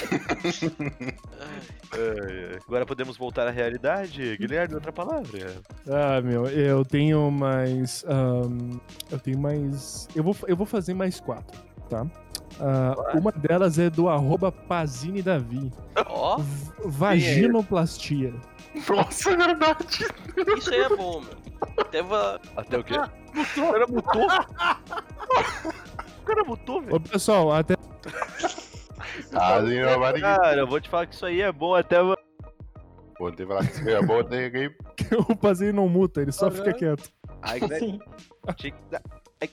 Speaker 4: ai. É, Agora podemos voltar à realidade? Guilherme, outra palavra.
Speaker 1: Ah, meu, eu tenho mais. ahn, eu tenho mais. Eu vou, eu vou fazer mais quatro, tá? Ah, uma delas é do arroba Pazini Davi.
Speaker 6: Ó,
Speaker 1: V- Vaginoplastia.
Speaker 3: Nossa, é verdade.
Speaker 6: isso aí é bom, meu. Até vou...
Speaker 4: Até o quê? O cara mutou? O cara mutou, velho.
Speaker 1: Ô, pessoal, até.
Speaker 3: Ah, tem uma barriga.
Speaker 4: Cara, eu vou te falar que isso aí é bom até.
Speaker 3: Pô, teve lá que se ganha boa, tem alguém.
Speaker 1: o Pazini não muta, ele só fica quieto.
Speaker 4: Ai,
Speaker 5: Sim.
Speaker 4: Tinha que dar- ai,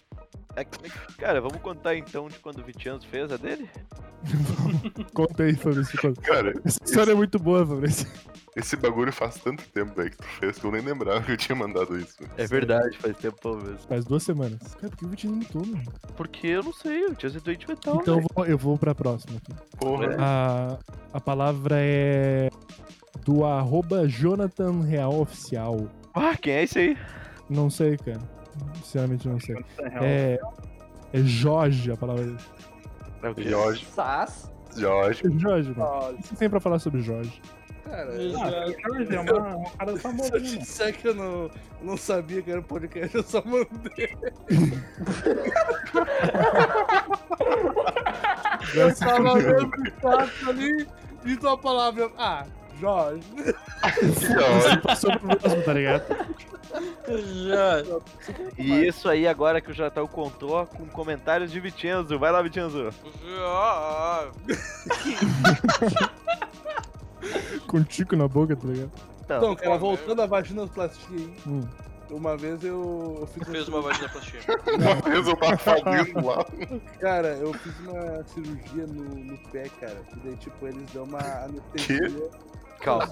Speaker 4: ai, ai. Cara, vamos contar então de quando o Vitianos fez a dele?
Speaker 1: Conta aí, Fabrício. conta.
Speaker 3: Cara,
Speaker 1: Essa história é muito boa, Fabrício.
Speaker 3: esse bagulho faz tanto tempo, velho, que tu fez que eu nem lembrava que eu tinha mandado isso. velho.
Speaker 4: É verdade, faz tempo mesmo.
Speaker 1: Faz duas semanas. Cara, por que o Vitinho não mutou, mano?
Speaker 4: Porque eu não sei, o Vitianos é doente mental.
Speaker 1: Então eu
Speaker 4: velho.
Speaker 1: vou, eu vou pra próxima aqui. É.
Speaker 3: Porra.
Speaker 1: A, a palavra é do arroba Jonathan Real Oficial.
Speaker 4: Ah, quem é esse aí?
Speaker 1: Não sei, cara. Sinceramente não sei.
Speaker 7: Na real,
Speaker 1: É, é Jorge a palavra dele.
Speaker 4: É o quê?
Speaker 3: Jorge,
Speaker 5: Sas.
Speaker 3: Jorge.
Speaker 1: É Jorge, mano.
Speaker 2: Olha,
Speaker 1: O que você tem pra falar sobre Jorge?
Speaker 2: cara,
Speaker 5: Ah,
Speaker 7: Jorge é uma, uma cara
Speaker 2: se eu
Speaker 7: famosa, né,
Speaker 2: te
Speaker 7: mano?
Speaker 2: disser que eu não, não sabia que era um podcast, eu só mandei. Eu tava olhando os quatro ali, dito uma palavra. eu- Ah, Jorge.
Speaker 1: Você passou pro próximo, tá ligado?
Speaker 8: Já.
Speaker 4: E isso aí agora que o Jatal contou com comentários de Vitienzo. Vai lá, Vitienzo.
Speaker 6: Ah,
Speaker 1: Com um tico na boca, tá ligado?
Speaker 2: Então, cara, voltando à vaginoplastia aí.
Speaker 1: Hum.
Speaker 2: Uma vez eu, eu fiz.
Speaker 6: Tu fez uma vagina plástica.
Speaker 3: Uma vez eu tava fazendo lá.
Speaker 2: Cara, eu fiz uma cirurgia no, no pé, cara. E daí, tipo, eles dão uma anestesia.
Speaker 4: Calma,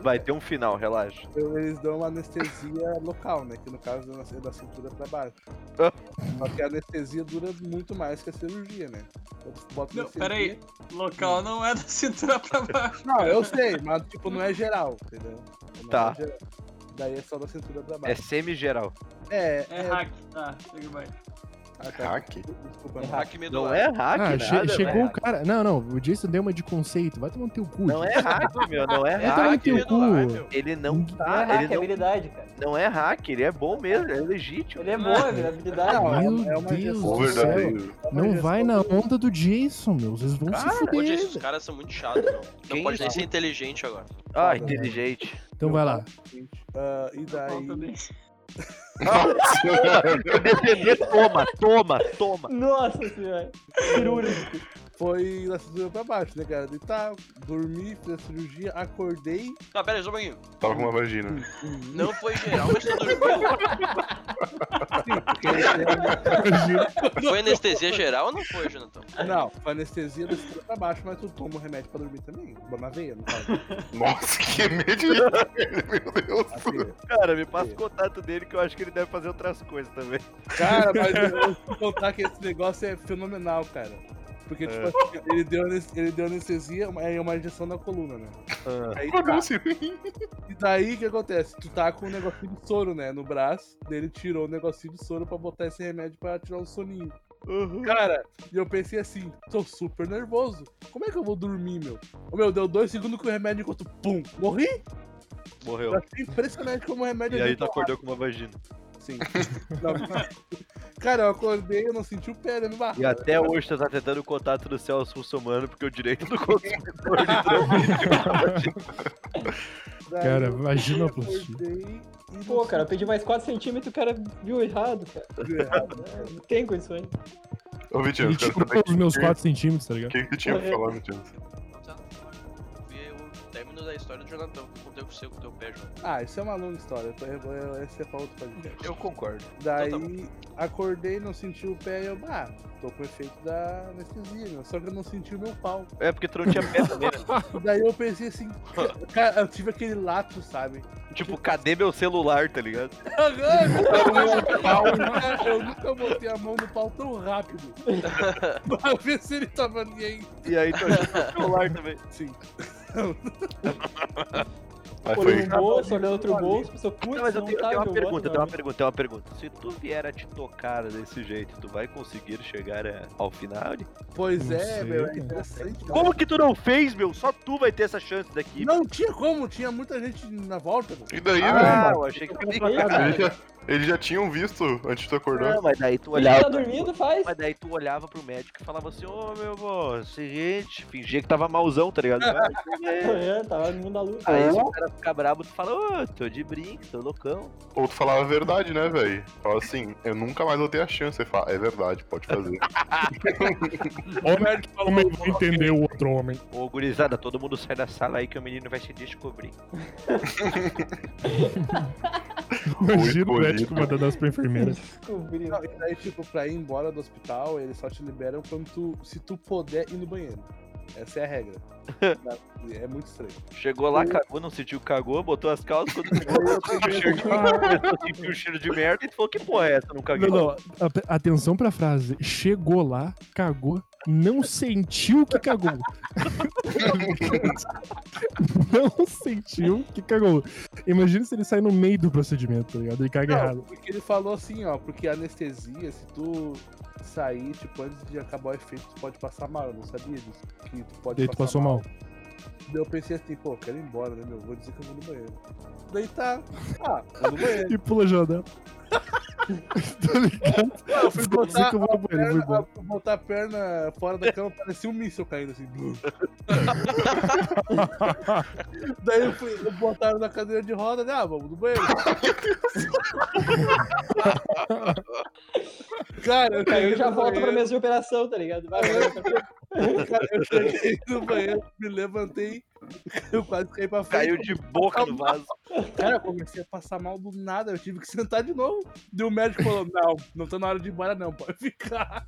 Speaker 4: vai ter um final, relaxa.
Speaker 2: Eu- Eles dão uma anestesia local, né? Que no caso é da cintura pra baixo.
Speaker 4: Ah.
Speaker 2: Só que a anestesia dura muito mais que a cirurgia, né? Eu boto
Speaker 8: Não,
Speaker 2: anestesia-
Speaker 8: peraí. Local não é da cintura pra baixo.
Speaker 2: Não, eu sei, mas tipo, não é geral, entendeu? Não
Speaker 4: Tá.
Speaker 2: É geral. Daí é só da cintura pra
Speaker 4: É
Speaker 2: baixo.
Speaker 4: semi-geral.
Speaker 2: É,
Speaker 8: É hack, tá. Chega vai.
Speaker 2: Ah, tá.
Speaker 3: Hack?
Speaker 2: Desculpa,
Speaker 5: É
Speaker 2: não.
Speaker 6: Hack
Speaker 4: Não
Speaker 6: medular.
Speaker 4: é hack,
Speaker 1: Ah,
Speaker 4: nada,
Speaker 1: che-
Speaker 4: velho.
Speaker 1: chegou o cara. Não, não, o Jason deu uma de conceito. Vai tomar no teu cu.
Speaker 4: Não é hack, meu, não é
Speaker 1: Vai tomar no
Speaker 4: hack.
Speaker 1: teu cu.
Speaker 4: Ele não
Speaker 5: Não é
Speaker 4: tá,
Speaker 5: hack,
Speaker 4: ele
Speaker 5: é
Speaker 4: não,
Speaker 5: habilidade, cara.
Speaker 4: não é hack, ele é bom mesmo, ele é legítimo.
Speaker 5: Ele é bom, é habilidade.
Speaker 2: Não, é
Speaker 1: Meu
Speaker 2: uma- é uma
Speaker 1: Deus
Speaker 2: injeção.
Speaker 3: O
Speaker 1: do céu.
Speaker 3: verdadeiro.
Speaker 1: Não vai na onda do Jason, meu. Vocês vão se
Speaker 6: Ô,
Speaker 1: fuder.
Speaker 6: Jason, os caras são muito chatos, meu.
Speaker 4: Quem
Speaker 6: Não pode nem
Speaker 4: isso?
Speaker 6: ser inteligente agora.
Speaker 4: Ah, inteligente.
Speaker 1: Então vai lá.
Speaker 2: Ah, e
Speaker 8: Bom
Speaker 2: daí.
Speaker 8: também.
Speaker 4: Eu defender, toma, toma, toma.
Speaker 5: Nossa senhora. Cirúrgico.
Speaker 2: Foi da cintura pra baixo, né, cara? E tá, dormi, fiz a cirurgia, acordei.
Speaker 6: Tá, pera aí, só um pouquinho.
Speaker 3: Tava com uma vagina.
Speaker 6: Não foi geral, mas tá tu dormiu. Foi anestesia geral ou não foi, Jonathan?
Speaker 2: Não, foi anestesia da cintura pra baixo, mas tu toma o remédio pra dormir também. Na veia, não faz.
Speaker 3: Nossa, que medo. Meu Deus.
Speaker 2: Na veia.
Speaker 4: Cara, me passa o contato dele que eu acho que ele deve fazer outras coisas também.
Speaker 2: Cara, mas eu vou te contar que esse negócio é fenomenal, cara. Porque,
Speaker 4: É.
Speaker 2: tipo, assim, ele deu, anes- ele deu anestesia uma- é uma injeção na coluna, né?
Speaker 4: Ah.
Speaker 2: Aí
Speaker 3: Meu
Speaker 2: tá.
Speaker 3: Deus, sim.
Speaker 2: E daí o que acontece? Tu tá com um negocinho de soro, né? No braço, daí ele tirou o negocinho de soro pra botar esse remédio pra tirar o soninho. Cara, e eu pensei assim, tô super nervoso. Como é que eu vou dormir, meu? Ô, meu, deu dois segundos com o remédio enquanto pum, morri. Eu
Speaker 4: Morreu.
Speaker 2: achei impressionante como o remédio é
Speaker 4: E
Speaker 2: agiu
Speaker 4: aí tu
Speaker 2: tão
Speaker 4: acordou com uma vagina.
Speaker 2: rápido, Sim. Não. cara, eu acordei, eu não senti o pé, né? Me barra.
Speaker 4: E até hoje tu tá tentando o contato do Celso Russomano, porque o direito do consumidor ele transmite.
Speaker 2: Daí
Speaker 1: Cara,
Speaker 2: eu
Speaker 1: imagina a plastia.
Speaker 2: acordei e
Speaker 5: Pô, cara, eu pedi mais 4 centímetros o cara viu errado, cara. É, Não tem condições.
Speaker 3: Ô, Vitinho,
Speaker 1: Ele
Speaker 3: eu quero
Speaker 1: tirou
Speaker 3: saber
Speaker 1: todos os meus
Speaker 3: que-
Speaker 1: 4 centímetros, tá
Speaker 3: o
Speaker 1: ligado?
Speaker 3: que que tu tinha pra falar, Vitinho.
Speaker 6: Não tá. Vi o término da história do Jonathan. O que aconteceu com o teu pé, Jonathan?
Speaker 2: Ah, isso é uma longa história. eu tô- eu vou- eu- Esse é pra outro podcast.
Speaker 4: Eu concordo.
Speaker 2: Daí
Speaker 6: Então tá
Speaker 2: acordei, não senti o pé e eu, ah, tô com efeito da anestesia, né? só que eu não senti o meu pau.
Speaker 4: É porque tu não tinha pé também, né?
Speaker 2: Daí eu pensei assim, cara, eu tive aquele lato, sabe?
Speaker 4: Tipo, cadê meu celular, tá ligado?
Speaker 2: Cara, eu nunca botei a mão no pau tão rápido. pra ver se ele tava ali aí.
Speaker 4: E aí tu achou meu celular também.
Speaker 2: Sim.
Speaker 3: Aí
Speaker 5: Olhou
Speaker 3: Ah, foi.
Speaker 5: um bolso, olhou outro bolso, pensou, putz,
Speaker 4: Não, mas eu
Speaker 5: não
Speaker 4: tenho, eu
Speaker 5: tá
Speaker 4: tenho uma
Speaker 5: meu
Speaker 4: pergunta, eu
Speaker 5: outro,
Speaker 4: tenho uma
Speaker 5: mano.
Speaker 4: pergunta, eu tenho uma pergunta. Se tu vier a te tocar desse jeito, tu vai conseguir chegar eh, ao final?
Speaker 5: Então
Speaker 2: Pois
Speaker 1: Não
Speaker 2: é,
Speaker 1: sei,
Speaker 2: meu, é
Speaker 1: cara.
Speaker 2: interessante.
Speaker 4: Como que tu não fez, meu? Só tu vai ter essa chance daqui.
Speaker 2: Não tinha como, tinha muita gente na volta. meu.
Speaker 3: E daí,
Speaker 4: Ah,
Speaker 3: velho?
Speaker 4: eu achei que assim, tu
Speaker 5: Aí,
Speaker 3: Cara,
Speaker 5: cara,
Speaker 3: eles já, eles já tinham visto antes de tu acordar.
Speaker 4: Não, mas daí tu
Speaker 5: ele tá
Speaker 4: olhava.
Speaker 5: dormindo, faz.
Speaker 4: Mas daí tu olhava pro médico e falava assim, ô meu vô, seguinte, fingia que tava malzão, tá ligado? Vai, vai.
Speaker 5: É, tava no mundo da luz.
Speaker 4: Aí se o cara ficar brabo, tu fala, ô, tô de brinco, tô loucão.
Speaker 3: Ou tu falava a verdade, né, velho? Fala assim, eu nunca mais vou ter a chance. Você fala, é verdade, pode fazer.
Speaker 2: O
Speaker 1: Homem
Speaker 2: médico falou,
Speaker 1: homem que entendeu o outro homem.
Speaker 4: Ô, gurizada, todo mundo sai da sala aí que o menino vai se descobrir.
Speaker 1: Imagina o
Speaker 3: escolhido.
Speaker 1: médico mandando as pra enfermeira.
Speaker 5: Descobriu.
Speaker 2: Não, e daí, tipo, pra ir embora do hospital, eles só te liberam quando tu, se tu puder ir no banheiro. Essa é a regra. é muito estranho.
Speaker 4: Chegou lá, cagou, não sentiu que cagou, botou as calças, quando sentiu o cheiro de começou a sentir o cheiro de merda e tu falou, que porra é essa? Não caguei.
Speaker 1: Não, não, a- atenção pra frase. Chegou lá, cagou, não sentiu que cagou. não sentiu que cagou. Imagina se ele sai no meio do procedimento, tá ligado? Ele caga
Speaker 2: Não,
Speaker 1: errado.
Speaker 2: porque ele falou assim, ó, porque a anestesia, se tu sair, tipo, antes de acabar o efeito, tu pode passar mal. Eu não sabia disso. Que tu pode
Speaker 1: Daí tu passou mal.
Speaker 2: Daí eu pensei assim, pô, quero ir embora, né, meu? Vou dizer que eu vou no banheiro. Daí tá. Ah, vou no banheiro.
Speaker 1: E pula a janela. tá ligado?
Speaker 2: Ah, eu fui
Speaker 1: Vou dizer
Speaker 2: botar,
Speaker 1: que eu vou
Speaker 2: a
Speaker 1: no banheiro, vou
Speaker 2: perna,
Speaker 1: embora.
Speaker 2: fui botar a perna fora da cama, parecia um míssil caindo assim. blum. Daí eu fui, eu botaram na cadeira de roda, né? Ah, vamos no banheiro. Cara, eu
Speaker 5: Aí
Speaker 2: cheguei
Speaker 5: eu já
Speaker 2: no
Speaker 5: volto pra
Speaker 2: banheiro.
Speaker 5: mesa de operação, tá ligado? Vai, vai.
Speaker 2: Cara, eu cheguei no banheiro, me levantei, eu quase caí pra frente.
Speaker 4: Caiu de boca no vaso.
Speaker 2: Cara, eu comecei a passar mal do nada, eu tive que sentar de novo. E o médico falou: Não, não tá na hora de ir embora, não, pode ficar.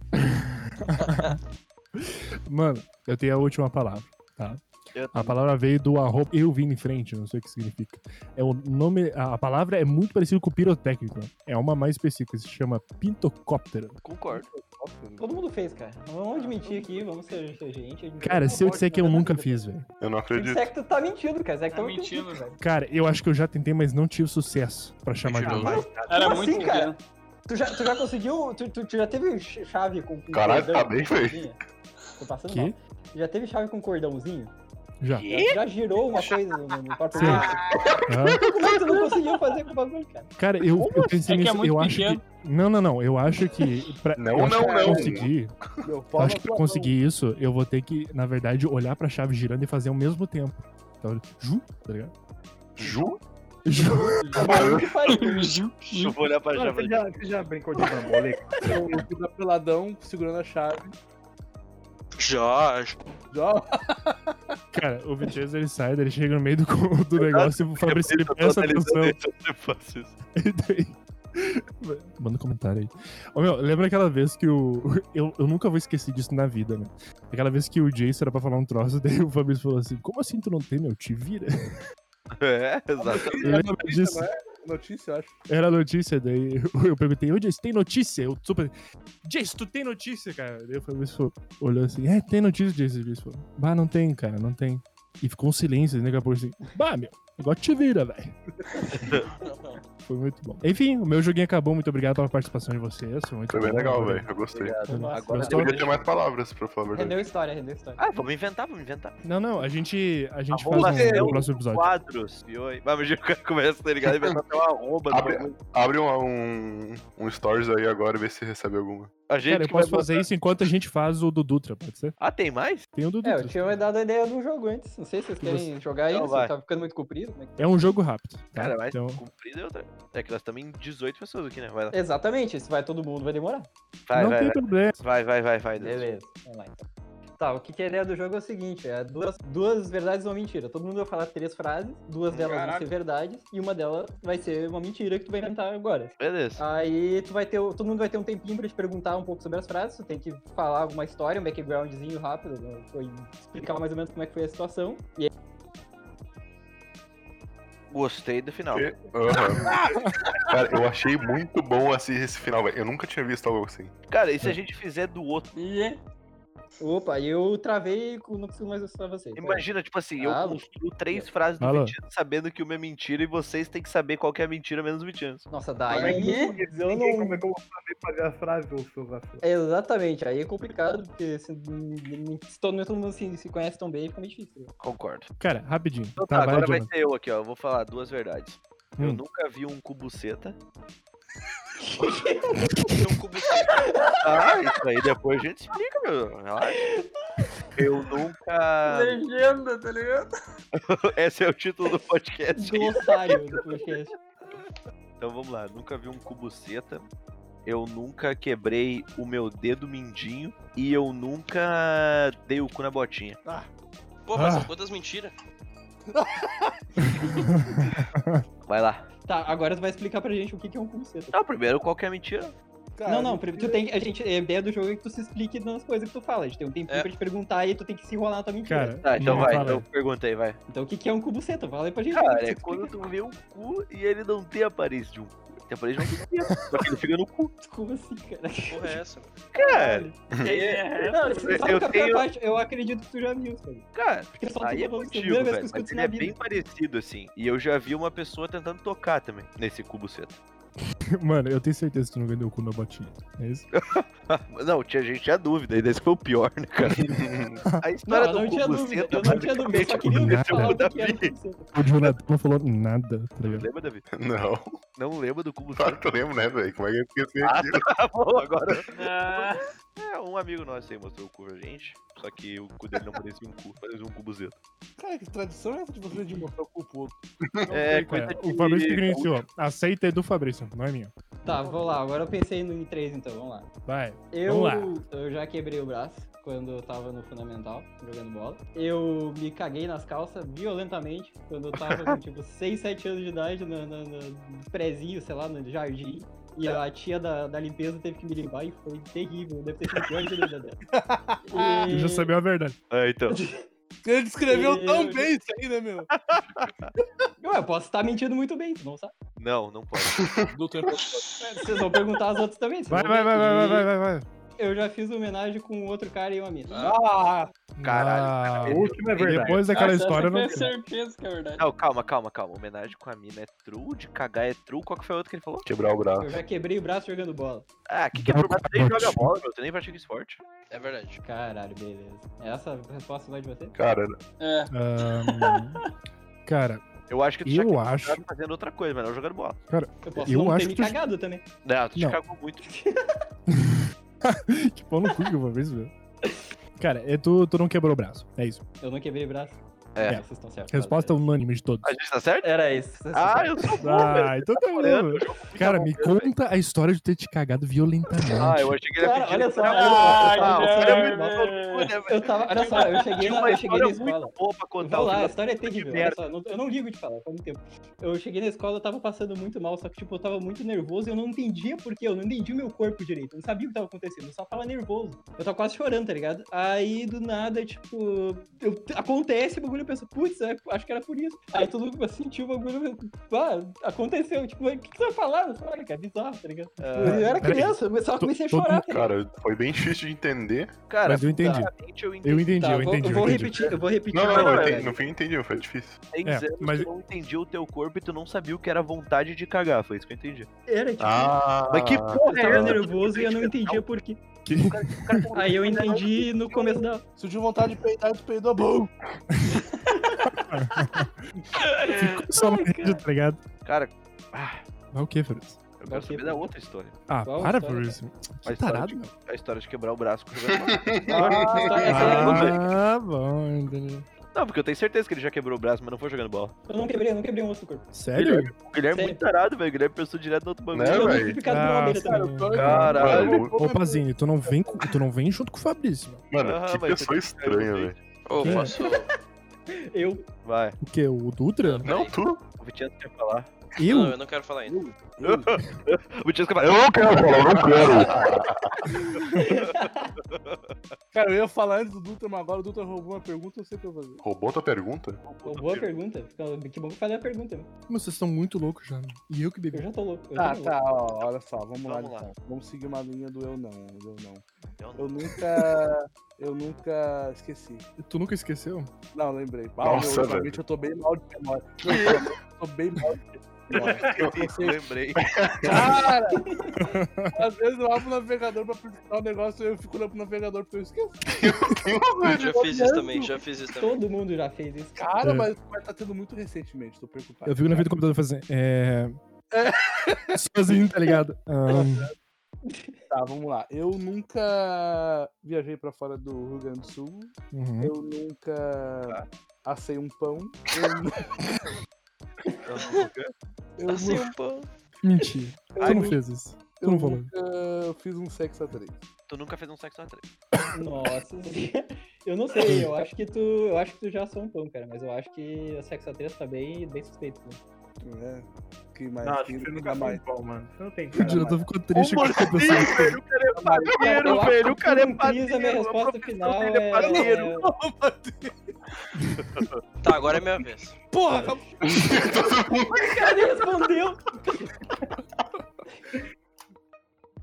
Speaker 1: Mano, eu tenho a última palavra. Tá?
Speaker 4: Eu
Speaker 1: A palavra veio do arroba eu vim em frente, não sei o que significa. É o nome, a a palavra é muito parecida com pirotécnico. né? É uma mais específica, se chama pintocóptero.
Speaker 4: Concordo.
Speaker 5: Todo mundo fez, cara. Vamos admitir aqui, vamos ser, ser gente. admitir. né?
Speaker 1: Cara, se eu disser que eu nunca fiz, velho.
Speaker 3: Eu não
Speaker 5: Se
Speaker 3: acredito.
Speaker 5: disser que tu tá mentindo, cara. Se é que
Speaker 8: Tá
Speaker 5: tu tá mentindo,
Speaker 8: mentindo,
Speaker 5: velho.
Speaker 1: Cara, eu acho que eu já tentei, mas não tive sucesso pra chamar de
Speaker 3: Mentiroso.
Speaker 1: amigo.
Speaker 8: Era
Speaker 5: Como
Speaker 8: muito
Speaker 5: assim, cara?
Speaker 8: pequeno.
Speaker 5: Tu já, tu já conseguiu. Tu, tu- tu já teve ch- chave com. com
Speaker 3: Caralho, tá
Speaker 5: cordão,
Speaker 3: bem,
Speaker 5: com
Speaker 3: velho.
Speaker 5: cordinha? Tô passando
Speaker 1: Que?
Speaker 5: mal. Já teve chave com cordãozinho?
Speaker 1: Já.
Speaker 5: Já, já girou uma coisa no, no próprio
Speaker 1: Sim.
Speaker 5: braço?
Speaker 1: Hã?
Speaker 5: Como é que tu não conseguiu fazer com o bagulho, cara?
Speaker 1: Cara, eu, eu pensei
Speaker 8: É que é
Speaker 1: nisso.
Speaker 8: muito
Speaker 1: eu acho
Speaker 8: pequeno.
Speaker 1: que. Não, não, não. Eu acho que. Pra,
Speaker 3: Não,
Speaker 1: eu acho
Speaker 3: não,
Speaker 1: que
Speaker 3: não.
Speaker 1: Conseguir,
Speaker 2: Meu
Speaker 1: eu
Speaker 2: pau
Speaker 1: Então, acho
Speaker 2: na
Speaker 1: que pra
Speaker 2: tua
Speaker 1: conseguir isso, eu vou ter que, na verdade, olhar pra chave girando e fazer ao mesmo tempo. Então, ju, tá ligado?
Speaker 3: Ju?
Speaker 1: Ju.
Speaker 5: Que pariu.
Speaker 4: Eu vou olhar pra
Speaker 7: Mano,
Speaker 4: Java.
Speaker 7: você já, você já brincou de bambolê?
Speaker 2: mão. Eu fui lá peladão, segurando a chave.
Speaker 6: Jorge.
Speaker 2: Ó,
Speaker 1: Cara, o Vitesse ele sai, daí ele chega no meio do, co- do negócio e o Fabrício ele presta atenção.
Speaker 4: Eu faço isso.
Speaker 1: E daí- Manda um comentário aí. Ô, meu, lembra aquela vez que o. Eu, eu nunca vou esquecer disso na vida, né? Aquela vez que o Jason era pra falar um troço, daí o Fabrício falou assim: Como assim tu não tem, meu? Te vira.
Speaker 4: É, exatamente.
Speaker 1: Eu lembro disso.
Speaker 2: não é? Notícia, eu acho.
Speaker 1: Era notícia, daí eu, eu perguntei, ô Jace, tem notícia? Eu super. Jace, tu tem notícia, cara? Daí o Fabrício olhou assim, é, tem notícia, Jace. O Jace falou, bah, não tem, cara, não tem. E ficou um silêncio, e daqui a pouco assim, bah, meu, agora te vira, velho. Foi muito bom. Enfim, o meu joguinho acabou, muito obrigado pela participação de vocês. Foi muito
Speaker 3: Foi bem
Speaker 1: bom.
Speaker 3: legal, velho. Eu gostei.
Speaker 5: Nossa,
Speaker 4: Agora
Speaker 1: Gostou?
Speaker 3: Deveria ter mais palavras, pra falar a verdade.
Speaker 5: Rendeu história, rendeu história.
Speaker 4: Ah, vamos inventar, vamos inventar.
Speaker 1: Não, não, a gente, a gente
Speaker 4: Arroba
Speaker 1: faz um,
Speaker 4: seu
Speaker 1: no próximo episódio.
Speaker 4: Quadros. E oi. Mas imagina o cara começa, tá ligado? Inventar até uma arroba. do
Speaker 3: Abre-
Speaker 4: bagulho.
Speaker 3: Abre um, um, um stories aí agora e vê se recebe alguma.
Speaker 4: A gente
Speaker 1: Cara, eu
Speaker 4: que vai
Speaker 1: posso fazer isso enquanto a gente faz o do Dutra, pode ser?
Speaker 4: Ah, tem mais?
Speaker 1: Tem o do
Speaker 5: É,
Speaker 1: Dutra.
Speaker 5: eu tinha dado a ideia de um jogo antes. Não sei se vocês querem jogar
Speaker 4: Então
Speaker 5: isso,
Speaker 4: vai.
Speaker 5: tá ficando muito comprido. Né?
Speaker 1: É um jogo rápido. tá?
Speaker 4: Cara, vai.
Speaker 1: Então,
Speaker 4: Cumprido é outra. É que nós estamos em 18 pessoas aqui, né? Vai lá.
Speaker 5: Exatamente, se vai todo mundo, vai demorar.
Speaker 4: Vai,
Speaker 1: não
Speaker 4: vai,
Speaker 1: tem
Speaker 4: vai.
Speaker 1: problema.
Speaker 4: Vai, vai, vai, vai. Deus.
Speaker 5: Beleza, vamos lá então. Tá, o que, que é a ideia do jogo é o seguinte: é duas, duas verdades e uma mentira. Todo mundo vai falar três frases, duas delas vão
Speaker 8: Caraca.
Speaker 5: ser verdades, e uma delas vai ser uma mentira que tu vai inventar agora.
Speaker 4: Beleza.
Speaker 5: Aí tu vai ter. o- Todo mundo vai ter um tempinho pra te perguntar um pouco sobre as frases. Tu tem que falar alguma história, um backgroundzinho rápido, né? Foi explicar mais ou menos como é que foi a situação. E aí,
Speaker 4: Gostei do final.
Speaker 3: Que- Aham. Cara, eu achei muito
Speaker 4: É.
Speaker 3: bom assim, esse final, velho. Eu nunca tinha visto algo assim.
Speaker 4: Cara, e se a gente fizer do outro?
Speaker 8: E é.
Speaker 5: Opa, e eu travei e não consigo mais assustar vocês. pera.
Speaker 4: Imagina, tipo assim, eu
Speaker 5: Ah,
Speaker 4: construo três frases do
Speaker 1: Alô.
Speaker 4: Vitinho sabendo que uma é mentira e vocês têm que saber qual que é a mentira menos o Vitinho.
Speaker 5: Nossa,
Speaker 7: Como é
Speaker 5: daí.
Speaker 7: que- porque
Speaker 5: eu
Speaker 7: ninguém-
Speaker 5: não-
Speaker 7: Como é que eu vou saber fazer as frases, ô seus assassinos?
Speaker 5: É, Exatamente, aí é complicado, porque se, se todo todo mundo se, se conhece tão bem, fica meio difícil. né?
Speaker 4: Concordo.
Speaker 1: Cara, rapidinho.
Speaker 4: Então tá,
Speaker 1: tá, vai,
Speaker 4: agora vai
Speaker 1: Jonathan.
Speaker 4: ser eu aqui, ó. Eu vou falar duas verdades. Eu
Speaker 1: Hum.
Speaker 4: nunca vi um cubuceta.
Speaker 6: Tem um cubo seco.
Speaker 4: Ah, isso aí depois a gente explica, meu. Relaxa. Eu nunca.
Speaker 8: Legenda, tá ligado?
Speaker 4: Esse é o título do podcast.
Speaker 5: Glossário do podcast.
Speaker 4: Então vamos lá, nunca vi um cubuceta. Eu nunca quebrei o meu dedo mindinho e eu nunca dei o cu na botinha.
Speaker 5: Tá.
Speaker 6: Pô, mas são
Speaker 1: Ah.
Speaker 6: quantas mentiras.
Speaker 4: Vai lá.
Speaker 5: Tá, agora tu vai explicar pra gente o que que é um conceito.
Speaker 4: Não, primeiro qual que é a mentira?
Speaker 5: não, não, pri- tu tem, a, gente, a ideia do jogo é que tu se explique nas coisas que tu fala. A gente tem um tempinho
Speaker 6: É.
Speaker 5: pra te perguntar e tu tem que se enrolar na tua mentira.
Speaker 1: Cara,
Speaker 4: Tá, então
Speaker 1: não
Speaker 4: vai,
Speaker 1: fala.
Speaker 4: então pergunta aí, vai.
Speaker 5: Então o que, que é um cubuceta? Fala aí pra gente.
Speaker 4: Cara, é
Speaker 5: Explica.
Speaker 4: quando tu vê um cu e ele não tem a aparência de um cu. Ele Tem a aparência de um cu. Só que ele fica no cu.
Speaker 5: Como assim, cara?
Speaker 6: Porra, é essa? mano?
Speaker 4: Cara,
Speaker 5: Não, isso não sabe
Speaker 4: eu
Speaker 5: o que é
Speaker 4: tenho-
Speaker 5: abaixo. eu acredito que tu já viu, cara.
Speaker 4: cara,
Speaker 5: Porque só tu
Speaker 4: aí é
Speaker 5: falou isso, é a
Speaker 4: contigo,
Speaker 5: primeira vez que
Speaker 4: velho.
Speaker 5: eu escuto
Speaker 4: Mas
Speaker 5: isso
Speaker 4: ele
Speaker 5: na
Speaker 4: é
Speaker 5: vida.
Speaker 4: bem parecido, assim. E eu já vi uma pessoa tentando tocar também nesse cubuceta. então.
Speaker 1: Mano, eu tenho certeza que tu não vendeu o cu na botinha. É isso?
Speaker 4: Não, tinha gente tinha dúvida, e desse foi o pior, né, cara? A história
Speaker 5: não, eu não
Speaker 4: do
Speaker 5: tinha dúvida, eu não tinha dúvida, eu só
Speaker 1: basicamente,
Speaker 5: queria ouvir falar o que que era um
Speaker 4: Davi.
Speaker 5: cubuceta.
Speaker 1: O Jonathan não falou nada, tá ligado?
Speaker 4: Lembra, Davi?
Speaker 3: Não,
Speaker 4: Não lembra do cubo
Speaker 3: claro que eu lembro, né, velho? Como é que eu esqueci
Speaker 4: Ah,
Speaker 3: aquilo?
Speaker 4: tá bom, agora.
Speaker 8: Ah,
Speaker 4: É, um amigo nosso aí mostrou o cu pra gente. Só que o cu dele não parecia um cu, parecia um cubuzeta.
Speaker 2: Cara, que tradição é essa de você de mostrar o cu pro outro?
Speaker 4: É,
Speaker 1: Cara,
Speaker 4: coisa
Speaker 1: o
Speaker 4: de-
Speaker 1: Fabrício que iniciou. Aceita é do Fabrício, não é minha.
Speaker 5: Tá, vamos lá, agora eu pensei no I3, então, vamos lá.
Speaker 1: Vai.
Speaker 5: Eu,
Speaker 1: Vamos lá.
Speaker 5: eu já quebrei o braço quando eu tava no Fundamental, jogando bola. Eu me caguei nas calças violentamente quando eu tava com tipo 6, 7 anos de idade no, no, no prezinho, sei lá, no jardim. E a tia da, da limpeza teve que me limpar e foi terrível. Deve ter sido pior que a vida dela. E-
Speaker 1: Eu já sabia a verdade.
Speaker 4: É, então.
Speaker 2: Ele descreveu
Speaker 5: Eu-
Speaker 2: tão bem isso aí, né, meu?
Speaker 5: Ué, eu posso estar mentindo muito bem, tu não sabe.
Speaker 4: Não, não pode.
Speaker 2: Doutor
Speaker 5: Vocês vão perguntar as outras também. vocês
Speaker 1: Vai,
Speaker 5: vão
Speaker 1: vai,
Speaker 5: ver.
Speaker 1: vai, vai, vai, vai,
Speaker 5: E
Speaker 1: vai, vai.
Speaker 5: Eu já fiz homenagem com outro cara e uma mina.
Speaker 2: Ah,
Speaker 1: Ah,
Speaker 4: Caralho,
Speaker 7: A última é verdade.
Speaker 1: Depois daquela
Speaker 8: essa
Speaker 1: história, eu
Speaker 8: eu
Speaker 1: não.
Speaker 8: tenho certeza que é verdade.
Speaker 4: Não, calma, calma, calma. Homenagem com a mina é true, de cagar é true. Qual que foi a outra que ele falou?
Speaker 3: Quebrar o braço.
Speaker 5: Eu já quebrei o braço jogando bola.
Speaker 4: Ah, que quebra o braço nem joga bola, meu. Você nem pratica esporte.
Speaker 6: É verdade.
Speaker 5: Caralho, beleza. Essa é resposta vai de você?
Speaker 3: Cara,
Speaker 8: É.
Speaker 1: Ahn, Cara,
Speaker 4: Eu acho que tu já
Speaker 1: eu acho.
Speaker 4: tá fazendo outra coisa, mas não jogando bola.
Speaker 5: Eu posso
Speaker 1: Eu
Speaker 5: não
Speaker 1: acho
Speaker 5: ter me
Speaker 1: que tu-
Speaker 5: cagado também.
Speaker 4: Não, tu te
Speaker 1: Não.
Speaker 4: cagou muito.
Speaker 1: Que pau no cu que eu vou ver isso, velho. Cara, é tu, tu não quebrou o braço. É isso.
Speaker 5: Eu não quebrei braço.
Speaker 4: É.
Speaker 5: Vocês estão certos.
Speaker 1: Resposta um- unânime de todos.
Speaker 4: A gente tá certo?
Speaker 5: Era isso. Vocês estão
Speaker 4: Ah,
Speaker 5: certos.
Speaker 4: eu sou bom, velho.
Speaker 1: Ah, então tá bom.
Speaker 4: Olhando,
Speaker 1: velho.
Speaker 4: eu jogo muito
Speaker 1: Cara,
Speaker 4: bom
Speaker 1: me
Speaker 4: mesmo, velho.
Speaker 1: conta a história de ter te cagado violentamente.
Speaker 4: Ah, eu achei que ele ia
Speaker 5: Cara,
Speaker 4: pedir
Speaker 5: olha só,
Speaker 4: pra-
Speaker 5: olha só.
Speaker 4: Ah,
Speaker 8: Olha
Speaker 4: você
Speaker 8: só,
Speaker 4: é muito
Speaker 8: velho.
Speaker 4: loucura, velho.
Speaker 5: Eu tava, olha só, eu cheguei
Speaker 4: Tinha
Speaker 5: na,
Speaker 4: uma
Speaker 5: eu cheguei na
Speaker 4: história
Speaker 5: escola.
Speaker 4: muito boa pra contar.
Speaker 5: Vou lá, a
Speaker 4: o
Speaker 5: história é terrível.
Speaker 4: tá merda.
Speaker 5: olha só, não- eu não ligo de falar, faz muito tempo. Eu cheguei na escola, eu tava passando muito mal, só que tipo, eu tava muito nervoso e eu não entendia por quê, eu não entendi o meu corpo direito, eu não sabia o que tava acontecendo, eu só tava nervoso. Eu tava quase chorando, tá ligado? Aí do nada, tipo, eu, acontece o bagulho, eu penso, putz, é, acho que era por isso. Aí todo mundo sentiu o bagulho, eu, ah, aconteceu, tipo, o que, que você vai falar? Eu falei, "Olha, cara, é bizarro, tá ligado?
Speaker 4: Ah,
Speaker 5: eu era
Speaker 1: peraí.
Speaker 5: criança, eu só
Speaker 1: To-
Speaker 5: comecei a
Speaker 1: todo
Speaker 5: chorar, tá ligado?
Speaker 3: cara, foi bem difícil de entender.
Speaker 4: Cara,
Speaker 1: Mas eu entendi.
Speaker 4: sinceramente, eu entendi.
Speaker 1: Eu entendi,
Speaker 5: Tá,
Speaker 1: eu
Speaker 5: vou-
Speaker 1: entendi. eu
Speaker 5: eu vou
Speaker 1: entendi.
Speaker 5: repetir, eu vou repetir.
Speaker 3: Não,
Speaker 5: o
Speaker 3: não,
Speaker 5: meu,
Speaker 3: eu
Speaker 4: não,
Speaker 3: entendi-
Speaker 5: velho.
Speaker 3: no fim eu entendi, foi difícil.
Speaker 4: Tem
Speaker 1: É,
Speaker 4: anos que
Speaker 1: mas-
Speaker 4: tu não entendi o teu corpo e tu não sabia o que era vontade de cagar. Foi isso que eu entendi.
Speaker 5: Era tipo,
Speaker 3: Ah,
Speaker 4: Mas que
Speaker 5: eu
Speaker 4: porra é
Speaker 5: tava
Speaker 4: essa?
Speaker 5: nervoso e eu não entendia por quê.
Speaker 1: Que-
Speaker 5: Aí eu entendi no começo da.
Speaker 2: surgiu vontade de peidar e tu peidou, bum!
Speaker 1: Só não entendi, tá ligado?
Speaker 4: Cara,
Speaker 1: Mas o que, Fabrício?
Speaker 4: eu
Speaker 5: Não,
Speaker 4: quero saber
Speaker 5: que-
Speaker 4: da outra história.
Speaker 1: Ah,
Speaker 5: Qual
Speaker 1: para,
Speaker 5: história,
Speaker 1: Fabrício.
Speaker 4: A
Speaker 1: Que
Speaker 4: história, tipo,
Speaker 1: tarado,
Speaker 4: de,
Speaker 1: meu.
Speaker 4: a história de quebrar o braço com o jogador.
Speaker 5: Ah,
Speaker 1: Ah, bom, entendi.
Speaker 4: Não, porque eu tenho certeza que ele já quebrou o braço, mas não foi jogando bola.
Speaker 5: eu não quebrei, eu não quebrei um osso do corpo.
Speaker 1: Sério?
Speaker 4: O Guilherme é
Speaker 5: Sério?
Speaker 4: muito tarado, velho. O Guilherme pensou direto no outro bagulho.
Speaker 3: Né,
Speaker 5: eu
Speaker 3: velho?
Speaker 5: tive ficado pela beira também.
Speaker 4: Caralho.
Speaker 3: Mano,
Speaker 1: Ah, Ô, Pazini, tu não vem, com- tu não vem junto com o Fabrício. meu.
Speaker 3: mano
Speaker 4: Ah,
Speaker 3: que
Speaker 4: mas você
Speaker 3: pessoa
Speaker 4: tem que
Speaker 3: estranha,
Speaker 4: sair.
Speaker 3: velho.
Speaker 6: Ô,
Speaker 1: É.
Speaker 6: posso.
Speaker 5: Eu.
Speaker 4: Vai.
Speaker 1: O quê? O Dutra?
Speaker 3: Não, tu?
Speaker 4: O Vitinho quer falar.
Speaker 6: Não,
Speaker 1: Eu?
Speaker 6: eu não quero falar ainda.
Speaker 4: O Vitinho quer falar. Eu não quero falar, não
Speaker 3: Ah,
Speaker 2: Cara, eu ia falar antes do Dutra, mas agora o Dutra roubou uma pergunta, eu sei o que eu vou fazer.
Speaker 3: Roubou tua pergunta?
Speaker 5: Pô, boa pergunta. Fica- Que bom que eu falei a pergunta. meu.
Speaker 1: Mas vocês estão muito loucos já. meu. E eu que
Speaker 5: Eu
Speaker 1: bebi.
Speaker 5: já tô louco. eu
Speaker 2: Tá,
Speaker 5: tô
Speaker 2: tá, ó, olha só, vamos, lá,
Speaker 4: Vamos lá.
Speaker 2: então. Vamos seguir uma linha do eu não, do eu não.
Speaker 4: Eu não.
Speaker 2: Eu nunca. eu nunca esqueci.
Speaker 1: Tu nunca esqueceu?
Speaker 2: Não, lembrei. Pau,
Speaker 3: Nossa,
Speaker 2: eu, ultimamente eu tô bem mal de memória. Eu tô bem mal de memória. Eu pensei,
Speaker 4: Lembrei.
Speaker 2: cara! Às vezes eu abro o navegador pra pesquisar um negócio e eu fico no navegador porque eu esqueço.
Speaker 6: Eu já fiz isso também, já fiz isso também.
Speaker 5: Todo mundo já fez isso.
Speaker 2: Cara,
Speaker 1: É.
Speaker 2: mas vai tá tendo muito recentemente, tô preocupado.
Speaker 1: Eu fico na frente do computador fazendo. É. Sozinho, tá ligado? Ahn,
Speaker 2: Tá, vamos lá. Eu nunca viajei pra fora do Rio Grande do Sul.
Speaker 1: uhum.
Speaker 2: Eu
Speaker 7: Tá.
Speaker 2: nunca assei um pão. Eu, nu- eu, nu-
Speaker 6: Assim, um pão.
Speaker 1: Mentira. Tu
Speaker 2: eu
Speaker 1: não
Speaker 2: nu-
Speaker 1: fez isso.
Speaker 2: eu
Speaker 1: Tu não falou.
Speaker 2: nunca fiz um sexo a três.
Speaker 4: Tu nunca fez um sexo a três.
Speaker 5: Nossa. Eu não sei, eu acho que tu. Eu acho que tu já sou um pão, cara. Mas eu acho que o sexo a três tá bem, bem suspeito. né?
Speaker 2: Né? Que mais?
Speaker 7: Não, acho
Speaker 2: que
Speaker 7: que você
Speaker 2: ainda
Speaker 7: nunca foi
Speaker 2: mais.
Speaker 7: um pau, mano. Você não tem
Speaker 1: O
Speaker 7: cara,
Speaker 1: diretor
Speaker 7: mano.
Speaker 1: ficou triste com o que aconteceu.
Speaker 5: Eu
Speaker 4: Padeiro,
Speaker 5: acho
Speaker 4: velho.
Speaker 5: que
Speaker 4: O cara é
Speaker 5: tu precisa,
Speaker 4: padeiro.
Speaker 5: Minha
Speaker 4: a
Speaker 5: resposta
Speaker 4: profissão
Speaker 5: final
Speaker 4: dele é padeiro.
Speaker 5: é.
Speaker 6: Tá, agora é minha vez.
Speaker 5: Porra! O cara nem respondeu.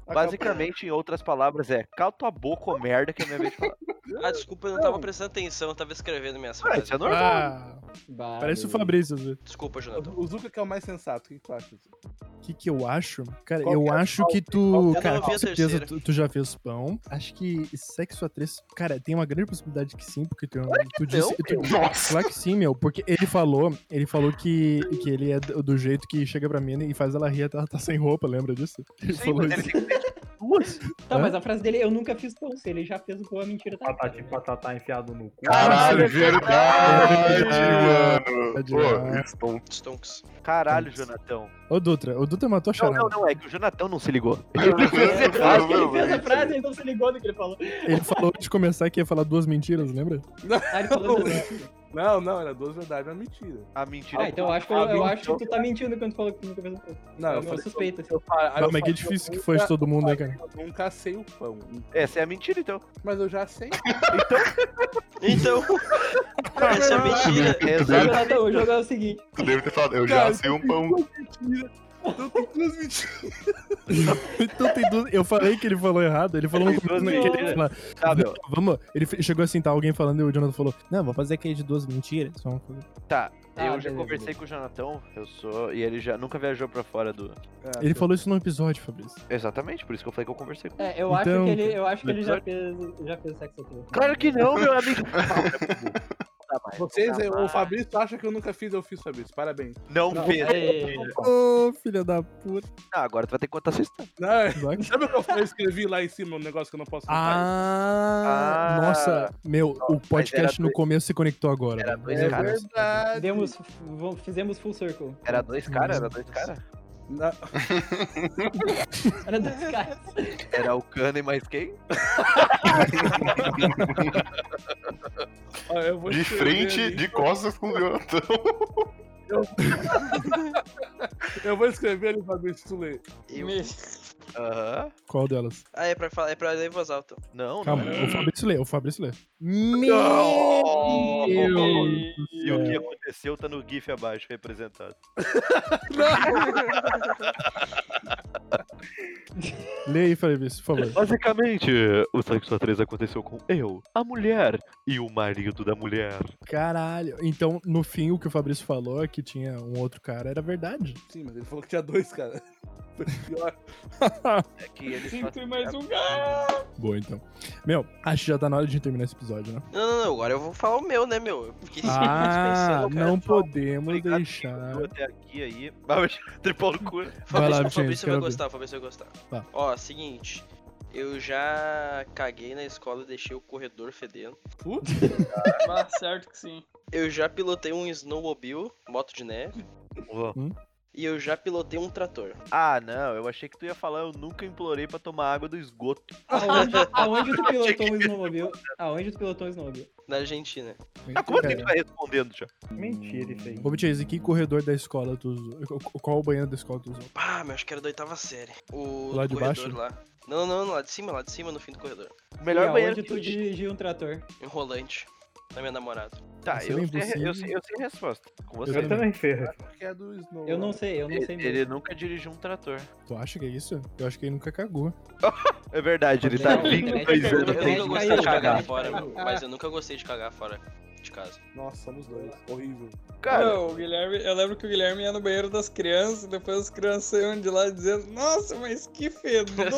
Speaker 4: Basicamente, em outras palavras, é cala tua boca, ô merda, que é minha vez de falar.
Speaker 6: Ah, desculpa, eu não tava prestando atenção, eu tava escrevendo minhas
Speaker 4: Ah,
Speaker 6: frases.
Speaker 4: isso é normal.
Speaker 1: Ah,
Speaker 5: Bah,
Speaker 1: parece o
Speaker 5: meu
Speaker 1: Fabrício às vezes.
Speaker 6: Desculpa, Jonathan.
Speaker 2: O Zuka que é o mais sensato, o que tu acha? Zuka?
Speaker 1: O que, que eu acho? Cara,
Speaker 2: Qual que
Speaker 1: eu
Speaker 2: é a
Speaker 1: acho
Speaker 2: falta?
Speaker 1: que
Speaker 2: Qual
Speaker 1: tu.
Speaker 2: que é a
Speaker 1: Cara,
Speaker 6: falta?
Speaker 1: com certeza
Speaker 6: Terceira.
Speaker 1: tu, tu já fez pão. Acho que sexo a três. Cara, tem uma grande possibilidade que sim, porque tu, tu disse. tu-
Speaker 3: Nossa!
Speaker 1: Claro que sim, meu, porque ele falou, ele falou que, que ele é do do jeito que chega pra mina e faz ela rir até ela tá sem roupa, lembra disso? Ele
Speaker 4: Sim,
Speaker 1: falou
Speaker 4: mas ele
Speaker 1: isso.
Speaker 4: tem que ter duas.
Speaker 5: Tá, mas a frase dele é eu nunca fiz pão. Se ele já fez pão, a mentira tá.
Speaker 7: Patati patatá enfiado no cu.
Speaker 3: Caralho, é verdade,
Speaker 1: Ah,
Speaker 3: mano.
Speaker 1: verdade,
Speaker 3: Pô,
Speaker 1: mano.
Speaker 3: estou...
Speaker 6: Stonks.
Speaker 4: Caralho,
Speaker 1: Putz.
Speaker 4: Jonatão.
Speaker 1: Ô Dutra, o Dutra matou a
Speaker 4: Não,
Speaker 1: charada.
Speaker 4: não, não, é que o Jonatão não se ligou.
Speaker 5: Eu acho que ele fez a frase e ele não se ligou do que ele falou.
Speaker 1: Ele falou antes de começar que ia falar duas mentiras, lembra?
Speaker 5: Ah, ele falou assim.
Speaker 2: Não, não, era duas verdades, uma mentira.
Speaker 4: A mentira
Speaker 5: Ah,
Speaker 4: é
Speaker 5: então eu acho, que, eu, eu acho que tu tá mentindo quando tu falou que tu nunca fez um pão.
Speaker 4: Ah,
Speaker 2: Não, eu
Speaker 5: eu
Speaker 2: falei-
Speaker 5: suspeito. assim.
Speaker 2: eu pa- aí
Speaker 1: Ah,
Speaker 2: eu
Speaker 1: mas que
Speaker 2: falei,
Speaker 1: difícil
Speaker 2: eu
Speaker 1: que foi de
Speaker 2: nunca-
Speaker 1: todo mundo, né, cara?
Speaker 2: Eu nunca assei o pão.
Speaker 4: Essa é a mentira, então.
Speaker 2: Mas eu já sei.
Speaker 6: Então, essa é a mentira.
Speaker 4: Exato.
Speaker 5: Jonathan, o jogo é o seguinte.
Speaker 3: Tu deve ter falado, eu já sei um pão.
Speaker 2: Então tem duas mentiras.
Speaker 1: Então tem duas. Eu falei que ele falou errado, ele falou no
Speaker 4: Tem duas
Speaker 1: começo né, que ele ia
Speaker 4: mentiras.
Speaker 1: falar.
Speaker 4: Tá, meu.
Speaker 1: Vamos, ele fe- chegou assim, tá alguém falando e o Jonathan falou: Não, vou fazer aquele de duas mentiras. um Vamos fazer.
Speaker 4: Tá.
Speaker 5: Ah,
Speaker 4: eu já
Speaker 5: beleza,
Speaker 4: conversei com o Jonatão, eu sou. E ele já nunca viajou pra fora do.
Speaker 2: Ah,
Speaker 1: Ele
Speaker 2: tá.
Speaker 1: falou isso no episódio, Fabrício.
Speaker 4: Exatamente, por isso que eu falei que eu conversei com ele.
Speaker 5: É, eu
Speaker 1: Então,
Speaker 5: acho que ele, eu acho que ele já
Speaker 4: episódio-
Speaker 5: fez, já fez sexo aqui.
Speaker 4: Claro que não, meu amigo. Não, não dá mais,
Speaker 2: Vocês,
Speaker 4: não, dá
Speaker 2: o
Speaker 4: mais.
Speaker 2: Fabrício acha que eu nunca fiz, eu fiz, Fabrício. Parabéns.
Speaker 4: não, fez.
Speaker 5: É,
Speaker 1: Ô, filha da puta.
Speaker 4: Ah, agora tu vai ter que contar a sua história.
Speaker 2: Não, é.
Speaker 1: Vai.
Speaker 2: Sabe o que eu falei? Eu escrevi lá em cima um negócio que eu não posso contar?
Speaker 1: Ah,
Speaker 4: Ah.
Speaker 1: nossa, meu, o
Speaker 4: mas
Speaker 1: podcast
Speaker 4: era
Speaker 1: no
Speaker 4: dois-
Speaker 1: começo se conectou agora.
Speaker 4: Era
Speaker 1: né?
Speaker 4: dois
Speaker 1: É,
Speaker 4: caras.
Speaker 2: verdade.
Speaker 5: demos, v- fizemos full circle.
Speaker 4: Era dois caras, era dois caras.
Speaker 2: Na-
Speaker 5: Era dois caras.
Speaker 4: Era o Cano e mais quem?
Speaker 2: Ó, eu vou
Speaker 3: De
Speaker 2: escrever
Speaker 3: frente,
Speaker 2: ali.
Speaker 3: de costas com o Jonathan.
Speaker 2: Eu vou escrever ali, Fabrício, tu lê.
Speaker 6: Eu-
Speaker 8: Me-
Speaker 4: Aham.
Speaker 1: Qual delas?
Speaker 6: Ah, é pra falar, é pra ler em voz alta.
Speaker 4: Não,
Speaker 1: Calma,
Speaker 4: não.
Speaker 1: o Fabrício lê, o Fabrício lê.
Speaker 4: Não! E o
Speaker 1: Deus.
Speaker 4: que aconteceu tá no GIF abaixo representado.
Speaker 1: Lê aí, Fabrício, por favor.
Speaker 4: Basicamente, o sexo a três aconteceu com eu, a mulher e o marido da mulher.
Speaker 1: Caralho. Então, no fim, o que o Fabrício falou, que tinha um outro cara, era verdade.
Speaker 2: Sim, mas ele falou que tinha dois, cara. Foi pior.
Speaker 4: É que eles
Speaker 8: Sim, tem mais um cara.
Speaker 1: Boa, então. Meu, acho que já tá na hora de terminar esse episódio, né?
Speaker 6: Não, não, não, agora eu vou falar o meu, né, meu? Eu fiquei
Speaker 1: Ah,
Speaker 6: pensando, cara.
Speaker 1: não podemos
Speaker 4: Obrigado,
Speaker 1: deixar.
Speaker 4: Eu até aqui aí. Vai tripar no cu.
Speaker 1: Vai lá,
Speaker 6: Fabrício,
Speaker 1: Vicente,
Speaker 6: Fabrício vai
Speaker 1: quero ver.
Speaker 6: gostar, Fabrício vai gostar.
Speaker 1: Tá.
Speaker 6: Ó, seguinte. Eu já caguei na escola e deixei o corredor fedendo.
Speaker 2: Putz,
Speaker 8: Ah, certo que sim.
Speaker 6: Eu já pilotei um snowmobile, moto de neve.
Speaker 4: Ó.
Speaker 6: E eu já pilotei um trator.
Speaker 4: Ah, não, eu achei que tu ia falar, eu nunca implorei pra tomar água do esgoto.
Speaker 5: Aonde, aonde tu pilotou o snowmobile? Aonde tu pilotou o snowmobile?
Speaker 6: Na Argentina.
Speaker 4: Há quanto tempo Ah, assim tu vai respondendo já?
Speaker 7: Mentira isso aí.
Speaker 1: Ô, Betias, e que corredor da escola tu usou? Qu- Qual o banheiro da escola tu usou?
Speaker 6: Ah, meu, acho que era da oitava série. O
Speaker 1: Lá de
Speaker 6: do corredor
Speaker 1: baixo?
Speaker 6: lá. Não, não, não, lá de cima, lá de cima, no fim do corredor.
Speaker 4: O
Speaker 5: E
Speaker 4: melhor banheiro
Speaker 5: aonde
Speaker 4: que
Speaker 5: tu dirigiu um trator?
Speaker 6: Em rolante. na minha namorada.
Speaker 4: Tá,
Speaker 1: Você
Speaker 4: eu
Speaker 5: é
Speaker 1: nem
Speaker 4: sei,
Speaker 1: você-
Speaker 4: eu, sei, eu sei a resposta. Com você.
Speaker 1: Eu
Speaker 7: Eu também ferro.
Speaker 2: Porque é do Snow.
Speaker 5: Eu não sei, eu não sei
Speaker 4: Ele,
Speaker 5: mesmo.
Speaker 4: ele nunca dirigiu um trator.
Speaker 1: Tu acha que é isso? Eu acho que ele nunca cagou.
Speaker 4: É verdade, ele
Speaker 5: Não,
Speaker 4: tá
Speaker 5: não,
Speaker 4: 22
Speaker 5: não,
Speaker 4: anos
Speaker 6: Eu
Speaker 5: não,
Speaker 6: nunca
Speaker 5: Ele
Speaker 4: tentando
Speaker 6: gostei de
Speaker 5: caiu,
Speaker 6: cagar
Speaker 4: né?
Speaker 5: cara.
Speaker 6: fora, meu, mas eu nunca gostei de cagar fora de casa.
Speaker 2: Nossa, somos dois. Horrível.
Speaker 4: Cara,
Speaker 8: Não, o Guilherme, eu lembro que o Guilherme ia no banheiro das crianças, e depois as crianças saíam de lá dizendo, nossa, mas que fedor!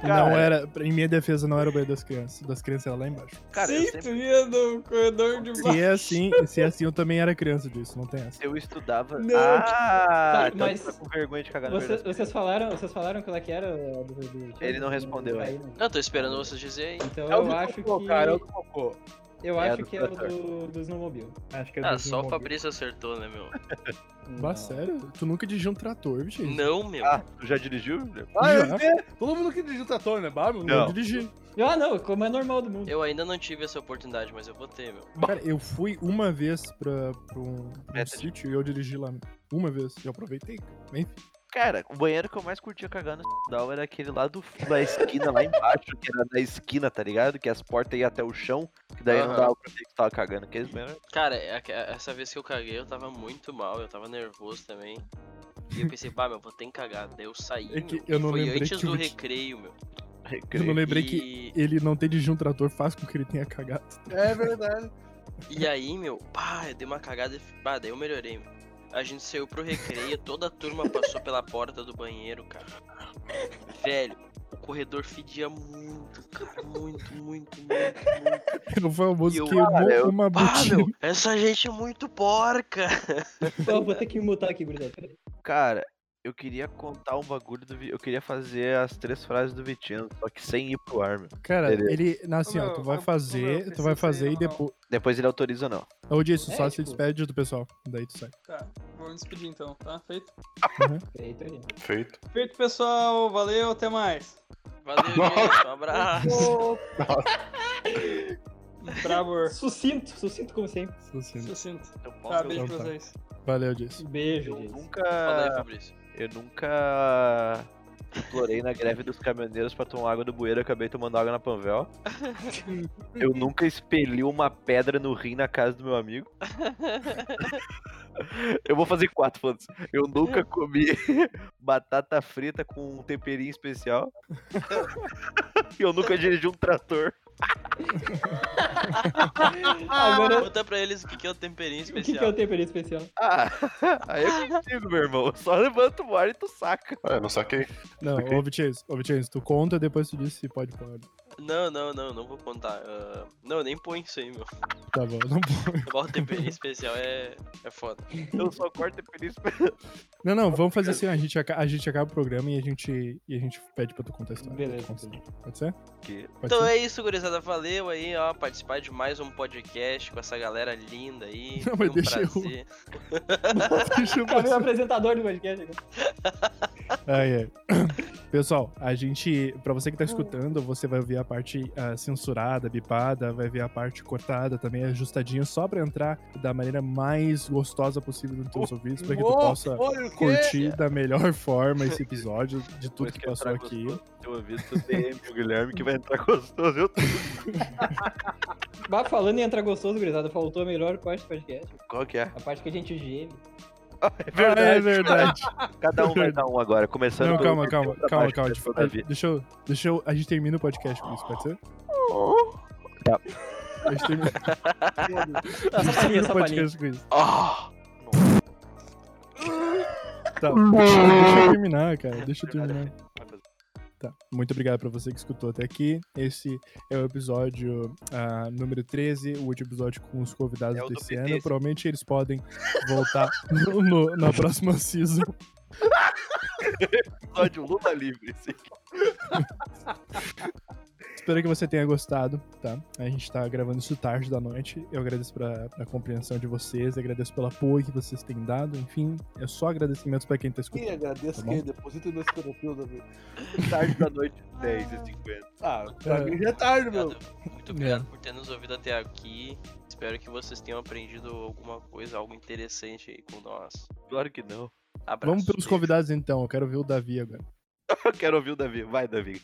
Speaker 4: Cara.
Speaker 1: Não era, em minha defesa, não era o banheiro das crianças. Das crianças era lá embaixo.
Speaker 4: cara eu,
Speaker 8: Sim, tu
Speaker 4: sempre,
Speaker 8: ia no corredor de baixo.
Speaker 1: Se é assim, se é assim, eu também era criança disso, não tem essa.
Speaker 4: eu estudava.
Speaker 8: Não,
Speaker 4: ah, então
Speaker 5: mas-
Speaker 4: tu tá com vergonha de cagar no
Speaker 5: Vocês,
Speaker 4: verdade.
Speaker 5: vocês falaram, vocês falaram qual é que era Tá do, do, do-
Speaker 4: Ele não respondeu,
Speaker 5: do-
Speaker 4: é.
Speaker 6: Não, tô esperando vocês dizerem aí.
Speaker 5: Então
Speaker 2: É o
Speaker 5: eu
Speaker 2: do
Speaker 5: acho
Speaker 2: cocô,
Speaker 5: que.
Speaker 2: cara, é o do cocô.
Speaker 5: Eu
Speaker 4: É,
Speaker 5: acho
Speaker 4: do
Speaker 5: que era
Speaker 4: trator.
Speaker 5: do, do Snowmobile.
Speaker 7: Acho que é
Speaker 6: Ah,
Speaker 7: do
Speaker 6: só o
Speaker 7: Snowmobile.
Speaker 6: Fabrício acertou, né, meu?
Speaker 1: Bah, sério? Tu nunca dirigiu um trator, bicho?
Speaker 6: Não, meu.
Speaker 4: Ah, tu já dirigiu? Léo?
Speaker 2: Ah, eu
Speaker 1: Já.
Speaker 2: vi. Todo mundo que digita ator, né, Bárbara?
Speaker 4: Não.
Speaker 1: Eu dirigi.
Speaker 5: Ah, não, como é normal do mundo.
Speaker 6: Eu ainda não tive essa oportunidade, mas eu vou ter, meu.
Speaker 1: Cara, eu fui uma vez pra, pra um, pra um
Speaker 4: Meta de-
Speaker 1: sítio e eu dirigi lá. Uma vez. E eu aproveitei. cara. Enfim,
Speaker 4: Cara, o banheiro que eu mais curtia cagar no hospital era aquele lá do, da esquina, lá embaixo, que era da esquina, tá ligado? Que as portas iam até o chão, que daí não
Speaker 6: Aham.
Speaker 4: dava pra ver que tu tava cagando. Aqueles banheiros.
Speaker 6: Cara, é que- essa vez que eu caguei, eu tava muito mal, eu tava nervoso também. E eu pensei, pá, meu, vou ter que cagar. Daí eu saí,
Speaker 1: É que
Speaker 6: meu,
Speaker 1: eu
Speaker 6: e
Speaker 1: não
Speaker 6: foi
Speaker 1: lembrei
Speaker 6: antes
Speaker 1: que o
Speaker 6: do
Speaker 1: Vic-
Speaker 6: recreio, meu.
Speaker 1: eu não lembrei que
Speaker 6: E,
Speaker 1: ele não ter dirigido um trator faz com que ele tenha cagado.
Speaker 2: É verdade.
Speaker 6: e aí, meu, pá, eu dei uma cagada e f- pá, daí eu melhorei, meu. A gente saiu pro recreio, toda a turma passou pela porta do banheiro, cara. Velho, o corredor fedia muito, cara, muito, muito, muito, muito.
Speaker 1: O famoso
Speaker 6: Eu-
Speaker 1: queimou
Speaker 5: é
Speaker 4: eu-
Speaker 1: uma
Speaker 6: Ah,
Speaker 1: botina.
Speaker 6: meu, essa gente é muito porca.
Speaker 5: Eu vou ter que mutar aqui, gurizada. peraí.
Speaker 4: Cara, eu queria contar um bagulho do Vi- Eu queria fazer as três frases do Vitino, só que sem ir pro ar, meu.
Speaker 1: Cara,
Speaker 4: Beleza.
Speaker 1: ele. Não, assim, ó,
Speaker 8: Ô,
Speaker 1: tu
Speaker 8: meu,
Speaker 1: vai
Speaker 8: ô,
Speaker 1: fazer,
Speaker 8: meu,
Speaker 1: tu vai
Speaker 8: preciso
Speaker 1: fazer
Speaker 8: ir,
Speaker 1: e
Speaker 8: não, não.
Speaker 1: depois.
Speaker 4: Depois ele autoriza ou não.
Speaker 1: Ô, Jason,
Speaker 5: É,
Speaker 1: só se
Speaker 5: tipo-
Speaker 1: despede do pessoal. Daí tu sai.
Speaker 8: Tá, vou me despedir então, tá? Feito?
Speaker 5: Peraí, tô olhando.
Speaker 3: Feito.
Speaker 8: Feito, pessoal, valeu, até mais.
Speaker 6: Valeu, gente, um abraço.
Speaker 8: Bravo,
Speaker 5: Sucinto, sucinto como sempre.
Speaker 1: Assim,
Speaker 8: se sinto.
Speaker 4: Eu posso-
Speaker 8: Tá, beijo
Speaker 1: Então
Speaker 8: pra
Speaker 1: tá.
Speaker 8: vocês.
Speaker 1: Valeu, Jason.
Speaker 5: Beijo,
Speaker 4: Eu
Speaker 5: gente.
Speaker 6: Fala aí,
Speaker 4: nunca.
Speaker 6: Fabrício.
Speaker 4: Eu nunca. Implorei na greve dos caminhoneiros pra tomar água do bueiro, eu acabei tomando água na Panvel. Eu nunca espelhi uma pedra no rim na casa do meu amigo. Eu vou fazer quatro, foda-se. Eu nunca comi batata frita com um temperinho especial. E eu nunca dirigi um trator.
Speaker 5: Agora,
Speaker 6: Pergunta pra eles o que que é o temperinho
Speaker 5: o que, que é
Speaker 6: especial.
Speaker 5: o temperinho especial?
Speaker 4: Ah, aí eu contigo, meu irmão. Eu Só levanta o ar e tu saca.
Speaker 3: Ah, eu não saquei.
Speaker 1: Não,
Speaker 3: Ok.
Speaker 1: ô, Jason, ô, Jason, tu conta depois tu diz se pode pôr.
Speaker 6: Não, não, não, não vou contar. Ah, não, nem põe isso aí, meu.
Speaker 1: Tá bom, não põe.
Speaker 6: Igual o temperinho especial é, é foda.
Speaker 4: Eu só corto temperinho especial.
Speaker 1: Não, não, vamos fazer assim. A gente, aca- a gente acaba o programa e a gente, e a gente pede pra tu contar a história.
Speaker 5: Beleza.
Speaker 1: Pode ser?
Speaker 4: Que-
Speaker 1: Pode
Speaker 6: Então
Speaker 1: ser?
Speaker 6: é isso, gurizada. Valeu aí, ó, participar de mais um podcast com essa galera linda aí.
Speaker 1: Não,
Speaker 6: Foi
Speaker 1: mas
Speaker 6: um
Speaker 1: deixa eu-
Speaker 6: prazer.
Speaker 1: Deixa eu
Speaker 5: Cadê o
Speaker 1: passar.
Speaker 5: apresentador do podcast agora?
Speaker 1: Ai, ai. Pessoal, a gente, pra você que tá escutando, você vai ver a parte ah, censurada, bipada, vai ver a parte cortada também, ajustadinha, só pra entrar da maneira mais gostosa possível nos teus ouvidos, pra que tu
Speaker 2: Uou,
Speaker 1: possa
Speaker 2: Olha o quê?
Speaker 1: curtir da melhor forma esse episódio de tudo
Speaker 4: Depois
Speaker 1: que passou
Speaker 4: entrar
Speaker 1: aqui.
Speaker 4: gostoso no Teu ouvido, tu DM pro Guilherme que vai entrar gostoso. Eu tô...
Speaker 5: Bah, falando em entrar gostoso, gurizada, faltou a melhor parte do podcast.
Speaker 4: Qual que é?
Speaker 5: A parte que a gente geme.
Speaker 4: É
Speaker 1: Ah, é verdade.
Speaker 4: Cada um vai dar um agora, começando
Speaker 1: Não,
Speaker 4: pelo
Speaker 1: calma,
Speaker 4: Vitino
Speaker 1: calma,
Speaker 4: pra
Speaker 1: calma,
Speaker 4: baixo,
Speaker 1: calma.
Speaker 4: começando
Speaker 1: Ah,
Speaker 4: da vida.
Speaker 1: Deixa eu, deixa eu. A gente termina o podcast com isso, pode ser?
Speaker 4: Tá.
Speaker 1: A gente termina, a
Speaker 5: Ah, só
Speaker 1: gente
Speaker 5: palhinha,
Speaker 1: termina
Speaker 5: só
Speaker 1: o
Speaker 5: palhinha.
Speaker 1: podcast com isso.
Speaker 6: Ah,
Speaker 1: Tá, deixa, deixa eu terminar, cara. Deixa eu terminar. Tá. Muito obrigado pra você que escutou até aqui. Esse é o episódio ah, número 13, o último episódio com os convidados
Speaker 4: É o do
Speaker 1: desse
Speaker 4: PT,
Speaker 1: ano.
Speaker 4: esse.
Speaker 1: Provavelmente eles podem voltar no- no- na próxima season.
Speaker 4: Episódio Lula livre. esse.
Speaker 1: Espero que você tenha gostado, tá? A gente tá gravando isso tarde da noite. Eu agradeço pra, pra compreensão de vocês, agradeço pelo apoio que vocês têm dado. Enfim, é só agradecimentos pra quem tá
Speaker 2: E
Speaker 1: escutando.
Speaker 2: agradeço
Speaker 1: Tá bom.
Speaker 2: quem deposita nesse terapeuta, Davi.
Speaker 4: Tarde da noite, 10 e 50.
Speaker 2: Ah, pra mim já é tarde, meu.
Speaker 6: obrigado. Muito obrigado por ter nos ouvido até aqui. Espero que vocês tenham aprendido alguma coisa, algo interessante aí com nós.
Speaker 4: Claro que não.
Speaker 6: Abraço.
Speaker 1: Vamos pelos convidados então, eu quero ver o Davi agora.
Speaker 4: Eu quero ouvir o Davi. Vai, Davi.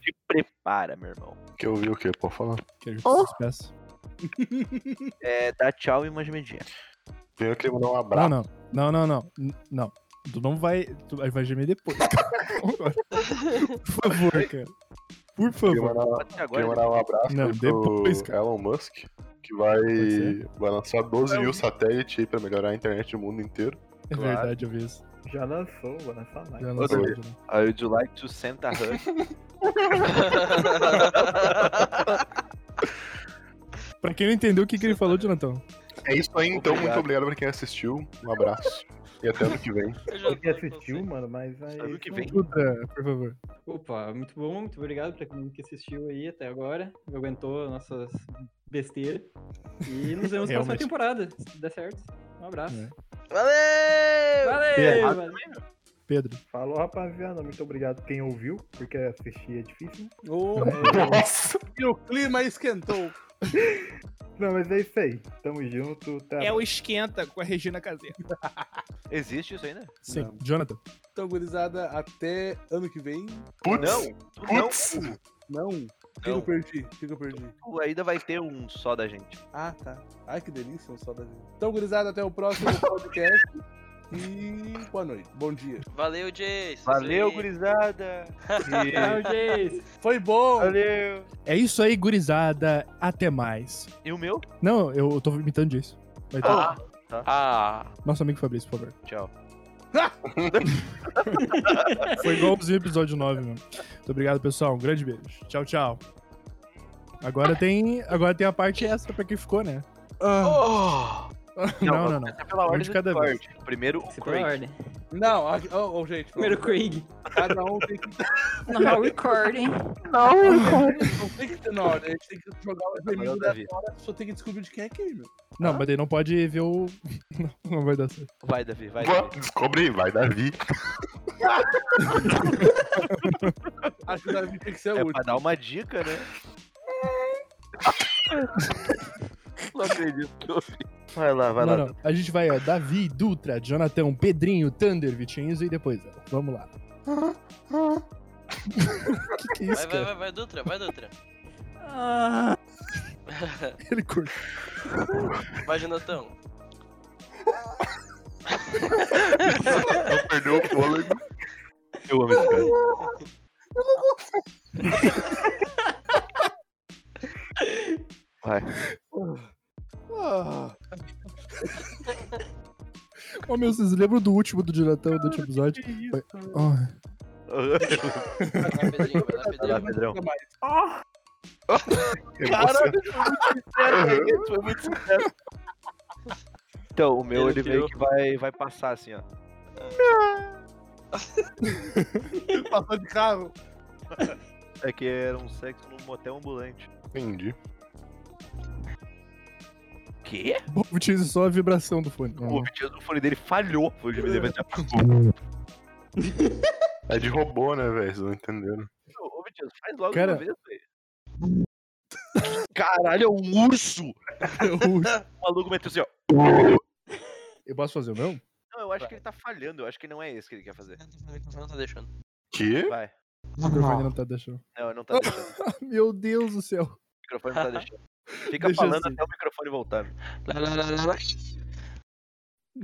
Speaker 4: Te prepara, meu irmão.
Speaker 3: Que eu vi o quê? Pode falar.
Speaker 1: é Quero que você se despeça.
Speaker 4: É, dá tchau e mais medinha.
Speaker 3: Primeiro eu queria mandar um abraço.
Speaker 1: Não, não. Não, não, não. N- Não. Tu não vai. Tu vai- vai gemer depois. Por favor, cara. Por
Speaker 3: Eu queria
Speaker 1: favor.
Speaker 3: mandar,
Speaker 4: Até
Speaker 3: queria
Speaker 4: agora.
Speaker 3: mandar um abraço
Speaker 1: Não,
Speaker 3: pro
Speaker 1: depois, cara.
Speaker 3: Elon Musk, que vai,
Speaker 1: Pode ser.
Speaker 3: vai lançar 12 mil satélites aí pra melhorar a internet do mundo inteiro.
Speaker 1: É
Speaker 4: claro.
Speaker 1: verdade, eu vi isso.
Speaker 7: Já lançou, é vou lançar mais.
Speaker 1: Já não
Speaker 4: Outra
Speaker 1: sei.
Speaker 4: I would like to send a hug.
Speaker 1: Pra quem não entendeu o que, que ele falou, Jonathan.
Speaker 3: É isso aí, então.
Speaker 4: Obrigado.
Speaker 3: Muito obrigado pra quem assistiu. Um abraço. E até ano que vem.
Speaker 8: Eu já
Speaker 7: Porque
Speaker 8: falei com
Speaker 7: assistiu,
Speaker 8: você.
Speaker 7: mano, mas aí.
Speaker 4: Sabe o que vem?
Speaker 1: Duda, por favor.
Speaker 5: Opa, muito bom, muito obrigado pra todo mundo que assistiu aí até agora. que Aguentou nossas besteiras. E nos vemos na próxima
Speaker 1: Realmente.
Speaker 5: temporada, se der certo. Um abraço.
Speaker 1: É.
Speaker 6: Valeu!
Speaker 5: Valeu!
Speaker 1: Obrigado.
Speaker 5: valeu.
Speaker 1: Pedro.
Speaker 7: Falou, rapaziada. Muito obrigado quem ouviu, porque assistir é difícil. né?
Speaker 3: Nossa!
Speaker 2: E o clima esquentou.
Speaker 7: Não, mas é isso aí. Tamo junto. Tá
Speaker 1: o Esquenta com a Regina Caseira.
Speaker 4: Existe isso ainda?
Speaker 1: Sim,
Speaker 2: Não.
Speaker 1: Jonathan.
Speaker 2: Então, gurizada, até ano que vem.
Speaker 3: Putz!
Speaker 4: Não, tu não.
Speaker 3: Putz!
Speaker 2: Não. O que
Speaker 4: Não.
Speaker 2: eu perdi? O que eu perdi?
Speaker 4: Tu ainda vai ter um só da gente.
Speaker 2: Ah, tá. Ai, que delícia, um só da gente. Então, gurizada, até o próximo podcast. E boa noite, bom dia.
Speaker 6: Valeu, Jace!
Speaker 4: Valeu,
Speaker 6: Isso aí.
Speaker 4: gurizada.
Speaker 5: Tchau, Jace!
Speaker 2: Foi bom!
Speaker 4: Valeu.
Speaker 1: É isso aí, gurizada. Até mais.
Speaker 4: E o meu?
Speaker 1: Não, eu tô imitando disso. Vai tá.
Speaker 6: Ah!
Speaker 1: Nosso amigo Fabrício, por favor.
Speaker 4: Tchau.
Speaker 1: Foi igualzinho o episódio 9, mano. Muito obrigado, pessoal. Um grande beijo. Tchau, tchau. Agora tem, agora tem a parte extra pra quem ficou, né?
Speaker 2: Ah.
Speaker 6: Oh!
Speaker 1: Não, não, não.
Speaker 4: É pela
Speaker 1: Um
Speaker 4: ordem
Speaker 1: de
Speaker 4: do
Speaker 1: cada vez.
Speaker 4: Discord. Primeiro o
Speaker 5: Essa é pela
Speaker 4: Craig.
Speaker 5: ordem.
Speaker 2: Não, ó, ó, ó, gente,
Speaker 5: Primeiro Craig.
Speaker 2: cada um tem que,
Speaker 5: Now recording.
Speaker 2: não tem que ter na hora, a gente tem que jogar o
Speaker 4: Agora
Speaker 2: inimigo
Speaker 4: o
Speaker 2: da
Speaker 4: Davi.
Speaker 2: hora, só tem que descobrir de quem é quem, meu.
Speaker 4: Tá.
Speaker 1: Não, mas daí não pode ver o. Não, não vai dar certo.
Speaker 4: Vai, Davi, vai.
Speaker 3: Boa,
Speaker 4: Davi.
Speaker 3: Descobri, vai Davi.
Speaker 2: Acho que o Davi tem que ser o
Speaker 4: É
Speaker 2: último.
Speaker 4: pra dar uma dica, né? Não acredito que eu vi. Vai lá, vai
Speaker 1: não,
Speaker 4: lá.
Speaker 1: não. A gente vai, ó. Davi, Dutra, Jonathan, Pedrinho, Thunder, Vitinhos e depois ela. Vamos lá. que que é
Speaker 6: Vai,
Speaker 1: isso,
Speaker 6: vai,
Speaker 1: cara?
Speaker 6: vai, vai, Dutra, vai, Dutra.
Speaker 5: Ah,
Speaker 1: Ele curte.
Speaker 6: Vai, Jonatão.
Speaker 3: Eu perdeu o fôlego.
Speaker 4: Eu amo esse cara. Vai.
Speaker 1: Ô, meu, vocês lembram do último do Jonathan, do último episódio?
Speaker 6: é
Speaker 1: Foi- Ai.
Speaker 6: Vai lá, Pedrinho, vai lá,
Speaker 4: Vai
Speaker 6: Pedrinho.
Speaker 4: lá, Pedrão.
Speaker 3: Emocionante.
Speaker 4: Foi muito sucesso. Então, o meu
Speaker 6: Ele
Speaker 4: ele, meio
Speaker 6: tirou.
Speaker 4: que vai, vai passar assim, ó.
Speaker 2: Passou de carro.
Speaker 4: É que era um sexo num motel ambulante.
Speaker 3: Entendi.
Speaker 4: Quê?
Speaker 1: Bom, Vitinhos, só a vibração do fone.
Speaker 4: O vídeo do fone dele falhou. Foi o DVD, mas
Speaker 3: É de robô, né, velho? Vocês não entenderam.
Speaker 4: Ô, Vitinho, faz logo
Speaker 1: Cara-
Speaker 4: uma vez, velho. Caralho, é um urso! O maluco meteu assim, ó.
Speaker 1: Eu posso fazer o meu?
Speaker 4: Não, eu acho que ele tá falhando, eu acho que não é esse que ele quer fazer.
Speaker 6: Não tá deixando.
Speaker 3: Que?
Speaker 4: Vai.
Speaker 1: O
Speaker 4: Ah.
Speaker 1: microfone não tá deixando.
Speaker 4: Não, não tá deixando. O
Speaker 1: Meu Deus do céu.
Speaker 4: microfone não tá deixando. Fica
Speaker 1: Deixa
Speaker 4: falando
Speaker 1: assim.
Speaker 4: até o microfone voltar.
Speaker 6: Lá, lá, lá, lá, lá.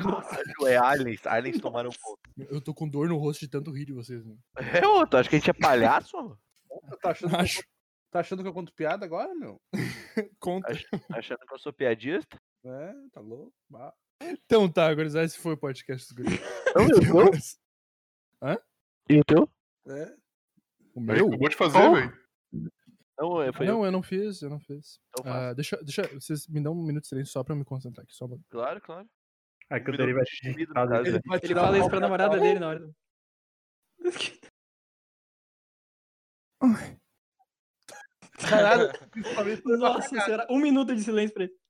Speaker 4: Caralho, é aliens. Aliens tomaram conta.
Speaker 1: Eu tô com dor no rosto de tanto rir de vocês, né? mano.
Speaker 4: É outro, acho que a gente é palhaço, mano.
Speaker 2: Tá achando, que eu-
Speaker 1: Acho.
Speaker 2: tá achando que eu conto piada agora, meu?
Speaker 1: Conta.
Speaker 4: Tá Achando que eu sou piadista.
Speaker 2: É, tá louco? Bah.
Speaker 1: Então tá, gurizada, esse foi o podcast dos guris.
Speaker 4: E o teu?
Speaker 2: É.
Speaker 1: O
Speaker 3: Meu?
Speaker 1: meu?
Speaker 3: Acabou de fazer,
Speaker 4: Oh.
Speaker 3: velho.
Speaker 4: Não, é, foi eu.
Speaker 1: Não, eu não fiz, eu não fiz.
Speaker 4: Então
Speaker 1: Ah,
Speaker 4: faça.
Speaker 1: deixa, deixa, vocês me dão um minuto de silêncio só pra eu me concentrar aqui, só um pouquinho.
Speaker 4: Claro, claro.
Speaker 1: é
Speaker 7: Aí que
Speaker 4: Um
Speaker 7: o Dani vai
Speaker 4: minuto de vida, no
Speaker 7: editado,
Speaker 4: caso,
Speaker 7: né?
Speaker 4: né?
Speaker 2: vai
Speaker 5: ele
Speaker 2: tirar o
Speaker 5: fala isso pra
Speaker 2: pau
Speaker 5: namorada
Speaker 2: fora.
Speaker 5: dele na hora. do-
Speaker 2: Caralho, principalmente
Speaker 5: Nossa senhora, um minuto de silêncio pra ele.